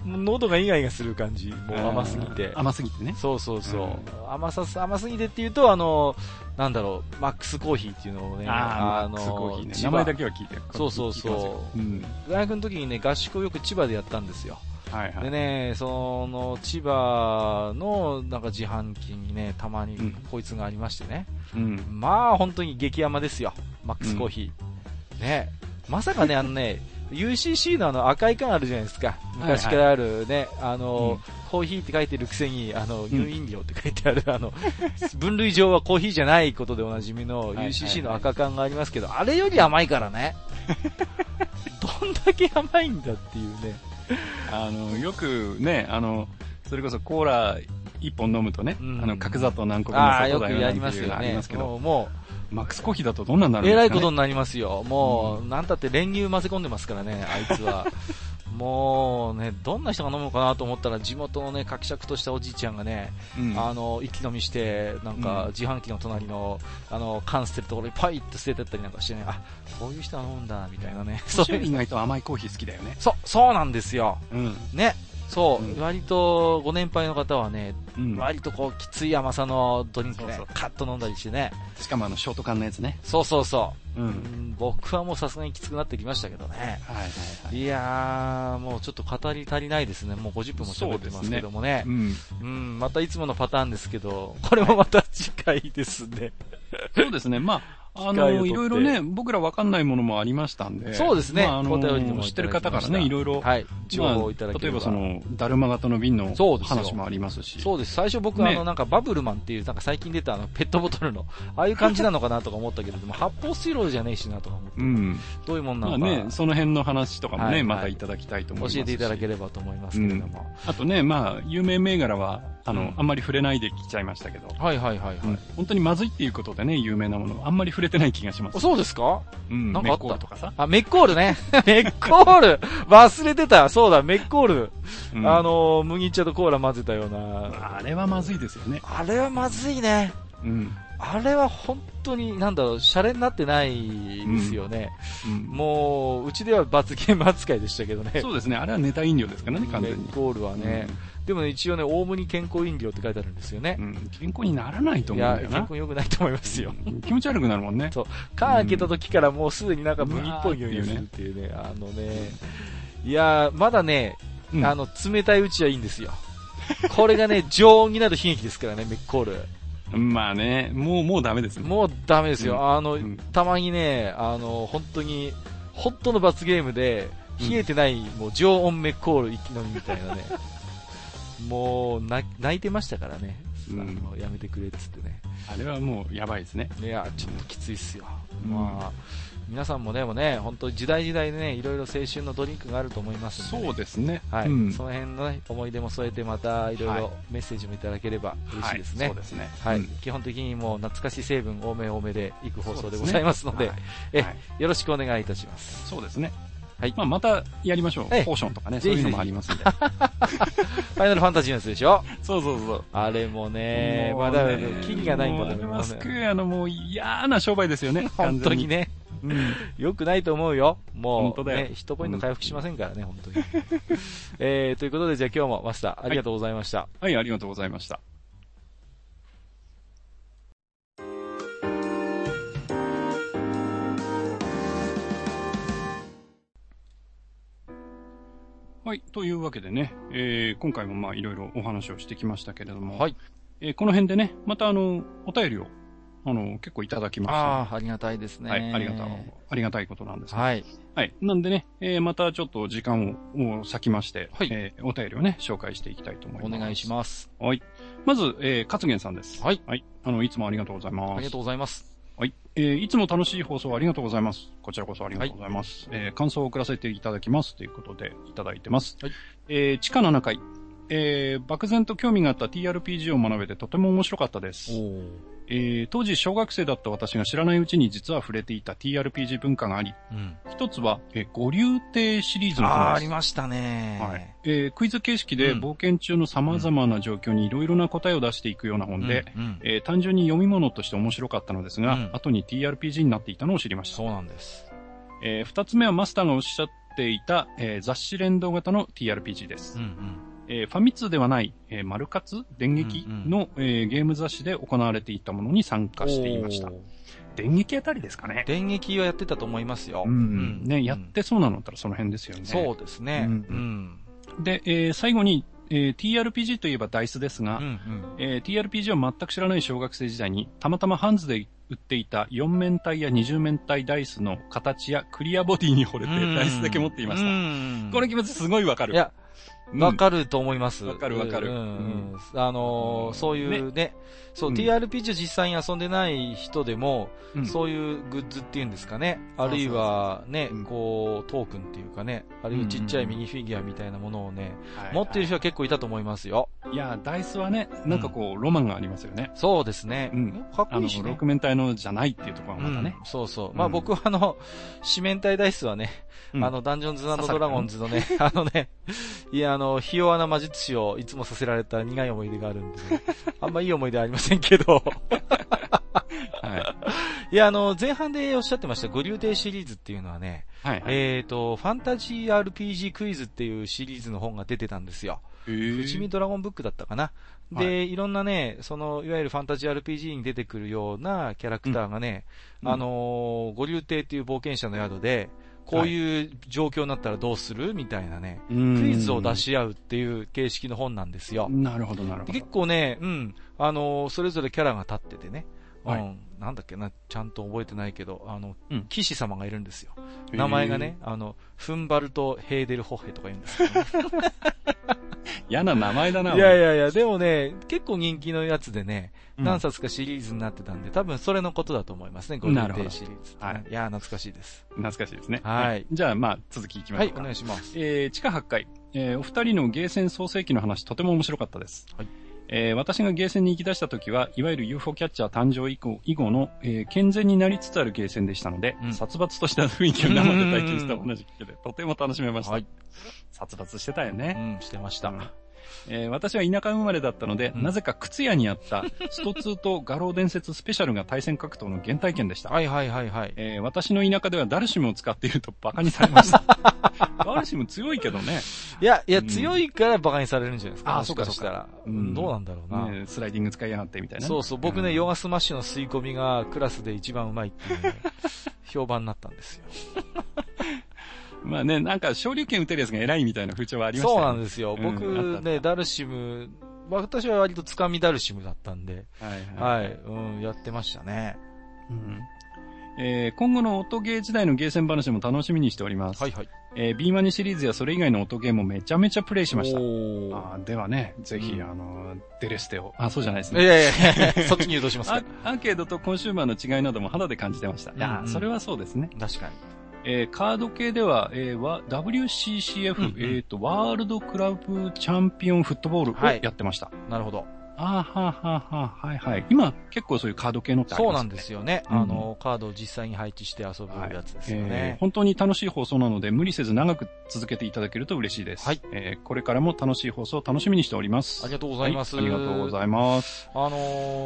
Speaker 1: もう喉がイガイガする感じ。もう甘すぎて。
Speaker 2: 甘すぎてね。
Speaker 1: そうそうそう、甘さす、甘すぎてっていうと、あの、なんだろう、マックスコーヒーっていうのをね、
Speaker 2: ああ、マックスコーヒーね。名前だ
Speaker 1: け。
Speaker 2: けは聞いてる。
Speaker 1: そうそうそ
Speaker 2: 聞いてますよ
Speaker 1: 大学の時にね、合宿をよく千葉でやったんですよ。
Speaker 2: うん。はいは
Speaker 1: で
Speaker 2: い。
Speaker 1: ね、その、千葉の、なんか自販機にね、たまに
Speaker 2: うん
Speaker 1: こいつがありましてね。
Speaker 2: うん。
Speaker 1: まあ、本当に激甘ですよ。マックスコーヒー。ね。まさかね、あのね、UCC のあの赤い缶あるじゃないですか。昔からあるね、あの、コーヒーって書いてるくせに、あの、
Speaker 2: ん
Speaker 1: 有飲料って書いてある、あの、分類上はコーヒーじゃないことでおなじみの
Speaker 2: いはいはい
Speaker 1: UCC の赤缶がありますけど、あれより甘いから ね。どんだけ甘いんだっていうね。
Speaker 2: あの、よくね、あの、それこそコーラ一本飲むとね、
Speaker 1: うん
Speaker 2: あの、角砂糖何個分の
Speaker 1: ああ、
Speaker 2: 砂
Speaker 1: よ
Speaker 2: 糖
Speaker 1: く
Speaker 2: だよ
Speaker 1: や
Speaker 2: なんて
Speaker 1: りま
Speaker 2: い
Speaker 1: す
Speaker 2: うの
Speaker 1: よ
Speaker 2: があり
Speaker 1: ね
Speaker 2: ます。けど、
Speaker 1: もう、も
Speaker 2: マックスコーヒーだとどんなにな
Speaker 1: う、
Speaker 2: るん
Speaker 1: え
Speaker 2: です
Speaker 1: ら
Speaker 2: かね
Speaker 1: いことになりますよ。もう、なんたって練乳混ぜ込んでますから ね、あいつは。もうね、どんな人が飲むのかなと思ったら、地元のね、かきしゃくとしたおじいちゃんがね、
Speaker 2: うん
Speaker 1: あの、一気飲みして、なんか
Speaker 2: うん、
Speaker 1: 自販機の隣の、あの、缶捨てるところにパイって捨ててったりなんかしてね、あ、こういう人が飲むんだ、みたいなね。そう
Speaker 2: 年寄り意外と甘いコーヒー好きだよね。
Speaker 1: そう、そうなんですよ。
Speaker 2: うん。
Speaker 1: ね。そう、
Speaker 2: うん
Speaker 1: 割と、ご年配の方はね、
Speaker 2: うん。
Speaker 1: 割とこう、きつい甘さのドリンクをね
Speaker 2: そうそう
Speaker 1: カッと飲んだりしてね。
Speaker 2: しかもあの、ショート缶のやつね。
Speaker 1: そうそうそう。
Speaker 2: うん。はい
Speaker 1: うん僕はもうさすがにきつくなってきましたけどね。
Speaker 2: はいはい。
Speaker 1: いやー、もうちょっと語り足りないですね。もう50分も喋ってますけどもね。
Speaker 2: うん。
Speaker 1: うん、またいつものパターンですけど、これもまた次回ですね。
Speaker 2: そうですね。まあ、あ
Speaker 1: 機会を
Speaker 2: の、
Speaker 1: 取って
Speaker 2: いろいろね、僕らわかんないものもありましたんで。
Speaker 1: そうですね。
Speaker 2: まあ、あの
Speaker 1: お便りでもいただきまし
Speaker 2: 知ってる方からね、いろいろ、
Speaker 1: はい。情報をいただ
Speaker 2: まあ
Speaker 1: け
Speaker 2: 例え
Speaker 1: れば。
Speaker 2: ばその、だるま型の瓶の
Speaker 1: そうですよ
Speaker 2: 話もありますし。
Speaker 1: そうです。最初僕、
Speaker 2: ね
Speaker 1: あの、なんかバブルマンっていう、なんか最近出たあの、ペットボトルの、ああいう感じなのかなとか思ったけれども、発泡スチロールじゃねえしなとか思って、
Speaker 2: うん。
Speaker 1: どういうもんな
Speaker 2: まあ
Speaker 1: のか、
Speaker 2: ね、その辺の話とかもね、
Speaker 1: はいはい
Speaker 2: またいただきたいと思い
Speaker 1: 教
Speaker 2: ますし。
Speaker 1: えていただければと思いますけれども。
Speaker 2: あとね、まあ、有名銘柄は、あの、
Speaker 1: うん
Speaker 2: あんまり触れないで来ちゃいましたけど、
Speaker 1: はいはいはいはい。
Speaker 2: 本当にまずいっていうことでね、有名なもの、あんまり触れてない気がしま
Speaker 1: お
Speaker 2: す。
Speaker 1: そうですか
Speaker 2: うん、
Speaker 1: なんかあった
Speaker 2: メッコーとかさ。
Speaker 1: あ、メッコールね。 メッコール忘れてたそうだ、メッコール。
Speaker 2: うん
Speaker 1: あ、のー、麦茶とコーラ混ぜたような。
Speaker 2: あれはまずいですよね。
Speaker 1: あれはまずいね。
Speaker 2: うん。
Speaker 1: あれは本当に、なんだろう、シャレになってないですよね。
Speaker 2: うん
Speaker 1: もう、うちでは罰ゲーム扱いでしたけどね。
Speaker 2: そうですね、あれはネタ飲料ですからね、完
Speaker 1: メ
Speaker 2: 全に
Speaker 1: ッ。コールはね。でもね、一応ね、オウムに健康飲料って書いてあるんですよね
Speaker 2: う。ん、うん健康にならないと
Speaker 1: い
Speaker 2: 思う
Speaker 1: や、
Speaker 2: んだよ
Speaker 1: 健
Speaker 2: な。
Speaker 1: 康良くないと思いますよ。
Speaker 2: うん気持ち悪くなるもんね。
Speaker 1: 缶開けた時からもうすでになんか麦っぽい匂いがするっていうね、あのね、いやー、まだね、
Speaker 2: うん
Speaker 1: あの、冷たいうちはいいんですよ。これが ね、常温になると悲劇ですからね、メッコール。
Speaker 2: まあね、もう、もうダメですね。
Speaker 1: もうダメですよ。
Speaker 2: う
Speaker 1: あの、
Speaker 2: うん
Speaker 1: たまにね、あの、本当に、本当の罰ゲームで、
Speaker 2: うん
Speaker 1: 冷えてない、もう常温メッコール一気飲みみたい なね。もう、な泣いてましたからね。
Speaker 2: うん
Speaker 1: あのやめてくれっつってね。
Speaker 2: あれはもうやばいですね。
Speaker 1: いや、ちょっときついっすよ。
Speaker 2: うん
Speaker 1: まあ、皆さんもね、もうね、本当時代時代でね、いろいろ青春のドリンクがあると思いますんでね、
Speaker 2: そうですね。
Speaker 1: はい、
Speaker 2: うん
Speaker 1: その辺の、ね、思い出も添えて、またいろい
Speaker 2: は
Speaker 1: ろメッセージもいただければ嬉しいです
Speaker 2: は
Speaker 1: ね。
Speaker 2: そうですね。
Speaker 1: はい、
Speaker 2: うん
Speaker 1: 基本的にもう懐かしい成分多め多めでいく放送でございますので、
Speaker 2: そうすね
Speaker 1: え
Speaker 2: はい
Speaker 1: よろしくお願いいたします。
Speaker 2: そうですね。
Speaker 1: はい
Speaker 2: まあ、またやりましょう。ポ
Speaker 1: ええ
Speaker 2: ーションとかね、そ
Speaker 1: ぜ
Speaker 2: う
Speaker 1: ひぜ
Speaker 2: いう
Speaker 1: ひ
Speaker 2: のもあります んで。
Speaker 1: ファイナルファンタジーのやつでしょ
Speaker 2: そうそうそう。
Speaker 1: あれもね、
Speaker 2: も
Speaker 1: ま
Speaker 2: う
Speaker 1: だキリがないんだ
Speaker 2: もう
Speaker 1: と
Speaker 2: あ
Speaker 1: 思
Speaker 2: れ
Speaker 1: い
Speaker 2: は
Speaker 1: ます
Speaker 2: ス
Speaker 1: ね
Speaker 2: クエアのもう嫌な商売ですよね。
Speaker 1: 本当に
Speaker 2: ね。
Speaker 1: ね、
Speaker 2: うん
Speaker 1: よくないと思うよ。も
Speaker 2: 本当
Speaker 1: う、
Speaker 2: だよ
Speaker 1: ね、ヒットポイント回復しませんからね、本当に。えー、ということで、じゃあ今日もマスター、ありがとうございました。
Speaker 2: はい、ありがとうございました。はい。というわけでね、えー今回もまあいろいろお話をしてきましたけれども、
Speaker 1: はい
Speaker 2: えーこの辺でね、またあの、お便りを、あの、結構いただきました
Speaker 1: あー、ありがたいですね
Speaker 2: ので。はい、ありがたう。ありがたいことなんですけど
Speaker 1: はい。
Speaker 2: はい。なんでね、えーまたちょっと時間をもう先まして、
Speaker 1: はい
Speaker 2: えーお便りをね、紹介していきたいと思い
Speaker 1: お
Speaker 2: ます。
Speaker 1: 願いします。
Speaker 2: まず、えー、勝元さんです。
Speaker 1: はい。
Speaker 2: はい。あの、いつもありがとうございます。
Speaker 1: ありがとうございます。
Speaker 2: はい。えー、いつも楽しい放送ありがとうございます。こちらこそありがとうございます。えー、感想を送らせていただきます。ということで、いただいてます。
Speaker 1: はい。
Speaker 2: えー、地下7階。えー、漠然と興味があった TRPG を学べてとても面白かったです。
Speaker 1: お
Speaker 2: えー、当時小学生だった私が知らないうちに実は触れていた TRPG 文化があり、
Speaker 1: うん。
Speaker 2: 一つは、えー、五流亭シリーズの
Speaker 1: あー、
Speaker 2: 話
Speaker 1: あ
Speaker 2: で
Speaker 1: り
Speaker 2: す。
Speaker 1: ました
Speaker 2: はい
Speaker 1: ね。
Speaker 2: えークイズ形式で
Speaker 1: うん
Speaker 2: 冒険中の様々な状況にいろいろな答えを出していくような本で、
Speaker 1: うん、うん
Speaker 2: えー単純に読み物として面白かったのですが、
Speaker 1: うん
Speaker 2: 後に TRPG になっていたのを知りました。
Speaker 1: そうなんです。
Speaker 2: えー二つ目はマスターがおっしゃっていた、えー雑誌連動型の TRPG です。
Speaker 1: うんうん。
Speaker 2: えーファミ通ではない、えー、マルカツ電撃
Speaker 1: うんうん
Speaker 2: の、えーゲーム雑誌で行われていたものに参加していました
Speaker 1: お。ー
Speaker 2: 電撃あたりですかね。
Speaker 1: 電撃はやってたと思いますよ。
Speaker 2: うん、ね、やってそうなのだったらその辺ですよね。
Speaker 1: そうですね。
Speaker 2: う
Speaker 1: うんん。うん。
Speaker 2: で、えー最後に、えー TRPG といえばダイスですが、
Speaker 1: うん。
Speaker 2: えー TRPG を全く知らない小学生時代に、たまたまハンズで売っていた4面体や20面体ダイスの形やクリアボディに惚れて、ダイスだけ持っていました。
Speaker 1: た
Speaker 2: これ気持ちすごいわかる。
Speaker 1: いや、
Speaker 2: うん
Speaker 1: わかると思います。
Speaker 2: わかるわかる
Speaker 1: うんうんあのーそういうね、そう、
Speaker 2: うん
Speaker 1: TRPG を実際に遊んでない人でも、
Speaker 2: うん
Speaker 1: そういうグッズっていうんですかね。
Speaker 2: そう
Speaker 1: あ
Speaker 2: そうそう
Speaker 1: るいはね、
Speaker 2: うん
Speaker 1: こう、トークンっていうかね、あるいはちっちゃいミニフィギュアみたいなものをね、
Speaker 2: はい
Speaker 1: 持ってる人は結構いたと思いますよ。
Speaker 2: いや、ダイスはね、なんかこう、ロマンがありますよね。
Speaker 1: そうですね。
Speaker 2: うん
Speaker 1: かっこ
Speaker 2: あ
Speaker 1: い
Speaker 2: の、
Speaker 1: いしね
Speaker 2: 6。面体のじゃないっていうところがまたね
Speaker 1: う。んそうそう。
Speaker 2: うん
Speaker 1: まあ僕はあの、四面体ダイスはね、
Speaker 2: うん
Speaker 1: あの、ダンジョンズドラゴンズの ね、あのね、いや、あの、ひ弱な魔術師をいつもさせられた苦い思い出があるんで、 あんまいい思い出はありませんけど、
Speaker 2: はい。
Speaker 1: いや、あの、前半でおっしゃってました、五流亭シリーズっていうのはね、
Speaker 2: はい。はい
Speaker 1: えっ、と、ファンタジー RPG クイズっていうシリーズの本が出てたんですよ。
Speaker 2: えー
Speaker 1: うちみドラゴンブックだったかな。
Speaker 2: はい
Speaker 1: で、いろんなね、その、いわゆるファンタジー RPG に出てくるようなキャラクターがね、
Speaker 2: うん
Speaker 1: あのー、五流亭っていう冒険者の宿で、こういう状況になったらどうするみたいなね、
Speaker 2: うん
Speaker 1: クイズを出し合うっていう形式の本なんですよ。
Speaker 2: なるほど、なるほ
Speaker 1: で
Speaker 2: ど
Speaker 1: 結。構ね、うん、あのーそれぞれキャラが立っててね、
Speaker 2: はい
Speaker 1: うん、なんだっけな、ちゃんと覚えてないけど、あの、
Speaker 2: うん
Speaker 1: 騎士様がいるんですよ。名前がね、あの、フンバルト・ヘーデル・ホッヘとか言うんですけど、ね、
Speaker 2: へー。嫌な名前だ な。
Speaker 1: いやいやいや、でもね、結構人気のやつでね、
Speaker 2: うん
Speaker 1: 何冊かシリーズになってたんで、多分それのことだと思いますね、ゴル
Speaker 2: なるほ
Speaker 1: デ
Speaker 2: ど
Speaker 1: ンシリーズ。
Speaker 2: はい
Speaker 1: いやー、懐かしいです。
Speaker 2: 懐かしいですね。
Speaker 1: はい。
Speaker 2: じゃあ、まあ、続きいきま
Speaker 1: は
Speaker 2: しょ、
Speaker 1: いう
Speaker 2: か。
Speaker 1: お願いします。
Speaker 2: えー地下8階、えーお二人のゲーセン創世記の話、とても面白かったです。
Speaker 1: はい
Speaker 2: えー私がゲーセンに行き出した時は、いわゆる UFO キャッチャー誕生以降以後の、えー健全になりつつあるゲーセンでしたので、
Speaker 1: うん
Speaker 2: 殺伐とした雰囲気を生で体験したお話聞けて、とても楽しめました。
Speaker 1: はい。
Speaker 2: 殺伐してたよ
Speaker 1: う
Speaker 2: ね、
Speaker 1: ん、してました。
Speaker 2: えー私は田舎生まれだったので、
Speaker 1: うん
Speaker 2: なぜか靴屋にあった、スト2と画廊伝説スペシャルが対戦格闘の原体験でした。
Speaker 1: はいはいはいはい。
Speaker 2: えー私の田舎ではダルシムを使っていると馬鹿にされ ました。ダルシム強いけどね。
Speaker 1: いや、いうや、
Speaker 2: ん
Speaker 1: 強いから馬鹿にされるんじゃないですか。
Speaker 2: あー
Speaker 1: もしかしたら。
Speaker 2: かうん
Speaker 1: どうなんだろうな。
Speaker 2: ね、スライディング使いやがってみたいな。
Speaker 1: そうそう、僕ね、
Speaker 2: ん
Speaker 1: ヨガスマッシュの吸い込みがクラスで一番うまいっていう ね、評判になったんですよ。
Speaker 2: まあね、なんか、昇竜拳打てるやつが偉いみたいな風潮はありました
Speaker 1: そう
Speaker 2: よ
Speaker 1: なん
Speaker 2: ね。
Speaker 1: ですよ。
Speaker 2: うん
Speaker 1: 僕
Speaker 2: あったあった
Speaker 1: ね、ダルシム、私は割とつかみダルシムだったんで、
Speaker 2: そうなんです。はい、はい。
Speaker 1: はい、うん、やってましたね。
Speaker 2: うんえー今後の音ゲー時代のゲーセン話も楽しみにしております。
Speaker 1: はいはい。
Speaker 2: えービーマニシリーズやそれ以外の音ゲーもめちゃめちゃプレイしました。
Speaker 1: おー
Speaker 2: あーではね、ぜひ、
Speaker 1: うん
Speaker 2: あの、デレステを。あ、そうじゃないです
Speaker 1: いやい
Speaker 2: ね。
Speaker 1: やい や、そっちに誘導しますか
Speaker 2: あ。アーケードとコンシューマーの違いなども肌で感じてました。いや
Speaker 1: うんう
Speaker 2: ー、
Speaker 1: ん
Speaker 2: それはそうですね。
Speaker 1: 確かに。
Speaker 2: えーカード系では、えーわ WCCF、
Speaker 1: うんうん
Speaker 2: えっ、と、ワールドクラブチャンピオンフットボール
Speaker 1: はい
Speaker 2: をやってました。
Speaker 1: なるほど。
Speaker 2: あーはーはーはーはいはい。今、結構そういうカード系のってあり
Speaker 1: そう
Speaker 2: ま
Speaker 1: な
Speaker 2: す
Speaker 1: ん
Speaker 2: ね。
Speaker 1: ですよね。
Speaker 2: うん
Speaker 1: あの、カードを実際に配置して遊ぶやつですよ
Speaker 2: えー
Speaker 1: ね。
Speaker 2: 本当に楽しい放送なので、無理せず長く続けていただけると嬉しいです。
Speaker 1: はい
Speaker 2: えーこれからも楽しい放送を楽しみにしております。
Speaker 1: ありがとうございます。
Speaker 2: はいありがとうございます。
Speaker 1: あの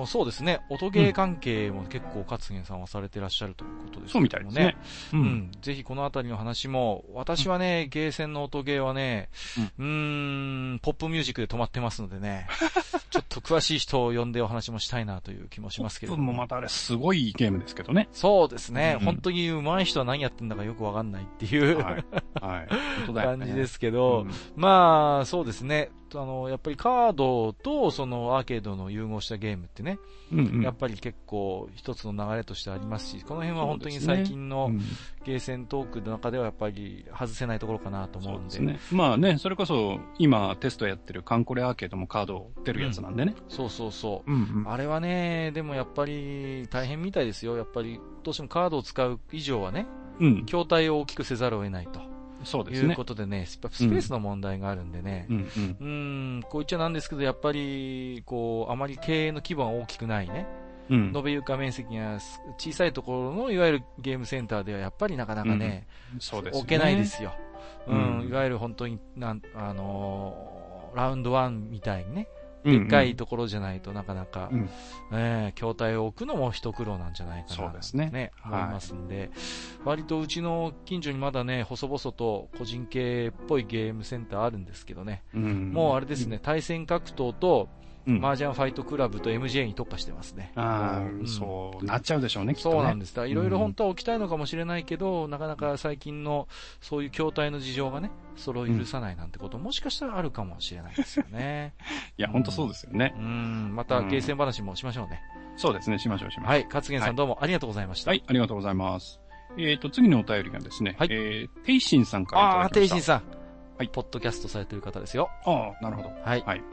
Speaker 1: ーそうですね、音ゲー関係も結構勝元さんはされてらっしゃるということです
Speaker 2: そうみたいですね。。う
Speaker 1: うん。。ぜひこのあたりの話も、私はね、ゲーセンの音ゲーはね、うーん、ポップミュージックで止まってますので ね、ちょっと詳しい人を呼んでお話もしたいなという気もしますけれ
Speaker 2: 分
Speaker 1: ど
Speaker 2: も
Speaker 1: も。。
Speaker 2: またあれ、すごいゲームですけどね
Speaker 1: そうですね、
Speaker 2: うん
Speaker 1: 本当に上手い人は何やってんだかよくわかんないっていう、
Speaker 2: はい。はい。本当だよ ね
Speaker 1: 感じですけ
Speaker 2: う
Speaker 1: ど、
Speaker 2: ん
Speaker 1: まあ、そうですね。あの、やっぱりカードとそのアーケードの融合したゲームってね、
Speaker 2: うんうん。
Speaker 1: やっぱり結構一つの流れとしてありますし、この辺は本当に
Speaker 2: そうです
Speaker 1: 最
Speaker 2: ね
Speaker 1: 近の
Speaker 2: うん
Speaker 1: ゲーセントークの中ではやっぱり外せないところかなと思うんで。
Speaker 2: そうですね。まあね、それこそ、今テストやってるカンコレアーケードもカード出るやつなんでね。
Speaker 1: そうそうそ
Speaker 2: うん、うん、
Speaker 1: う。あれはね、でもやっぱり大変みたいですよ。やっぱりどうしてもカードを使う以上はね、
Speaker 2: うん。
Speaker 1: 筐体を大きくせざるを得ないと
Speaker 2: そうで
Speaker 1: い
Speaker 2: す
Speaker 1: う
Speaker 2: ね
Speaker 1: こ。とでね、スペースの問題があるんでね、
Speaker 2: うんうん。
Speaker 1: うーん、こう言っちゃなんですけど、やっぱり、こう、あまり経営の規模が大きくないね。
Speaker 2: うん。
Speaker 1: 延べ床面積がす小さいところの、いわゆるゲームセンターでは、やっぱりなかなかね、
Speaker 2: そうですよね。
Speaker 1: 置けないで。すよ。うん、
Speaker 2: うん
Speaker 1: いわゆる本当に、なん、あのーラウンドワンみたいにね、
Speaker 2: うんう
Speaker 1: で
Speaker 2: ん、
Speaker 1: っかいところじゃないとなかなか、
Speaker 2: うん
Speaker 1: えー筐体を置くのも一苦労なんじゃないかな、
Speaker 2: そうですね
Speaker 1: 思いますんで、割とうちの近所にまだね、細々と個人系っぽいゲームセンターあるんですけどね、
Speaker 2: うん。
Speaker 1: もうあれですね、対戦格闘と、
Speaker 2: うん。
Speaker 1: 麻雀ファイトクラブと MJ に特化してますね。
Speaker 2: ああ、
Speaker 1: うん
Speaker 2: そう、なっちゃうでしょうね、きっと、ね。
Speaker 1: そうなん
Speaker 2: す。
Speaker 1: です。だからいろいろ本当は置きたいのかもしれないけど、なかなか最近のそういう筐体の事情がね、それを許さないなんてこともしかしたらあるかもしれないですよね。
Speaker 2: いや、本当そうですよね
Speaker 1: う。ん、またゲーセン話もしましょうね。
Speaker 2: そうですね、しましょう、しましょう。
Speaker 1: はい、勝元さ
Speaker 2: は
Speaker 1: ん
Speaker 2: い
Speaker 1: どうもありがとうございました。
Speaker 2: はい、ありがとうございます。えっ、と、次のお便りがですね、
Speaker 1: はい
Speaker 2: えー、ていしんさんからいた
Speaker 1: あ
Speaker 2: だ
Speaker 1: あ、
Speaker 2: き
Speaker 1: 天
Speaker 2: ました。
Speaker 1: 心さん。
Speaker 2: はい
Speaker 1: ポッドキャストされてる方ですよ。
Speaker 2: さん。ああ、なるほど。
Speaker 1: はい。
Speaker 2: はい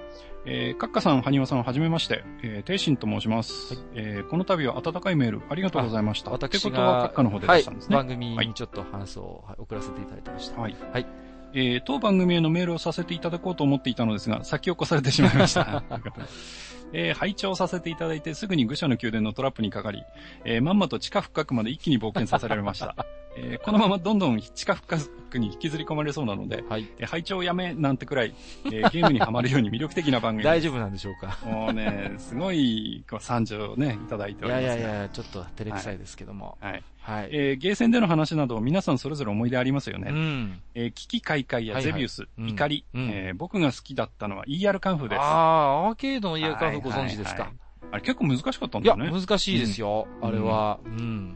Speaker 2: えー、カッカさん、ハニワさん、はじめまして。えー、ていしんと申します。えー、この度は温かいメール、ありがとうございました。って
Speaker 1: 私
Speaker 2: こと
Speaker 1: が、
Speaker 2: は、カッカの方で出したんですね。
Speaker 1: はい、番組にちょっと話送をはい送らせていただいてました。
Speaker 2: はい。
Speaker 1: はい
Speaker 2: えー当番組へのメールをさせていただこうと思っていたのですが、先を越されてしまい ました。えー拝聴させていただいて、すぐに愚者の宮殿のトラップにかかり、えーまんまと地下深くまで一気に冒険させられました。えーこのままどんどん地下深くに引きずり込まれそうなので、
Speaker 1: はい。
Speaker 2: えー拝聴やめなんてくらい、えーゲームにはまるように魅力的な番組
Speaker 1: 大
Speaker 2: です。
Speaker 1: 丈夫なんでしょうか
Speaker 2: もうね、すごいこう賛辞をね、いただいて
Speaker 1: い
Speaker 2: おりま
Speaker 1: や
Speaker 2: す
Speaker 1: い
Speaker 2: が、
Speaker 1: やいや、ちょっと照れくさいですけども。
Speaker 2: はい。
Speaker 1: はい。
Speaker 2: えーゲーセンでの話など皆さんそれぞれ思い出ありますよね。
Speaker 1: うん。
Speaker 2: えー危機開会やゼビウ
Speaker 1: い
Speaker 2: ス、
Speaker 1: はいうん
Speaker 2: 怒り、
Speaker 1: うん
Speaker 2: えー僕が好きだったのは ER カンフーです。あ
Speaker 1: ああ、アーケードのイヤーカーフご存知ですか、
Speaker 2: はいはいれ結構難しかったん
Speaker 1: い
Speaker 2: だよね。
Speaker 1: や、難しいですよ、
Speaker 2: うん
Speaker 1: あれは。うん。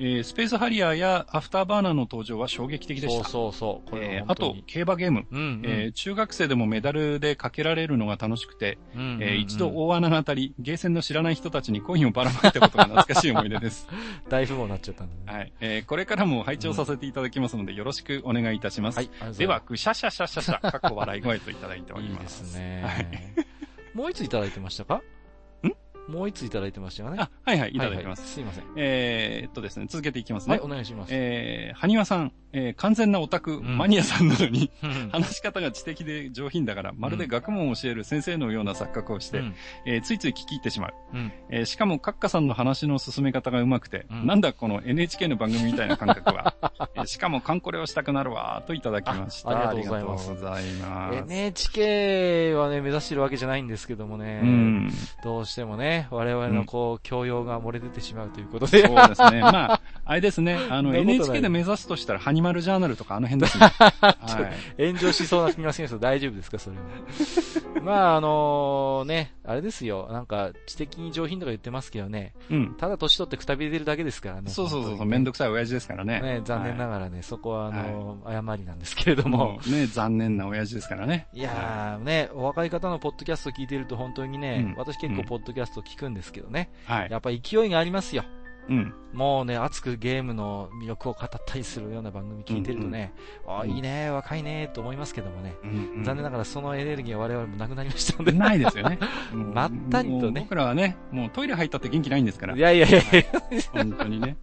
Speaker 2: えースペースハリアーやアフターバーナーの登場は衝撃的でし
Speaker 1: そう
Speaker 2: た。
Speaker 1: そうそう。これ
Speaker 2: え
Speaker 1: は
Speaker 2: ーあ
Speaker 1: 本当
Speaker 2: と
Speaker 1: に、。
Speaker 2: 競馬ゲーム。
Speaker 1: うんうん、
Speaker 2: えー中学生でもメダルでかけられるのが楽しくて、
Speaker 1: うんうんうん
Speaker 2: えー一度大穴が当たり、ゲーセンの知らない人たちにコインをばらまいたことが懐かしい思い出です。
Speaker 1: 大富豪になっちゃったんだね。
Speaker 2: はい。えーこれからも拝聴させていただきますので、よろしくお願いいたします。
Speaker 1: はい。ありがとうございます
Speaker 2: では、、くしゃしゃしゃし ゃしゃ、かっこ笑い声といただいており
Speaker 1: いい
Speaker 2: ま。
Speaker 1: ですすね。もう一ついただいてましたかもう一ついただいてましたよね。
Speaker 2: あ、はいはい、いただきます。
Speaker 1: はいはいすいま
Speaker 2: えーっとですね、続けていきます
Speaker 1: せん。は
Speaker 2: ね。
Speaker 1: い、お願いします。
Speaker 2: えー、はにわさん、えー完全なオタク、
Speaker 1: ん
Speaker 2: マニアさんなのに、
Speaker 1: うん
Speaker 2: 話し方が知的で上品だから、まるで学問を教える先生のような錯覚をして、
Speaker 1: うん
Speaker 2: えーついつい聞き入ってしまう。
Speaker 1: うん
Speaker 2: えーしかも、カッカさんの話の進め方がうまくて、
Speaker 1: うん
Speaker 2: なんだこの NHK の番組みたいな感覚 は。えーしかも、カンコレをしたくなるわー、といただきました。
Speaker 1: あありがとうございます
Speaker 2: ありがとうございます。
Speaker 1: NHK はね、目指してるわけじゃないんですけどもね、
Speaker 2: うん。
Speaker 1: どうしてもね、我々のこう、教養が漏れ出てしまうということで、
Speaker 2: そうですね。まあ、あれですね。 あ
Speaker 1: そんなこと
Speaker 2: の、
Speaker 1: ない
Speaker 2: NHK で目指すとしたら、ハニマルジャーナルとかあの辺ですね。 はい。
Speaker 1: 炎上しそうな気がしますけど、大丈夫ですか、それは。まあ、あのね、あれですよ、なんか、知的に上品とか言ってますけどね、
Speaker 2: うん。
Speaker 1: ただ年取ってくたびれてるだけですからね。
Speaker 2: そうそうそうそう、
Speaker 1: 本当
Speaker 2: め
Speaker 1: にね
Speaker 2: んどくさい親父ですからね。
Speaker 1: ね、残念ながらね、そこは、あの誤りなんですけれども、
Speaker 2: もうね、残念な親父ですからね。
Speaker 1: いやー、ね、お若い方のポッドキャスト聞いてると本当にね、
Speaker 2: うん
Speaker 1: 私結構ポッドキャスト聞くんですけどね、
Speaker 2: はい。
Speaker 1: やっぱ勢いがありますよ。
Speaker 2: うん。
Speaker 1: もうね、熱くゲームの魅力を語ったりするような番組聞いてるとね、あ
Speaker 2: うん
Speaker 1: いいね、若いね、と思いますけどもね、
Speaker 2: うん
Speaker 1: 残念な
Speaker 2: が
Speaker 1: がらそのエネルギーは我々もなくなりましたので。
Speaker 2: ないですよね。もう
Speaker 1: まったりとね
Speaker 2: もう僕らはね、もうトイレ入ったって元気ないんですか ら
Speaker 1: い。やいやいや、
Speaker 2: 本当にね。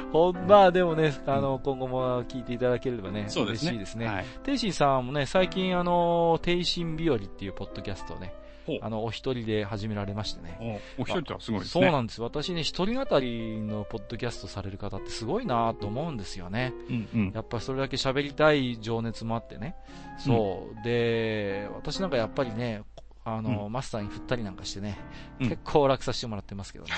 Speaker 1: ほんまあでもね、あの、今後も聞いていただければね、
Speaker 2: そうです
Speaker 1: 嬉
Speaker 2: ね。
Speaker 1: しいですね。
Speaker 2: はい。
Speaker 1: 天心さんもね、最近あの、天心日和っていうポッドキャストをね
Speaker 2: ほう、
Speaker 1: あの、お一人で始められましてね。
Speaker 2: お、お一人ってのはすごいです
Speaker 1: そう
Speaker 2: ね。
Speaker 1: なんです。私ね、一人語りのポッドキャストされる方ってすごいなと思うんですよね。
Speaker 2: うんうん。
Speaker 1: やっぱりそれだけ喋りたい情熱もあってね。そう。で、私なんかやっぱりね、あの、マスターに振ったりなんかしてね、
Speaker 2: うん
Speaker 1: 結構楽させてもらってます けどね。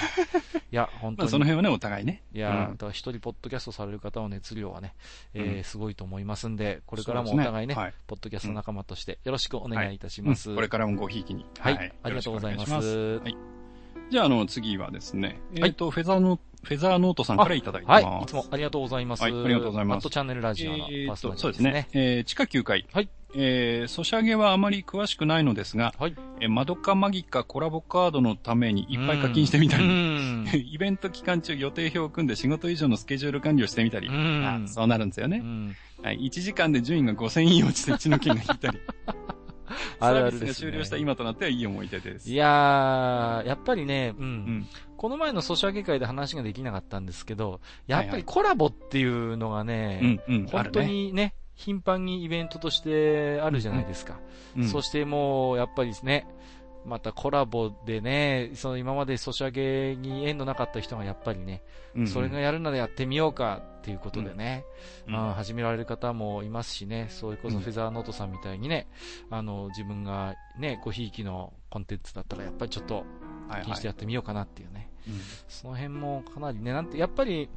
Speaker 1: いや、本
Speaker 2: ま
Speaker 1: 当
Speaker 2: あ、そ
Speaker 1: に。
Speaker 2: の辺はね、お互いね。
Speaker 1: いや、
Speaker 2: う
Speaker 1: だ
Speaker 2: ん
Speaker 1: から一人ポッドキャストされる方の熱量はね、えー
Speaker 2: うん
Speaker 1: すごいと思いますんで、こ
Speaker 2: こ
Speaker 1: れからもお互いね、
Speaker 2: はい。
Speaker 1: ポッドキャスト仲間としてよろしくお願いいたします。
Speaker 2: うんこれからもごひいきに。
Speaker 1: はい。ありがとうござい
Speaker 2: よろ
Speaker 1: ま
Speaker 2: しくお願し
Speaker 1: す。
Speaker 2: じゃあ、あの、次はですね。えっ、
Speaker 1: はい
Speaker 2: と、フェザーの、フェザーノートさんからいただいてま
Speaker 1: は
Speaker 2: す。
Speaker 1: い、いつもありがとうございます。
Speaker 2: はいありがとうございます
Speaker 1: アットチャンネルラジオのパ
Speaker 2: えー
Speaker 1: ー
Speaker 2: っ
Speaker 1: ソナ
Speaker 2: と、
Speaker 1: リ
Speaker 2: そ
Speaker 1: ティで
Speaker 2: うですす
Speaker 1: ね
Speaker 2: ね。。えー地下9階。
Speaker 1: はい
Speaker 2: えーソシャゲはあまり詳しくないのですが、
Speaker 1: はい。
Speaker 2: えーマドカマギカコラボカードのためにいっぱい課金してみた
Speaker 1: う
Speaker 2: り、
Speaker 1: ん。
Speaker 2: イベント期間中予定表を組んで仕事以上のスケジュール管理をしてみたり
Speaker 1: う、ん
Speaker 2: あそうなるんですよ
Speaker 1: う
Speaker 2: ね、
Speaker 1: ん
Speaker 2: はい。1時間で順位が5000円落ちて1の件が引いたり、
Speaker 1: あ
Speaker 2: サ
Speaker 1: るあ
Speaker 2: ー
Speaker 1: るです
Speaker 2: ビスが
Speaker 1: ね
Speaker 2: 終了した今となってはいい思い出です。
Speaker 1: いやー、やっぱりね、うん。
Speaker 2: ん
Speaker 1: この前のソシャゲ会で話ができなかったんですけど、やっぱ
Speaker 2: はいは
Speaker 1: り
Speaker 2: い
Speaker 1: コラボっていうのがね、
Speaker 2: うん、うん、あ
Speaker 1: 本
Speaker 2: る
Speaker 1: 当
Speaker 2: ね。
Speaker 1: にね、頻繁にイベントとしてあるじゃないですか。
Speaker 2: うん
Speaker 1: そしてもう、やっぱりですね、またコラボでね、その今までソシャゲに縁のなかった人がやっぱりね、
Speaker 2: うん
Speaker 1: それがやるならやってみようかっていうことでね、
Speaker 2: うん
Speaker 1: まあ始められる方もいますしね、それこそ
Speaker 2: うん
Speaker 1: フェザーノートさんみたいにね、あの、自分がね、ごひいきのコンテンツだったらやっぱりちょっと
Speaker 2: はい
Speaker 1: 気に
Speaker 2: は
Speaker 1: して
Speaker 2: い
Speaker 1: やってみようかなっていうね。
Speaker 2: うん
Speaker 1: その辺もかなりね、なんて、やっぱり、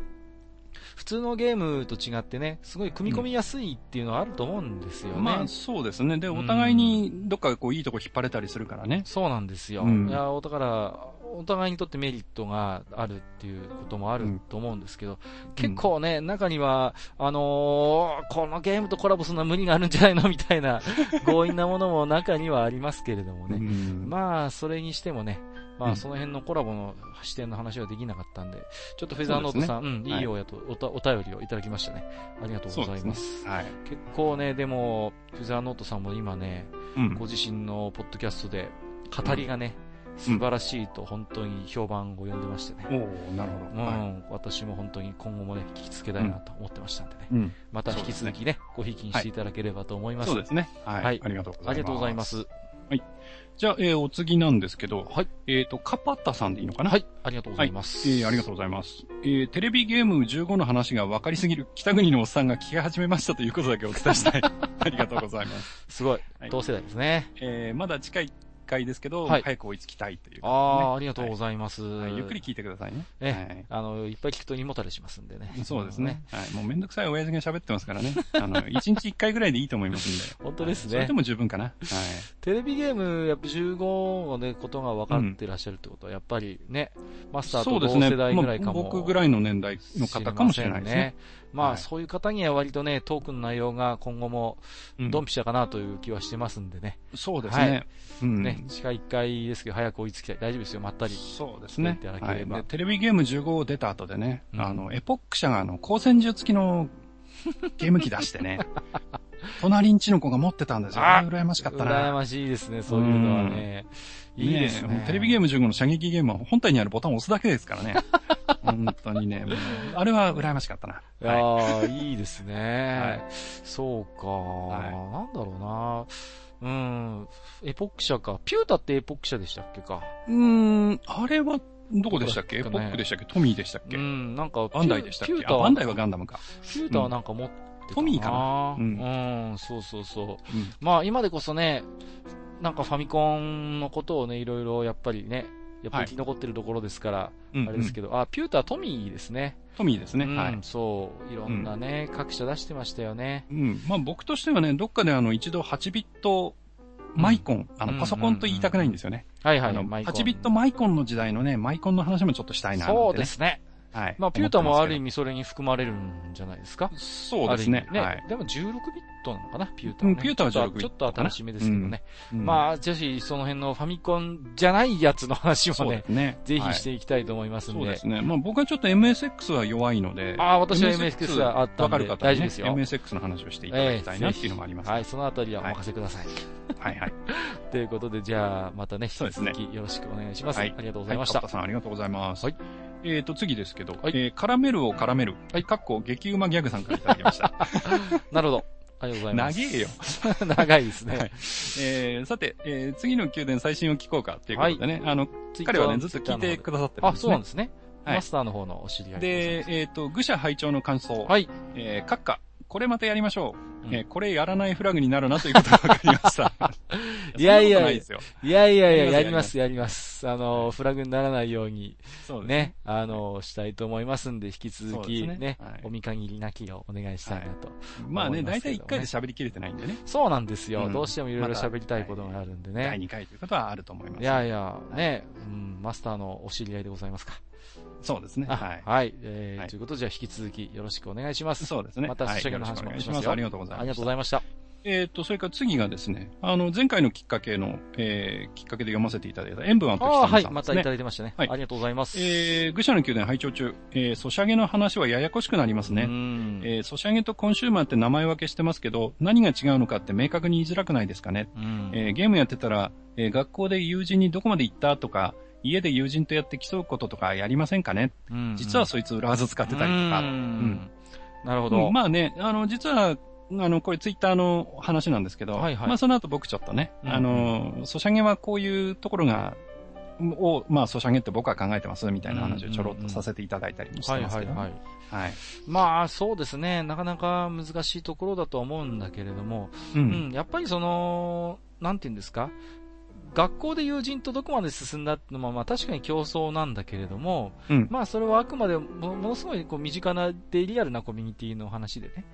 Speaker 1: 普通のゲームと違ってね、すごい組み込みやすいっていうのはあると思うんですよね。
Speaker 2: まあ、そうですね。で、
Speaker 1: うん
Speaker 2: お互いにどっかこういいとこ引っ張れたりするからね。
Speaker 1: そうなんですよ。
Speaker 2: うん
Speaker 1: いや、だから、お互いにとってメリットがあるっていうこともあると思うんですけど、結構ね、中には、あのーこのゲームとコラボするのは無理があるんじゃないのみたい な強引なものも中にはありますけれどもね。
Speaker 2: うん
Speaker 1: まあ、それにしてもね、ま
Speaker 2: う
Speaker 1: あ、
Speaker 2: ん
Speaker 1: その辺のコラボの視点の話はできなかったんで、ちょっとフェザーノートさん、うん、
Speaker 2: はい
Speaker 1: いいおやとおたお便りをいただきましたね。ありがとうございます。
Speaker 2: はい。
Speaker 1: 結構ね、でも、フェザーノートさんも今ね、
Speaker 2: うん
Speaker 1: ご自身のポッドキャストで、語りがね、素晴らしいと本当に評判を呼んでましてね。
Speaker 2: おーなる
Speaker 1: う
Speaker 2: ほど。
Speaker 1: ん、
Speaker 2: はい
Speaker 1: 私も本当に今後もね、聞きつけたいなと思ってましたんでね。
Speaker 2: うん
Speaker 1: また引き続きね、ごひいきにしていただければと思います。
Speaker 2: そうですね。は
Speaker 1: はい
Speaker 2: い。ありがとうございます。
Speaker 1: ありがとうございま。す。
Speaker 2: じゃあ、えーお次なんですけど、
Speaker 1: はい
Speaker 2: えっ、と、カパッタさんでいいのかな
Speaker 1: はい、ありがとうございます。
Speaker 2: えーありがとうございます。えーテレビゲーム15の話が分かりすぎる北国のおっさんが聞き始めました ということだけお伝えしたい。ありがとうございます。
Speaker 1: すごい
Speaker 2: は、い
Speaker 1: 同世代ですね。
Speaker 2: えーまだ近い回ですけど、
Speaker 1: はい
Speaker 2: 早く追いつきたいという
Speaker 1: あ
Speaker 2: ことでね
Speaker 1: あ、ありがとうございます。
Speaker 2: はいゆっくり聞いてくださいね。
Speaker 1: ええ
Speaker 2: はい
Speaker 1: あの、いっぱい聞くと胃もたれしますんでね。
Speaker 2: そうですね。。はい。もうめんどくさい親父が喋ってますからね。あの、一日一回ぐらいでいいと思いますんで。
Speaker 1: 本当です
Speaker 2: それ
Speaker 1: ね
Speaker 2: で。も十分かな。はい。
Speaker 1: テレビゲーム、やっぱ15のね、ことが分かってらっしゃるってことは、やっぱりね、マスター
Speaker 2: そ
Speaker 1: と
Speaker 2: うで
Speaker 1: 同
Speaker 2: すね。
Speaker 1: 世代ぐらい
Speaker 2: ま
Speaker 1: か
Speaker 2: あ
Speaker 1: も。
Speaker 2: 僕ぐらいの年代の方かもしれないですね。。
Speaker 1: まあ、
Speaker 2: はい
Speaker 1: そういう方には割とね、トークの内容が今後も
Speaker 2: うん
Speaker 1: ドンピシャかなという気はしてますんでね。
Speaker 2: そうですね。うん
Speaker 1: ね、地下1階ですけど、早く追いつきたい。大丈夫ですよ、まったり。
Speaker 2: そうですね
Speaker 1: いただ。け
Speaker 2: は
Speaker 1: れ
Speaker 2: い。
Speaker 1: ば
Speaker 2: で、テレビゲーム15出た後でね、
Speaker 1: うん
Speaker 2: あの、エポック社があの、光線銃付 きのゲーム機出してね、隣んちの子が持ってたんですよ。
Speaker 1: あ
Speaker 2: あれ羨ましかった
Speaker 1: 羨
Speaker 2: な。
Speaker 1: ましいですね、そういうのはね。いいですね
Speaker 2: もうテレビゲー
Speaker 1: ム。
Speaker 2: ム15の射撃ゲームは本体にあるボタンを押すだけですか らね。本当にね、もうあれは羨ましかったな。
Speaker 1: あ
Speaker 2: はい
Speaker 1: あー、いいですね。
Speaker 2: はい
Speaker 1: そうか、
Speaker 2: い
Speaker 1: なんだろうな。うん。エポック社か。ピュータってエポック社でしたっけか。
Speaker 2: うーん、あれは、どこでしたっけエ
Speaker 1: ど
Speaker 2: ポ
Speaker 1: こだっけね
Speaker 2: ックでしたっけトミーでしたっ
Speaker 1: う
Speaker 2: け
Speaker 1: ん、なんかピュ、
Speaker 2: バンダイでしたっ
Speaker 1: ピュ
Speaker 2: け
Speaker 1: ー
Speaker 2: あ、
Speaker 1: タ
Speaker 2: バ
Speaker 1: は、
Speaker 2: ン
Speaker 1: ピ
Speaker 2: ダイはガンダムか。
Speaker 1: ュータはなんか持ってた
Speaker 2: トミーかな
Speaker 1: う、
Speaker 2: うん
Speaker 1: そうそうそう。
Speaker 2: うん
Speaker 1: まあ今でこそね、なんかファミコンのことをね、いろいろやっぱりね、やっぱり生き残ってるところですから、
Speaker 2: うん。
Speaker 1: あれですけ
Speaker 2: ど。
Speaker 1: ど、あ、ピュータートミーですね。
Speaker 2: トミーですね。
Speaker 1: うん
Speaker 2: はい。
Speaker 1: そう、いろんなね、各社出してましたよね。
Speaker 2: うん。まあ僕としてはね、どっかであの一度8ビットマイコン、あ
Speaker 1: うん
Speaker 2: のパソコンと言いたくないんですよね。
Speaker 1: はいはい、
Speaker 2: あの
Speaker 1: マイコン
Speaker 2: 8ビットマイコンの時代のね、マイコンの話もちょっとしたいななんてね、
Speaker 1: そうですね。
Speaker 2: はい。
Speaker 1: まあ、ピューターもある意
Speaker 2: 味。
Speaker 1: 味それに含まれるんじゃないですか。
Speaker 2: そうですね。
Speaker 1: ある意味
Speaker 2: はい。
Speaker 1: でも16ビットなのかな、ピューターは、ね。
Speaker 2: うんピューターは16
Speaker 1: ちょっとちょっと新しめですけどね。
Speaker 2: あ、
Speaker 1: まあ、ぜひその辺のファミコンじゃないやつの話も
Speaker 2: そうで
Speaker 1: ね、
Speaker 2: すね。
Speaker 1: ぜひ
Speaker 2: はい
Speaker 1: していきたいと思いますん
Speaker 2: そう
Speaker 1: で。
Speaker 2: ですね。まあ僕はちょっと MSX は弱いので、
Speaker 1: ああ、私は MSX があった
Speaker 2: わ
Speaker 1: んで
Speaker 2: かる方はね
Speaker 1: 大丈夫ですよ。
Speaker 2: MSX の話をしていただきたいなっていうのもあります
Speaker 1: は
Speaker 2: ね。
Speaker 1: い、そのあたりはお任せください。
Speaker 2: はいはい。
Speaker 1: ということで、じゃあ、またね、
Speaker 2: そう
Speaker 1: 引
Speaker 2: で
Speaker 1: き
Speaker 2: すね
Speaker 1: 続きよろしくお願いします。
Speaker 2: はい
Speaker 1: ありがとうございました。
Speaker 2: はい、カッパさんありがとうございます。
Speaker 1: はい
Speaker 2: えっ、と、次ですけど、
Speaker 1: はい
Speaker 2: えー、絡めるを絡める。
Speaker 1: はい
Speaker 2: かっこ、激うまギャグさんからいただきました。
Speaker 1: なるほど。ありがとうございます。
Speaker 2: 長えよ。
Speaker 1: 長いですね。
Speaker 2: はいえー、さて、えー、次の宮殿最新を聞こうかっていうことでね、あの、
Speaker 1: ツイッター
Speaker 2: 彼はね、ずっと聞いて
Speaker 1: ツイッ
Speaker 2: くださって
Speaker 1: ターの方で
Speaker 2: るん
Speaker 1: あ、
Speaker 2: です、ね。
Speaker 1: そうなんですね。
Speaker 2: はい
Speaker 1: マスターの方のお知り合い
Speaker 2: で、えっ、と、愚者拝聴の感想。
Speaker 1: はい。
Speaker 2: えー、閣下、これまたやりましょう。
Speaker 1: うん
Speaker 2: えー、これやらないフラグになるなということが分かりました。
Speaker 1: いやいや
Speaker 2: そんなことないですよ。
Speaker 1: いやいやいや、や
Speaker 2: や
Speaker 1: り
Speaker 2: り
Speaker 1: ま、
Speaker 2: ますす
Speaker 1: やります。あの、フラグにならないように、
Speaker 2: そうです
Speaker 1: ね、あの、したいと思いますんで、引き
Speaker 2: そ
Speaker 1: 続
Speaker 2: うで
Speaker 1: き
Speaker 2: すね
Speaker 1: ね
Speaker 2: はい、
Speaker 1: お見限りなきをお願いしたいなと。
Speaker 2: まあ
Speaker 1: 思い
Speaker 2: ね、
Speaker 1: ます
Speaker 2: 大
Speaker 1: けど
Speaker 2: 体
Speaker 1: ね
Speaker 2: 1回で喋りきれてないんでね。
Speaker 1: そうなんですよ。
Speaker 2: うん
Speaker 1: どうしてもいろいろ喋りたいことがあるんで
Speaker 2: 第
Speaker 1: ね。
Speaker 2: 2回ということはあると思います。
Speaker 1: いやいや、ね、うん、マスターのお知り合いでございますか。
Speaker 2: そうですね。
Speaker 1: あ
Speaker 2: はい。
Speaker 1: はい。えー
Speaker 2: はい
Speaker 1: ということで、じゃあ引き続きよろしくお願いします。
Speaker 2: そうですね。
Speaker 1: また、
Speaker 2: はい
Speaker 1: 書籍
Speaker 2: よろ
Speaker 1: の
Speaker 2: し
Speaker 1: 話
Speaker 2: くお
Speaker 1: も
Speaker 2: 願い
Speaker 1: し
Speaker 2: し
Speaker 1: ま
Speaker 2: ますす。
Speaker 1: よ。
Speaker 2: ありがとうござい
Speaker 1: あ
Speaker 2: ま
Speaker 1: り
Speaker 2: す
Speaker 1: がとうございました。
Speaker 2: えっ、と、それから次がですね、あの、前回のきっかけの、えー、きっかけで読ませていただいた、塩分アン
Speaker 1: あ
Speaker 2: と
Speaker 1: あ、
Speaker 2: キサ
Speaker 1: は
Speaker 2: メ
Speaker 1: い。
Speaker 2: さん
Speaker 1: ま
Speaker 2: です
Speaker 1: た
Speaker 2: ね。
Speaker 1: いただいてましたね。あ
Speaker 2: はい
Speaker 1: りがとうございます。
Speaker 2: えー、愚者の宮殿拝聴中、えー、ソシャゲの話はややこしくなります
Speaker 1: う
Speaker 2: ね。
Speaker 1: ん
Speaker 2: えー、ソシャゲとコンシューマーって名前分けしてますけど、何が違うのかって明確に言いづらくないですかね。
Speaker 1: うん
Speaker 2: えー、ゲームやってたら、えー、学校で友人にどこまで行ったとか、家で友人とやって競うこととかやりませんかね。
Speaker 1: うん
Speaker 2: 実はそいつ裏技使ってたりとか。
Speaker 1: うんなるほ
Speaker 2: う
Speaker 1: ど
Speaker 2: ん。まあね、あの、実は、あの、これツイッターの話なんですけど、
Speaker 1: はいはい
Speaker 2: まあその後僕ちょっとね、
Speaker 1: うん
Speaker 2: あの、ソシャゲはこういうところが、を、まあソシャゲって僕は考えてますみたいな話をちょろっとさせていただいたりもして
Speaker 1: はい
Speaker 2: ます
Speaker 1: は
Speaker 2: け
Speaker 1: い
Speaker 2: ど、。
Speaker 1: はいい。
Speaker 2: はい。
Speaker 1: まあ、そうですね。なかなか難しいところだとは思うんだけれども、
Speaker 2: う。
Speaker 1: うんん、やっぱりその、なんて言うんですか学校で友人とどこまで進んだってのは、まあ確かに競争なんだけれども、
Speaker 2: うん
Speaker 1: まあそれはあくまでもものすごいこう身近なでリアルなコミュニティの話でね、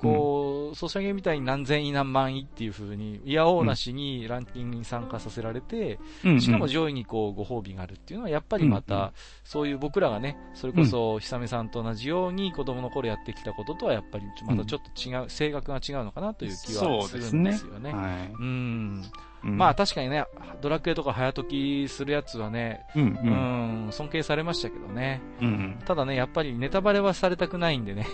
Speaker 1: こう、ソシャゲみたいに何千位何万位っていう風に、いやおうなしにランキングに参加させられて、
Speaker 2: うん
Speaker 1: しかも
Speaker 2: うん
Speaker 1: 上位にこうご褒美があるっていうのはやっぱりま
Speaker 2: うんうん
Speaker 1: た、そういう僕らがね、それこそ久めさんと同じように子供の頃やってきたこととはやっぱりまたちょっと違う、性格が違うのかなという気は
Speaker 2: そう
Speaker 1: す
Speaker 2: で
Speaker 1: る
Speaker 2: す
Speaker 1: ん
Speaker 2: ね
Speaker 1: ですよね。
Speaker 2: はい。
Speaker 1: うん。
Speaker 2: うん
Speaker 1: まあ、確かにね、ドラクエとか早解きするやつはね、
Speaker 2: うん
Speaker 1: う
Speaker 2: うん
Speaker 1: ん、尊敬されましたけどね。
Speaker 2: うん。
Speaker 1: ただね、やっぱりネタバレはされたくないんでね、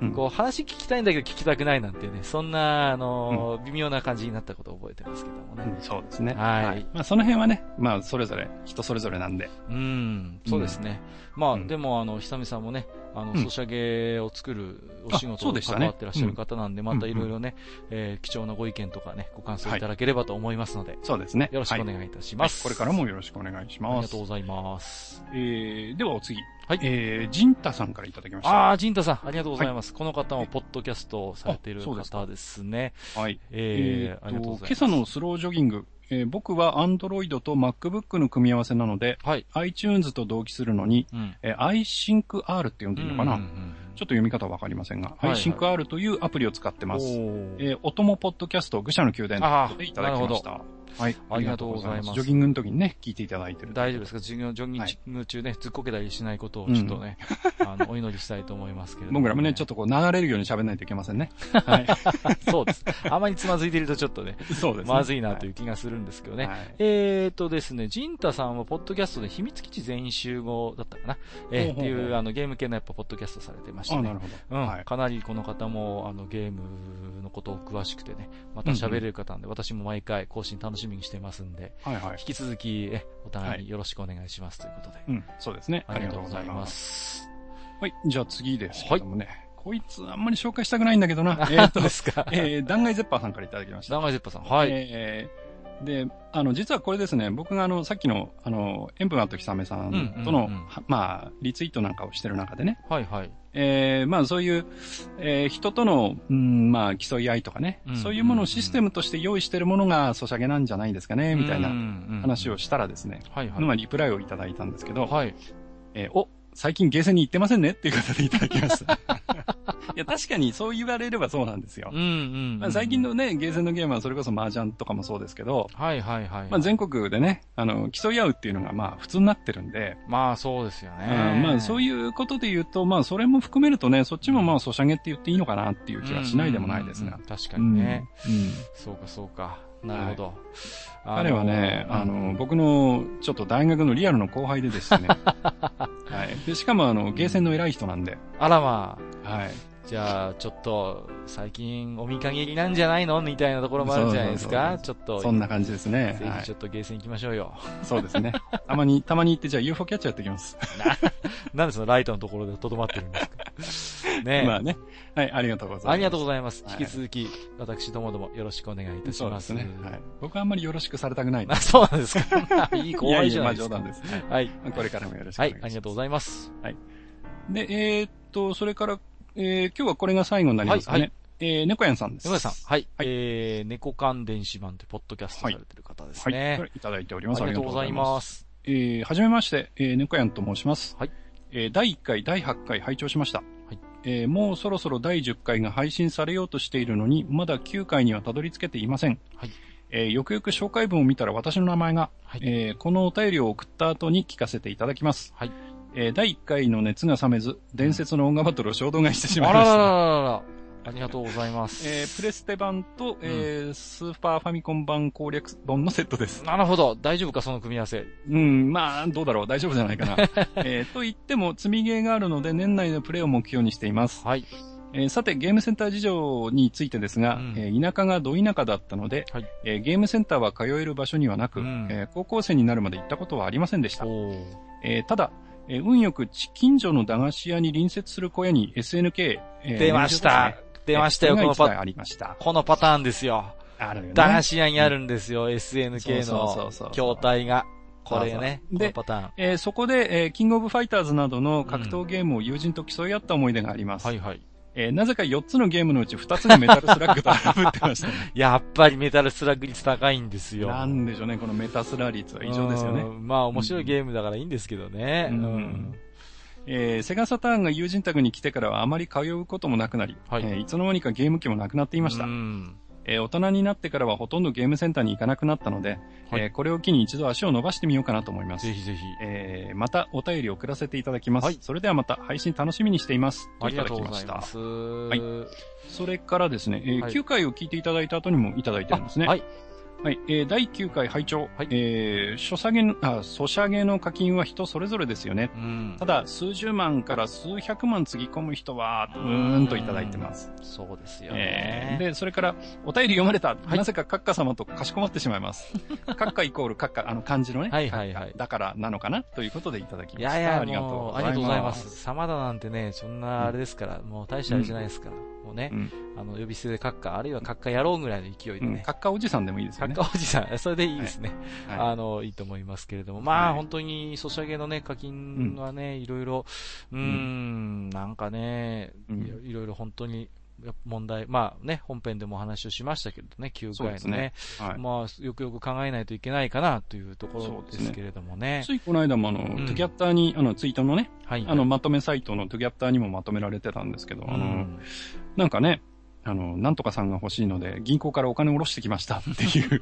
Speaker 2: うん
Speaker 1: こう話聞きたいんだけど聞きたくないなんていうね、そんな、あのー微妙な感じになったことを覚えてますけども
Speaker 2: う
Speaker 1: ね。
Speaker 2: んそうですね。
Speaker 1: はい
Speaker 2: まあその辺はね、まあそれぞれ、人それぞれなんで。
Speaker 1: うん、そうですね。まあ、
Speaker 2: うん
Speaker 1: でも、あの、久美さんもね、あの、
Speaker 2: うん
Speaker 1: ソシャゲを作るお仕
Speaker 2: あ
Speaker 1: 事
Speaker 2: そう
Speaker 1: を
Speaker 2: でした
Speaker 1: 関
Speaker 2: ね
Speaker 1: わってらっしゃる方なんで、また
Speaker 2: うん
Speaker 1: いろいろね、えー貴重なご意見とかね、ご感想いただければと思いますので、
Speaker 2: そうですね。
Speaker 1: よろしくお
Speaker 2: はい
Speaker 1: 願いいたします。
Speaker 2: これからもよろしくお願い
Speaker 1: あ
Speaker 2: し
Speaker 1: り
Speaker 2: ま
Speaker 1: が
Speaker 2: す
Speaker 1: とう。ございます。
Speaker 2: えー、ではお次。
Speaker 1: はい
Speaker 2: えー、ジンタさんからいただきました。
Speaker 1: ああ、陣田さん、ありがとうございます。この方も、ポッドキャストをされている
Speaker 2: あそうです
Speaker 1: 方ですね。
Speaker 2: はい。
Speaker 1: えー
Speaker 2: えー
Speaker 1: ありがとうござ
Speaker 2: と
Speaker 1: いま
Speaker 2: 今
Speaker 1: す。
Speaker 2: 朝のスロージョギング、ええー僕は Android と MacBook の組み合わせなので、
Speaker 1: はい。
Speaker 2: iTunes と同期するのに、
Speaker 1: うん。
Speaker 2: えー iSyncR って呼んでいいのかな、
Speaker 1: うん
Speaker 2: ちょ
Speaker 1: うん
Speaker 2: っと読み方わかりませんが、
Speaker 1: はいはい
Speaker 2: iSyncR というアプリを使って
Speaker 1: うん
Speaker 2: ます。
Speaker 1: おー
Speaker 2: えー、おともポッドキャスト、愚者の宮殿
Speaker 1: あー
Speaker 2: でいただきまし
Speaker 1: な
Speaker 2: た。はい。
Speaker 1: ありがとうございます
Speaker 2: ジョギングの時にね、聞いていただいてる。
Speaker 1: 大丈夫ですか授業、ジョギング中ね、ずっこけたりしないことをちょっと ね、あの、お祈りしたいと思いますけれども。
Speaker 2: 僕らもね、ちょ
Speaker 1: っ
Speaker 2: っとこう流れるように喋らないといけま せんね。はい。
Speaker 1: と。そうです。 あまりつまずいてるとちょっとね、
Speaker 2: そうですね。
Speaker 1: まずいなという気がするんですけどね。
Speaker 2: はい。はい
Speaker 1: えーとですね、ジンタさんは、ポッドキャストで秘密基地全員集合だったかなえー
Speaker 2: ほう
Speaker 1: っ
Speaker 2: ほ
Speaker 1: て
Speaker 2: うほう
Speaker 1: いう、あの、ゲーム系のやっぱ、ポッドキャストされてました
Speaker 2: あ、
Speaker 1: ね
Speaker 2: なる。ほ
Speaker 1: う
Speaker 2: ど。
Speaker 1: ん、
Speaker 2: はい。
Speaker 1: かなりこの方も、あの、ゲームのことを詳しくてね、また喋れる方なんで、私も毎回更新楽しみにしてますんで、
Speaker 2: はいはい
Speaker 1: 引。き続き、えお互いによろしくお願いしますということで。
Speaker 2: うん、そうですね。
Speaker 1: ありがとうございま。す。
Speaker 2: はい、じゃあ次ですけどもね。こいつあんまり紹介したくないんだけ どな。えーっ
Speaker 1: ど
Speaker 2: と
Speaker 1: うで、すか
Speaker 2: えー、断崖ゼッパーさんからいただきました。
Speaker 1: ダンガイゼッパさん。はい。
Speaker 2: えーで、あの、実はこれですね、僕があの、さっきの、あの、塩分あとひさめさんと
Speaker 1: うん
Speaker 2: の、
Speaker 1: うんうん
Speaker 2: はまあ、リツイートなんかをしてる中でね、
Speaker 1: はいはい。
Speaker 2: えーまあそういう、えー人との、うん、まあ競い合いとかね、
Speaker 1: うん
Speaker 2: そういうものをシステムとして用意してるものがソシャゲなんじゃないですかね、みたいな話を
Speaker 1: し
Speaker 2: したらですね、
Speaker 1: はいは
Speaker 2: まあ
Speaker 1: い。
Speaker 2: リプライをいただいたんですけど、
Speaker 1: はい。
Speaker 2: えーお、最近ゲーセンに行ってませんねっていう方でいただき ました。いや、確かにそう言われればそうなんですよ
Speaker 1: うん。うん、
Speaker 2: まあ、最近の。ね、ゲーセンのゲームはそれこそ麻雀とかもそうですけど、
Speaker 1: はいはいはい。
Speaker 2: まあ、全国でね、あの、競い合うっていうのがまあ普通になってるんで、
Speaker 1: まあそうですよね。
Speaker 2: うんまあそう
Speaker 1: う
Speaker 2: いうことで言うと、まあそれも含めるとね、そっちもまあソシャゲって言っていいのかなっていう気はしないでもないです
Speaker 1: うん
Speaker 2: が
Speaker 1: うんうん。確か
Speaker 2: う
Speaker 1: に
Speaker 2: ん
Speaker 1: ね。。
Speaker 2: うん
Speaker 1: そうかそうか。なるほど。あの
Speaker 2: 彼はね、あの、、僕のちょっと大学のリアルの後輩でです ね。はい。で、しかもあの、ゲーセンの偉い人なんで。
Speaker 1: あらまあ。
Speaker 2: はい。
Speaker 1: じゃあ、ちょっと、最近、お見限りなんじゃないのみたいなところもあるんじゃないですかちょっと、
Speaker 2: そんな感じですね。
Speaker 1: ぜ
Speaker 2: は
Speaker 1: ひち
Speaker 2: い
Speaker 1: ょ。っとゲーセン行きましょうよ。
Speaker 2: そうですね。たまに、たまに行って、じゃあ UFO キャッチャーやってきます。
Speaker 1: なんでそのライトのところでとどまってるんですか ねえ。
Speaker 2: まあね。はい、ありがとうございます。
Speaker 1: ありがとうございます。
Speaker 2: はい
Speaker 1: 引き続き、私どもどもよろしくお願いいたし
Speaker 2: そうで
Speaker 1: ますす。
Speaker 2: ね。はい。僕はあんまりよろしくされたくないんで
Speaker 1: あ、。 そうなんですか。いい後輩
Speaker 2: い
Speaker 1: じ
Speaker 2: や
Speaker 1: ゃ
Speaker 2: いやま
Speaker 1: な
Speaker 2: あ
Speaker 1: いで
Speaker 2: 冗
Speaker 1: すか。
Speaker 2: 談です。はい
Speaker 1: はい。
Speaker 2: これからもよろしくお
Speaker 1: は
Speaker 2: 願い
Speaker 1: い、
Speaker 2: します。
Speaker 1: ありがとうございます。
Speaker 2: で、えーっと、それから、えー今日はこれが最後になりますかね。
Speaker 1: は
Speaker 2: えー、猫やんさんです。
Speaker 1: 猫屋さん、はい。
Speaker 2: はい
Speaker 1: えー、猫缶電子版ってポッドキャストされてる方です
Speaker 2: はい、
Speaker 1: ね。
Speaker 2: これいただいており
Speaker 1: あ
Speaker 2: ます。。
Speaker 1: りがとうございますす。
Speaker 2: えー、はじめまして、えー、猫やんと申します。
Speaker 1: はい。。
Speaker 2: えー、第1回、第8回拝聴しました。はいえー、もうそろそろ第10回が配信されようとしているのに、まだ9回にはたどり着けていません。
Speaker 1: はい。
Speaker 2: えー、よくよく紹介文を見たら私の名前が、
Speaker 1: はい
Speaker 2: えー、このお便りを送った後に聞かせていただきます。
Speaker 1: はい。
Speaker 2: えー、第1回の熱が冷めず、伝説の音楽バトルを衝動買いしてしま
Speaker 1: あ
Speaker 2: いま
Speaker 1: ら
Speaker 2: し
Speaker 1: らら
Speaker 2: た。
Speaker 1: ららありがとうございます。
Speaker 2: えープレステ版と、えースーパーファミコン版攻略本のセットです。
Speaker 1: なるほど。大丈夫か、その組み合わせ。
Speaker 2: うん、まあ、どうだろう。大丈夫じゃないか な。えーと言っても、積みゲーがあるので、年内のプレイを目標にしています。
Speaker 1: はい。
Speaker 2: えーさて、ゲームセンター事情についてですが、
Speaker 1: うん
Speaker 2: えー田舎がど田舎だったので、
Speaker 1: はい
Speaker 2: えーゲームセンターは通える場所にはなく、
Speaker 1: うん
Speaker 2: えー高校生になるまで行ったことはありませんでした。
Speaker 1: おー。
Speaker 2: えーただ、えー運よくち近所の駄菓子屋に隣接する小屋に SNK、えー
Speaker 1: 出まし
Speaker 2: 入場
Speaker 1: た
Speaker 2: ですね。
Speaker 1: 出ましたよ、
Speaker 2: え
Speaker 1: こ
Speaker 2: ー
Speaker 1: の
Speaker 2: こ
Speaker 1: パ、
Speaker 2: れが一台ありました。
Speaker 1: このパターンですよ。
Speaker 2: あるよね。
Speaker 1: 駄菓子屋にあるんですよ、SNK
Speaker 2: そうそう
Speaker 1: の
Speaker 2: そうそう
Speaker 1: 筐体が。これね、
Speaker 2: そうそう
Speaker 1: この
Speaker 2: で
Speaker 1: パターン。
Speaker 2: えーそこで、えーキングオブファイターズなどの格闘ゲームを友人と競い合った思い出があります。
Speaker 1: はいはい。
Speaker 2: えーなぜか4つのゲームのうち2つにメタルスラッグと被って ましたね。
Speaker 1: やっぱりメタルスラッグ率高いんですよ。
Speaker 2: なんでしょうね、このメタスラ率は異常ですよ
Speaker 1: う
Speaker 2: ね。
Speaker 1: ん。まあ面白いゲームだからいいんですけどね。う。
Speaker 2: うんんえーセガサターンが友人宅に来てからはあまり通うこともなくなり、
Speaker 1: はい
Speaker 2: いえーいつの間にかゲーム機もなくなっていました、
Speaker 1: うん
Speaker 2: えー大人になってからはほとんどゲームセンターに行かなくなったので、
Speaker 1: はい
Speaker 2: えーこれを機に一度足を伸ばしてみようかなと思います
Speaker 1: ぜ。ひぜひ。
Speaker 2: えーまたお便りを送らせていただきます。
Speaker 1: はい
Speaker 2: それではまた配信楽しみにしています。
Speaker 1: ありがとうご
Speaker 2: ただ
Speaker 1: ざい
Speaker 2: きま
Speaker 1: ま
Speaker 2: した
Speaker 1: す。
Speaker 2: いそれからですね、えー
Speaker 1: はい
Speaker 2: 9回を聞いていただいた後にもいただいてるんですね。
Speaker 1: あは
Speaker 2: はいい。えー第9回拝聴、
Speaker 1: はい
Speaker 2: えー、所下げの、あ、ソシャゲの課金は人それぞれですよね。
Speaker 1: うん
Speaker 2: た。だ、数十万から数百万つぎ込む人は、うーんといただいてます。
Speaker 1: そうですよ
Speaker 2: えー
Speaker 1: ね。
Speaker 2: で、それから、お便り読まれた、
Speaker 1: い
Speaker 2: なぜか閣下様とかしこまってしまいます。閣下イコール閣下、あの漢字のね、
Speaker 1: はいはいはい。
Speaker 2: だからなのかなということでいただきま
Speaker 1: い
Speaker 2: した。
Speaker 1: やいや、
Speaker 2: ありがとう
Speaker 1: も
Speaker 2: ご
Speaker 1: う
Speaker 2: ざ
Speaker 1: あ
Speaker 2: います。
Speaker 1: りがとうございま。す。様だなんてね、そんなあれですから、もう大したあれじゃないですから。もうね
Speaker 2: うん、
Speaker 1: あの、呼び捨てで閣下、あるいは閣下野郎ぐらいの勢いで
Speaker 2: うん、
Speaker 1: ね。
Speaker 2: 閣下おじさんでもいいですよ
Speaker 1: 閣
Speaker 2: ね。
Speaker 1: 下おじさん、それでいいですね。
Speaker 2: はい
Speaker 1: あの、いいと思いますけれども。まあ、
Speaker 2: はい
Speaker 1: 本当に、ソシャゲのね、課金はね、いろいろ、うーん、なんかね、
Speaker 2: うん
Speaker 1: いろいろ本当に、やっぱ問題、まあね、本編でもお話をしましたけどね、9
Speaker 2: そうで
Speaker 1: 回
Speaker 2: す
Speaker 1: のね
Speaker 2: ね、はい。
Speaker 1: まあ、よくよく考えないといけないかなというとこ
Speaker 2: そう
Speaker 1: ろ
Speaker 2: で
Speaker 1: です
Speaker 2: ね
Speaker 1: すけれどもね。
Speaker 2: ついこの間もあの、
Speaker 1: ん
Speaker 2: トゥギャッターに、あの、ツイートのね、
Speaker 1: はい。
Speaker 2: あの、まとめサイトのトゥギャッターにもまとめられてたんですけど、
Speaker 1: うん、
Speaker 2: あの、なんかね、あの、なんとかさんが欲しいので、銀行からお金を下ろしてきましたって いう。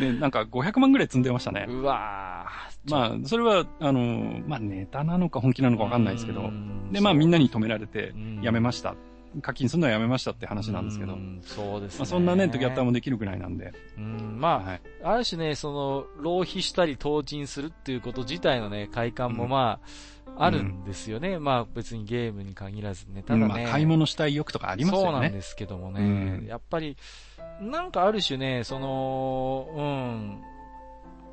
Speaker 2: で、なんか500万ぐらい積んでましたね。
Speaker 1: うわぁ
Speaker 2: まあ、それは、あの、まあ、ネタなのか本気なのかわかんないですけど、で、まあ、みんなに止められて、やめました。課金するのはやめましたって話なんですけど、
Speaker 1: う
Speaker 2: ま
Speaker 1: そうですね。
Speaker 2: あ、そんなね、トゥギャッターもできるぐらいなんで、
Speaker 1: うん、まあ、
Speaker 2: はい。
Speaker 1: ある種ね、その、浪費したり、投人するっていうこと自体のね、快感もまあ、あるんですよね。まあ、別にゲームに限らずね。ただね、
Speaker 2: まあ、買い物したい欲とかありますよね。
Speaker 1: そうなんですけどもね、
Speaker 2: うん
Speaker 1: やっぱり、なんかある種ね、その、うん、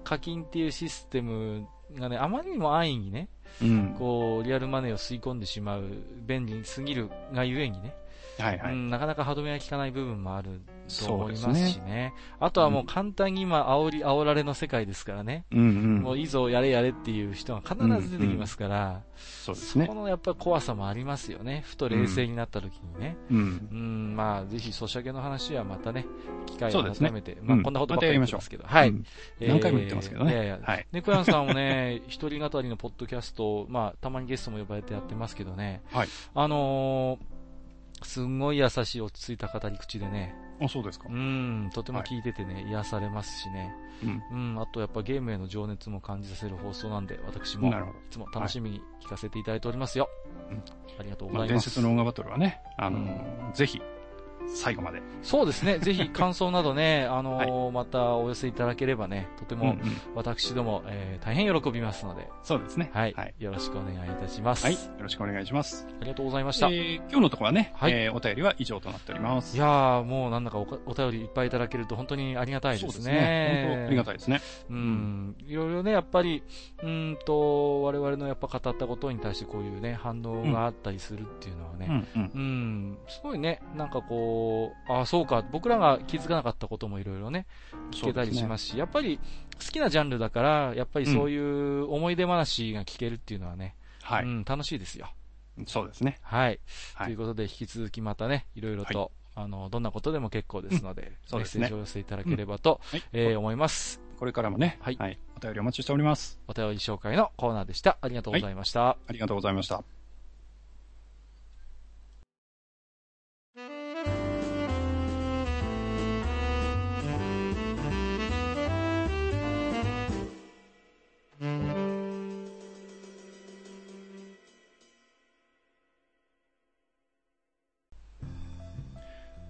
Speaker 1: 課金っていうシステムがね、あまりにも安易にね、
Speaker 2: うん。
Speaker 1: こう、リアルマネーを吸い込んでしまう、便利すぎるがゆえにね、
Speaker 2: はいはい。
Speaker 1: うん、なかなか歯止めが効かない部分もあると
Speaker 2: そ
Speaker 1: 思
Speaker 2: うで
Speaker 1: い
Speaker 2: す
Speaker 1: ますし
Speaker 2: ね。
Speaker 1: ね。あとはもう簡単に今、煽り、煽られの世界ですからね。
Speaker 2: うんう
Speaker 1: も
Speaker 2: ん。
Speaker 1: ういいぞ、やれやれっていう人が必ず出てきますから、
Speaker 2: そうです
Speaker 1: こ
Speaker 2: ね。
Speaker 1: のやっぱり怖さもありますよね。ふと冷静になった時にね。
Speaker 2: うん。
Speaker 1: うん、まあ、ぜひ、ソシャゲの話はまたね、機会
Speaker 2: そ
Speaker 1: を
Speaker 2: うですね
Speaker 1: 改めて、まあ、
Speaker 2: うん
Speaker 1: こんなことばっかり言ってますけど、
Speaker 2: は
Speaker 1: はい。。えー
Speaker 2: 何回も言ってますけどね
Speaker 1: いやいや
Speaker 2: はい。
Speaker 1: ネクランさんもね、 一人語りのポッドキャスト、まあ、たまにゲストも呼ばれてやってますけどね、
Speaker 2: はい。
Speaker 1: あのー、すんごい優しい落ち着いた語り口でね、
Speaker 2: あ、そうですか
Speaker 1: う。ん、とても聞いててね、癒されますしね、
Speaker 2: うん。
Speaker 1: うん、あとやっぱゲームへの情熱も感じさせる放送なんで、私も、い
Speaker 2: なるほど
Speaker 1: つも楽しみに聞かせていただいておりますよ。
Speaker 2: うん
Speaker 1: ありがとうご
Speaker 2: ま
Speaker 1: ざ
Speaker 2: あ、
Speaker 1: いま
Speaker 2: 伝
Speaker 1: す。
Speaker 2: 説のオーガバトルはね、あの、ぜひ、最後まで。
Speaker 1: そうです ね。ぜひ感想などね、あのーまたお寄せいただければね、とて
Speaker 2: うんう
Speaker 1: も
Speaker 2: ん
Speaker 1: 私ども、えー大変喜びますので、
Speaker 2: そうですね。
Speaker 1: はい、
Speaker 2: はい。
Speaker 1: よろしくお願いいたします。
Speaker 2: はいよろしくお願いします。
Speaker 1: ありがとうございました。い
Speaker 2: えー今日のところはね、
Speaker 1: はい
Speaker 2: えーお便りは以上となっております。
Speaker 1: やー、もうなんだかおかお便りいっぱいいただけると本当にありがたいです
Speaker 2: そ
Speaker 1: ね。
Speaker 2: うですね。本当ありがたいですね。
Speaker 1: うん、いろいろね、やっぱり、うーんと、我々のやっぱ語ったことに対してこういうね、反応があったりするっていうのは
Speaker 2: う
Speaker 1: ね、
Speaker 2: んうん。
Speaker 1: うん、すごいね、なんかこう、あ、そうか、僕らが気づかなかったこともいろいろね、聞けたりしますし、やっぱり好きなジャンルだから、やっぱりそういう思い出話が聞けるっていうのはね、
Speaker 2: すね。は
Speaker 1: う
Speaker 2: い。
Speaker 1: ん、楽しいですよ。
Speaker 2: そうですね。
Speaker 1: はい。
Speaker 2: はい
Speaker 1: ということで、引き続きまたね、いろいろと、あの、どんなことでも結構ですので、
Speaker 2: そうですね
Speaker 1: メッセージをお寄せいただければと、
Speaker 2: はい。
Speaker 1: えー思います。
Speaker 2: これからもね、
Speaker 1: は
Speaker 2: はいい。お便りお待ちしております。
Speaker 1: お便り紹介のコーナーでした。ありがとうございました。
Speaker 2: ありがとうございました。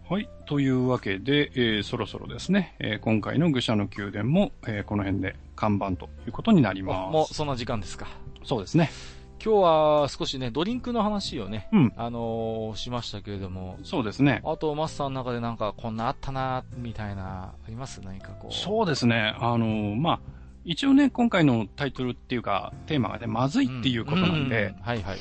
Speaker 2: はい。というわけで、えーそろそろですね、えー今回の愚者の宮殿も、えーこの辺で看板ということになり
Speaker 1: あ
Speaker 2: ます。
Speaker 1: もうそんな時間ですか。
Speaker 2: そうですね。
Speaker 1: 今日は少しね、ドリンクの話をね、
Speaker 2: うん
Speaker 1: あのーしましたけれども、
Speaker 2: そうですね。
Speaker 1: あと、マスターの中でなんか、こんなあったな、みたいな、あります何かこう。
Speaker 2: そうですね。あのまあ、一応ね、今回のタイトルっていうか、テーマがね、まずいっていうことなんで、
Speaker 1: うはいはい。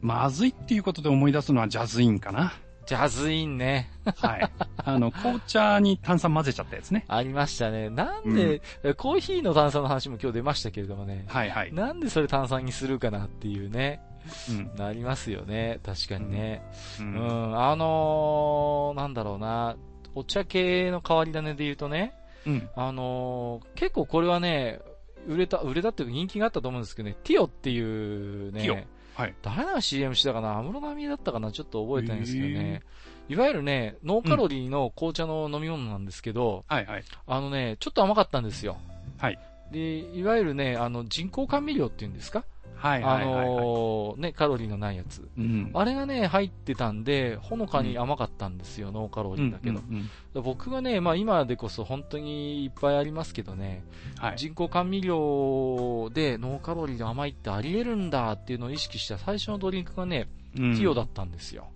Speaker 2: まずいっていうことで思い出すのはジャズイン かな。
Speaker 1: ジャズインね。
Speaker 2: はい。あの、紅茶に炭酸混ぜちゃったやつね。
Speaker 1: ありましたね。なんで、えコーヒーの炭酸の話も今日出ましたけれどもね。
Speaker 2: はいはい。
Speaker 1: なんでそれ炭酸にするかなっていうね。
Speaker 2: うん。
Speaker 1: なりますよね。確かにね。
Speaker 2: う
Speaker 1: うんん。あのー、なんだろうな。お茶系の変わり種で言うとね。
Speaker 2: うん。
Speaker 1: あのー、結構これはね、売れた、売れたっていうか人気があったと思うんですけどね。ティオっていうね。
Speaker 2: ティオはい。
Speaker 1: 誰が CM してたかな安室奈美恵だったかなちょっと覚えてないんですけどね。いわゆるね、ノーカロリーの紅茶の飲み物なんですけど、
Speaker 2: はいはい。
Speaker 1: あのね、ちょっと甘かったんですよ。
Speaker 2: はい。
Speaker 1: で、いわゆるね、あの、人工甘味料っていうんですか、
Speaker 2: はいはいはい、はい。
Speaker 1: あのーね、カロリーのないやつ。
Speaker 2: うん。
Speaker 1: あれがね、入ってたんで、ほのかに甘かったんですよ、ノーカロリーだけど。
Speaker 2: うんうんうん
Speaker 1: 僕がね、まあ今でこそ本当にいっぱいありますけどね、
Speaker 2: はい。
Speaker 1: 人工甘味料でノーカロリーが甘いってあり得るんだっていうのを意識した最初のドリンクがね、
Speaker 2: うん
Speaker 1: ティオだ。ったんですよ。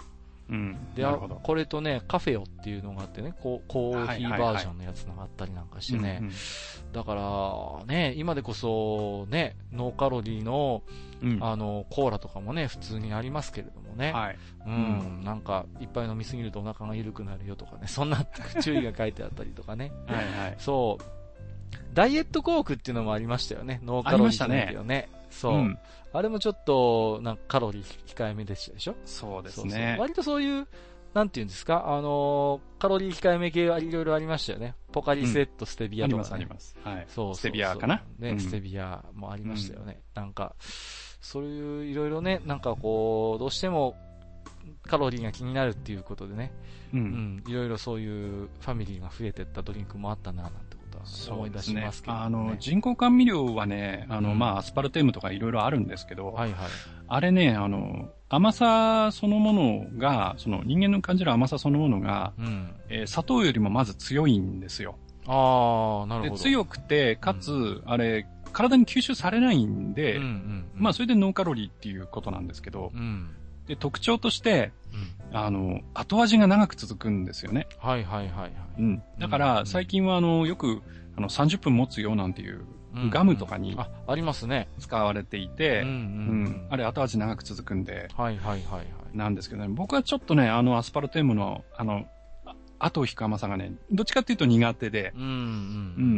Speaker 2: うん。
Speaker 1: で、
Speaker 2: な
Speaker 1: あ
Speaker 2: るほど。
Speaker 1: これとね、カフェオっていうのがあってね、こうコーヒーバージョンのやつのがあったりなんかしてね、だから、ね、今でこそ、ね、ノーカロリーの、
Speaker 2: うんうん。うん
Speaker 1: あの、コーラとかもね、普通にありますけれどもね。
Speaker 2: はい。
Speaker 1: うん、なんか、いっぱい飲みすぎるとお腹が緩くなるよと かね、そんな注意が書いてあったりとかね。
Speaker 2: はいはい。
Speaker 1: そう。ダイエットコークっていうのもありましたよね、ノーカロリーだけどね。そう、
Speaker 2: うん。
Speaker 1: あれもちょっと、なんかカロリー控えめでしたでしょ
Speaker 2: そうです
Speaker 1: そうそう
Speaker 2: ね。
Speaker 1: 割とそういう、なんていうんですか、あのーカロリー控えめ系はいろいろありましたよね。ポカリスエット、ステビア
Speaker 2: あり
Speaker 1: と
Speaker 2: ま
Speaker 1: か、
Speaker 2: す、あります。はい。
Speaker 1: そうそうそう
Speaker 2: ステビアかな
Speaker 1: ね、
Speaker 2: うん
Speaker 1: ステビアもありましたよね。なんか、そういう、いろいろね、なんかこう、どうしても、カロリーが気になるっていうことでね、
Speaker 2: う。
Speaker 1: うんん、いろいろそういうファミリーが増えてったドリンクもあったな、なんてことは思い出しますけど、ね。
Speaker 2: あの、人工甘味料はね、あの、
Speaker 1: うん
Speaker 2: まあ、アスパルテームとかいろいろあるんですけど、
Speaker 1: はいはい。
Speaker 2: あれね、あの、甘さそのものが、その人間の感じる甘さそのものが、
Speaker 1: うん。
Speaker 2: えー砂糖よりもまず強いんですよ。
Speaker 1: ああ、なる
Speaker 2: で
Speaker 1: ほど。
Speaker 2: 強くて、かつ、あれ、体に吸収されないんで、
Speaker 1: うんうんうん、
Speaker 2: まあ、それでノーカロリーっていうことなんですけど
Speaker 1: う、ん。
Speaker 2: で、特徴として、
Speaker 1: うん。
Speaker 2: あの、後味が長く続くんですよね。
Speaker 1: はいはいはいはい。
Speaker 2: うん。だか
Speaker 1: う
Speaker 2: ら、
Speaker 1: ん
Speaker 2: 最近は、あの、よく、あの、30分持つよなんていう、
Speaker 1: うん
Speaker 2: ガムとかに
Speaker 1: あ、ありますね。
Speaker 2: 使われていうて、
Speaker 1: んう
Speaker 2: うんん。。あれ、後味長く続くんで、
Speaker 1: はいはいはいはい。
Speaker 2: なんですけどね、僕はちょっとね、あの、アスパルテームの、あの、あ後を引く甘さがね、どっちかっていうと苦手で、
Speaker 1: うんうん。
Speaker 2: う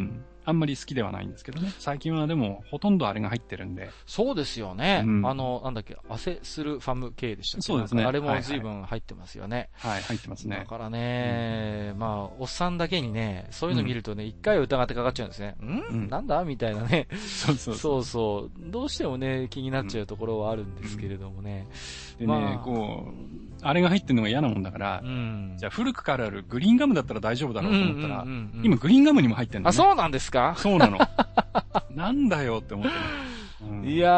Speaker 2: ん。あんまり好きではないんですけどね。最近はでも、ほとんどあれが入ってるんで。
Speaker 1: そうですよね。
Speaker 2: うん
Speaker 1: あの、なんだっけ、汗するファム系でしたっけ
Speaker 2: そうですね
Speaker 1: なんかあれ
Speaker 2: はい
Speaker 1: も
Speaker 2: はい
Speaker 1: 随分入ってますよね。
Speaker 2: はい、入ってます
Speaker 1: だ
Speaker 2: ね。
Speaker 1: からね、まあ、おっさんだけにね、そういうの見るとね、一回は疑ってかかっちゃうんですね。ん、
Speaker 2: うん
Speaker 1: なんだみたいなね。
Speaker 2: そうそうそう。
Speaker 1: そうそう。どうしてもね、気になっちゃうところはあるんですけれどもね。
Speaker 2: でね、
Speaker 1: まあ
Speaker 2: こう、あれが入ってるのが嫌なもんだから、
Speaker 1: うん。
Speaker 2: じゃあ古くからあるグリーンガムだったら大丈夫だろうと思ったら、
Speaker 1: うんうんうんうん
Speaker 2: 今グリーンガムにも入ってるの、ね。
Speaker 1: あ、そうなんですか
Speaker 2: そうなの。 なんだよって思ってね、うん
Speaker 1: いや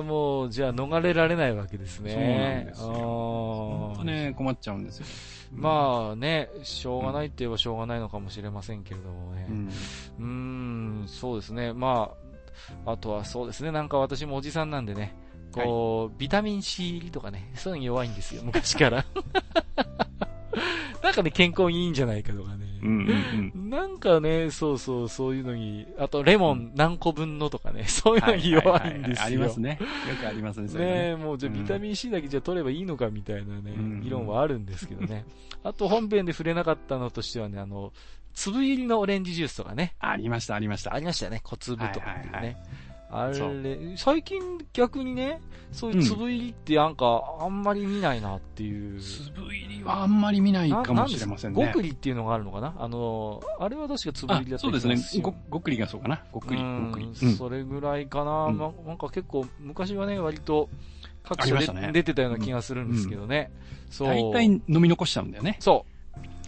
Speaker 1: ー、もう、じゃあ逃れられないわけですね。
Speaker 2: そうなんですよ
Speaker 1: あー
Speaker 2: ほんとね、困っちゃうんですよ。
Speaker 1: まあね、しょうがないって言えばしょうがないのかもしれませんけれどもね
Speaker 2: う。ん。
Speaker 1: うーん、そうですね。まあ、あとはそうですね、なんか私もおじさんなんでね、こう、ビタミン C 入りとかね、 そういうのに弱いんですよ、昔から。 なんかね、健康にいいんじゃないかとかね。
Speaker 2: うんうんうん。
Speaker 1: なんかね、そうそう、そういうのに、あと、レモン何個分のとかね、 そういうのに弱いんですよ。
Speaker 2: はははありますね。よくありますね、それが
Speaker 1: ね
Speaker 2: ね。
Speaker 1: え、もうじゃあ
Speaker 2: うん
Speaker 1: ビタミン C だけじゃ取ればいいのかみたいなね、
Speaker 2: うん
Speaker 1: 議論はあるんですけどね。あと本編で触れなかったのとしてはね、あの、粒入りのオレンジジュースとかね、
Speaker 2: ありました、ありました
Speaker 1: あ。りましたよね、小粒とかっていうね。
Speaker 2: はいはいそ
Speaker 1: あれ、最近逆にね、そういう粒入りってなんか、あんまり見ないなっていう。
Speaker 2: 粒入りはあんまり見ないかもしれません
Speaker 1: なな
Speaker 2: ね
Speaker 1: ですか。極利っていうのがあるのかなあの、あれは確か粒
Speaker 2: あ
Speaker 1: 入りだった
Speaker 2: そう
Speaker 1: 気が
Speaker 2: です
Speaker 1: るん
Speaker 2: ね
Speaker 1: で。すよ
Speaker 2: ご、ごっくりがそうかな。ごっくり、
Speaker 1: う
Speaker 2: ごっくり。
Speaker 1: ん
Speaker 2: うん
Speaker 1: それぐらいかな、
Speaker 2: うん
Speaker 1: まなんか結構昔はね、割と各
Speaker 2: あり
Speaker 1: 所
Speaker 2: ま
Speaker 1: で
Speaker 2: した、ね
Speaker 1: 出てたような気がするんですけどね。そう。
Speaker 2: 大体飲み残しちゃうんだよね。
Speaker 1: そう。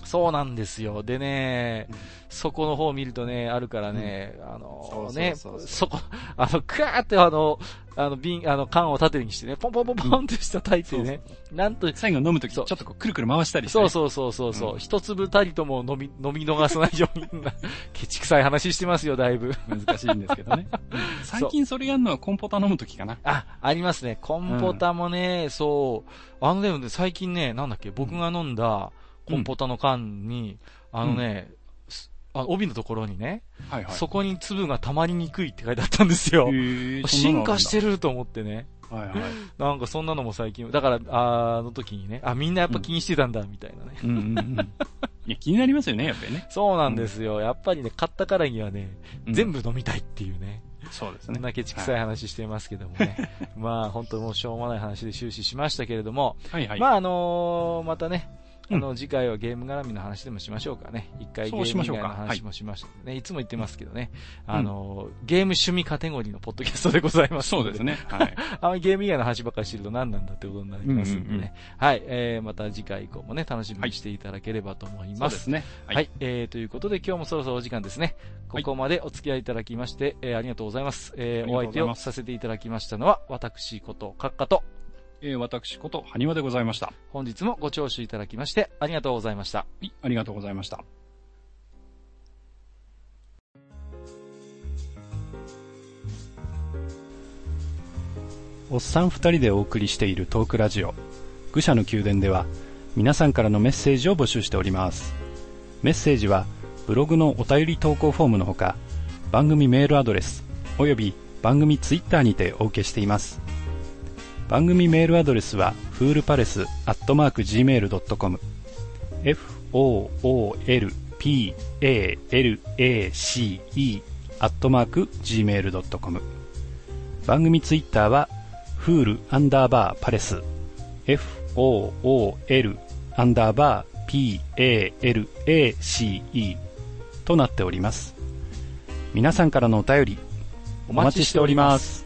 Speaker 1: そうなんですよ。でね、
Speaker 2: うん
Speaker 1: そこの方見るとね、あるからね、あのね、
Speaker 2: そうそうそうそ
Speaker 1: そ
Speaker 2: う
Speaker 1: こ、あの、クワーってあの、あの、瓶、あの、缶を縦にしてね、ポンポンポンポンって下叩いてね、なんと、
Speaker 2: 最後飲むとき、ち
Speaker 1: そ
Speaker 2: ょ
Speaker 1: う
Speaker 2: っとこう、くるくる回したりして
Speaker 1: そ
Speaker 2: ね。
Speaker 1: うそうそうそうそう、
Speaker 2: うん
Speaker 1: 一粒たりとも飲み、飲み逃さないように な、ケチくさい話してますよ、だいぶ。
Speaker 2: 難しいんですけど ね。うん最近それやるのはコンポタ飲むときかな。
Speaker 1: あ、ありますね。コンポタもね、そう。あの、でもね、最近ね、なんだっけ、僕が飲んだコンポタの缶に、あのね、すあ帯のところにね、
Speaker 2: はいはい。
Speaker 1: そこに粒が溜まりにくいって書いてあったんですよ。
Speaker 2: へーそ
Speaker 1: 進
Speaker 2: んなのあるんだ
Speaker 1: 化してると思ってね。
Speaker 2: はいはい。
Speaker 1: なんかそんなのも最近、だから、ああの時にね、あ、みんなやっぱ気にしてたんだ、みたいなね。
Speaker 2: うんうんうん。いや、気になりますよね、やっぱりね。
Speaker 1: そうなんですよ。やっぱりね、買ったからにはね、全部飲みたいっていうね。
Speaker 2: うん。そうです
Speaker 1: そん
Speaker 2: ね。
Speaker 1: なケチくさい話してますけどもね。まあ、本当もうしょうもない話で終始しましたけれども、
Speaker 2: はいはい。
Speaker 1: まああのーまたね、あ
Speaker 2: うん
Speaker 1: の、次回はゲーム絡みの話でもしましょうかね。一回ゲ
Speaker 2: そう
Speaker 1: ー
Speaker 2: し
Speaker 1: ム
Speaker 2: ま
Speaker 1: 以
Speaker 2: しょう
Speaker 1: 外
Speaker 2: か
Speaker 1: の話もしましたね。い、つも言ってますけどね。
Speaker 2: うん
Speaker 1: あのーゲーム趣味カテゴリーのポッドキャストでございます。
Speaker 2: そうです。ね。はい。
Speaker 1: あんまりゲーム以外の話ばっかりしてると何なんだってことになりますんでね。
Speaker 2: うんうんうん
Speaker 1: はい。えー、また次回以降もね、楽しみにしていただければと思い
Speaker 2: そう
Speaker 1: ま。
Speaker 2: ですすね。
Speaker 1: はい、えー、ということで今日もそろそろお時間ですね。
Speaker 2: は
Speaker 1: こ
Speaker 2: い
Speaker 1: こまでお付き合いいただきまして、えーありがとうございます。え
Speaker 2: あ
Speaker 1: ー、
Speaker 2: り
Speaker 1: お
Speaker 2: がと
Speaker 1: 相
Speaker 2: うご
Speaker 1: 手
Speaker 2: ざい
Speaker 1: を
Speaker 2: ます
Speaker 1: させていただきましたのは、私こと、カッカと、
Speaker 2: えー私こと、はにわでございました。
Speaker 1: 本日もご聴取いただきまして、ありがとうございました。
Speaker 2: はい、ありがとうございました。
Speaker 3: おっさん二人でお送りしているトークラジオ愚者の宮殿では皆さんからのメッセージを募集しておりますメッセージはブログのお便り投稿フォームのほか番組メールアドレスおよび番組ツイッターにてお受けしています番組メールアドレスはフールパレスアットマーク Gmail.com foolpalace アットマーク Gmail.com 番組ツイッターは、フールアンダーバーパレス、FOOL
Speaker 2: アンダーバー PALACE となっております。皆さんからのお便り、お待ちしております。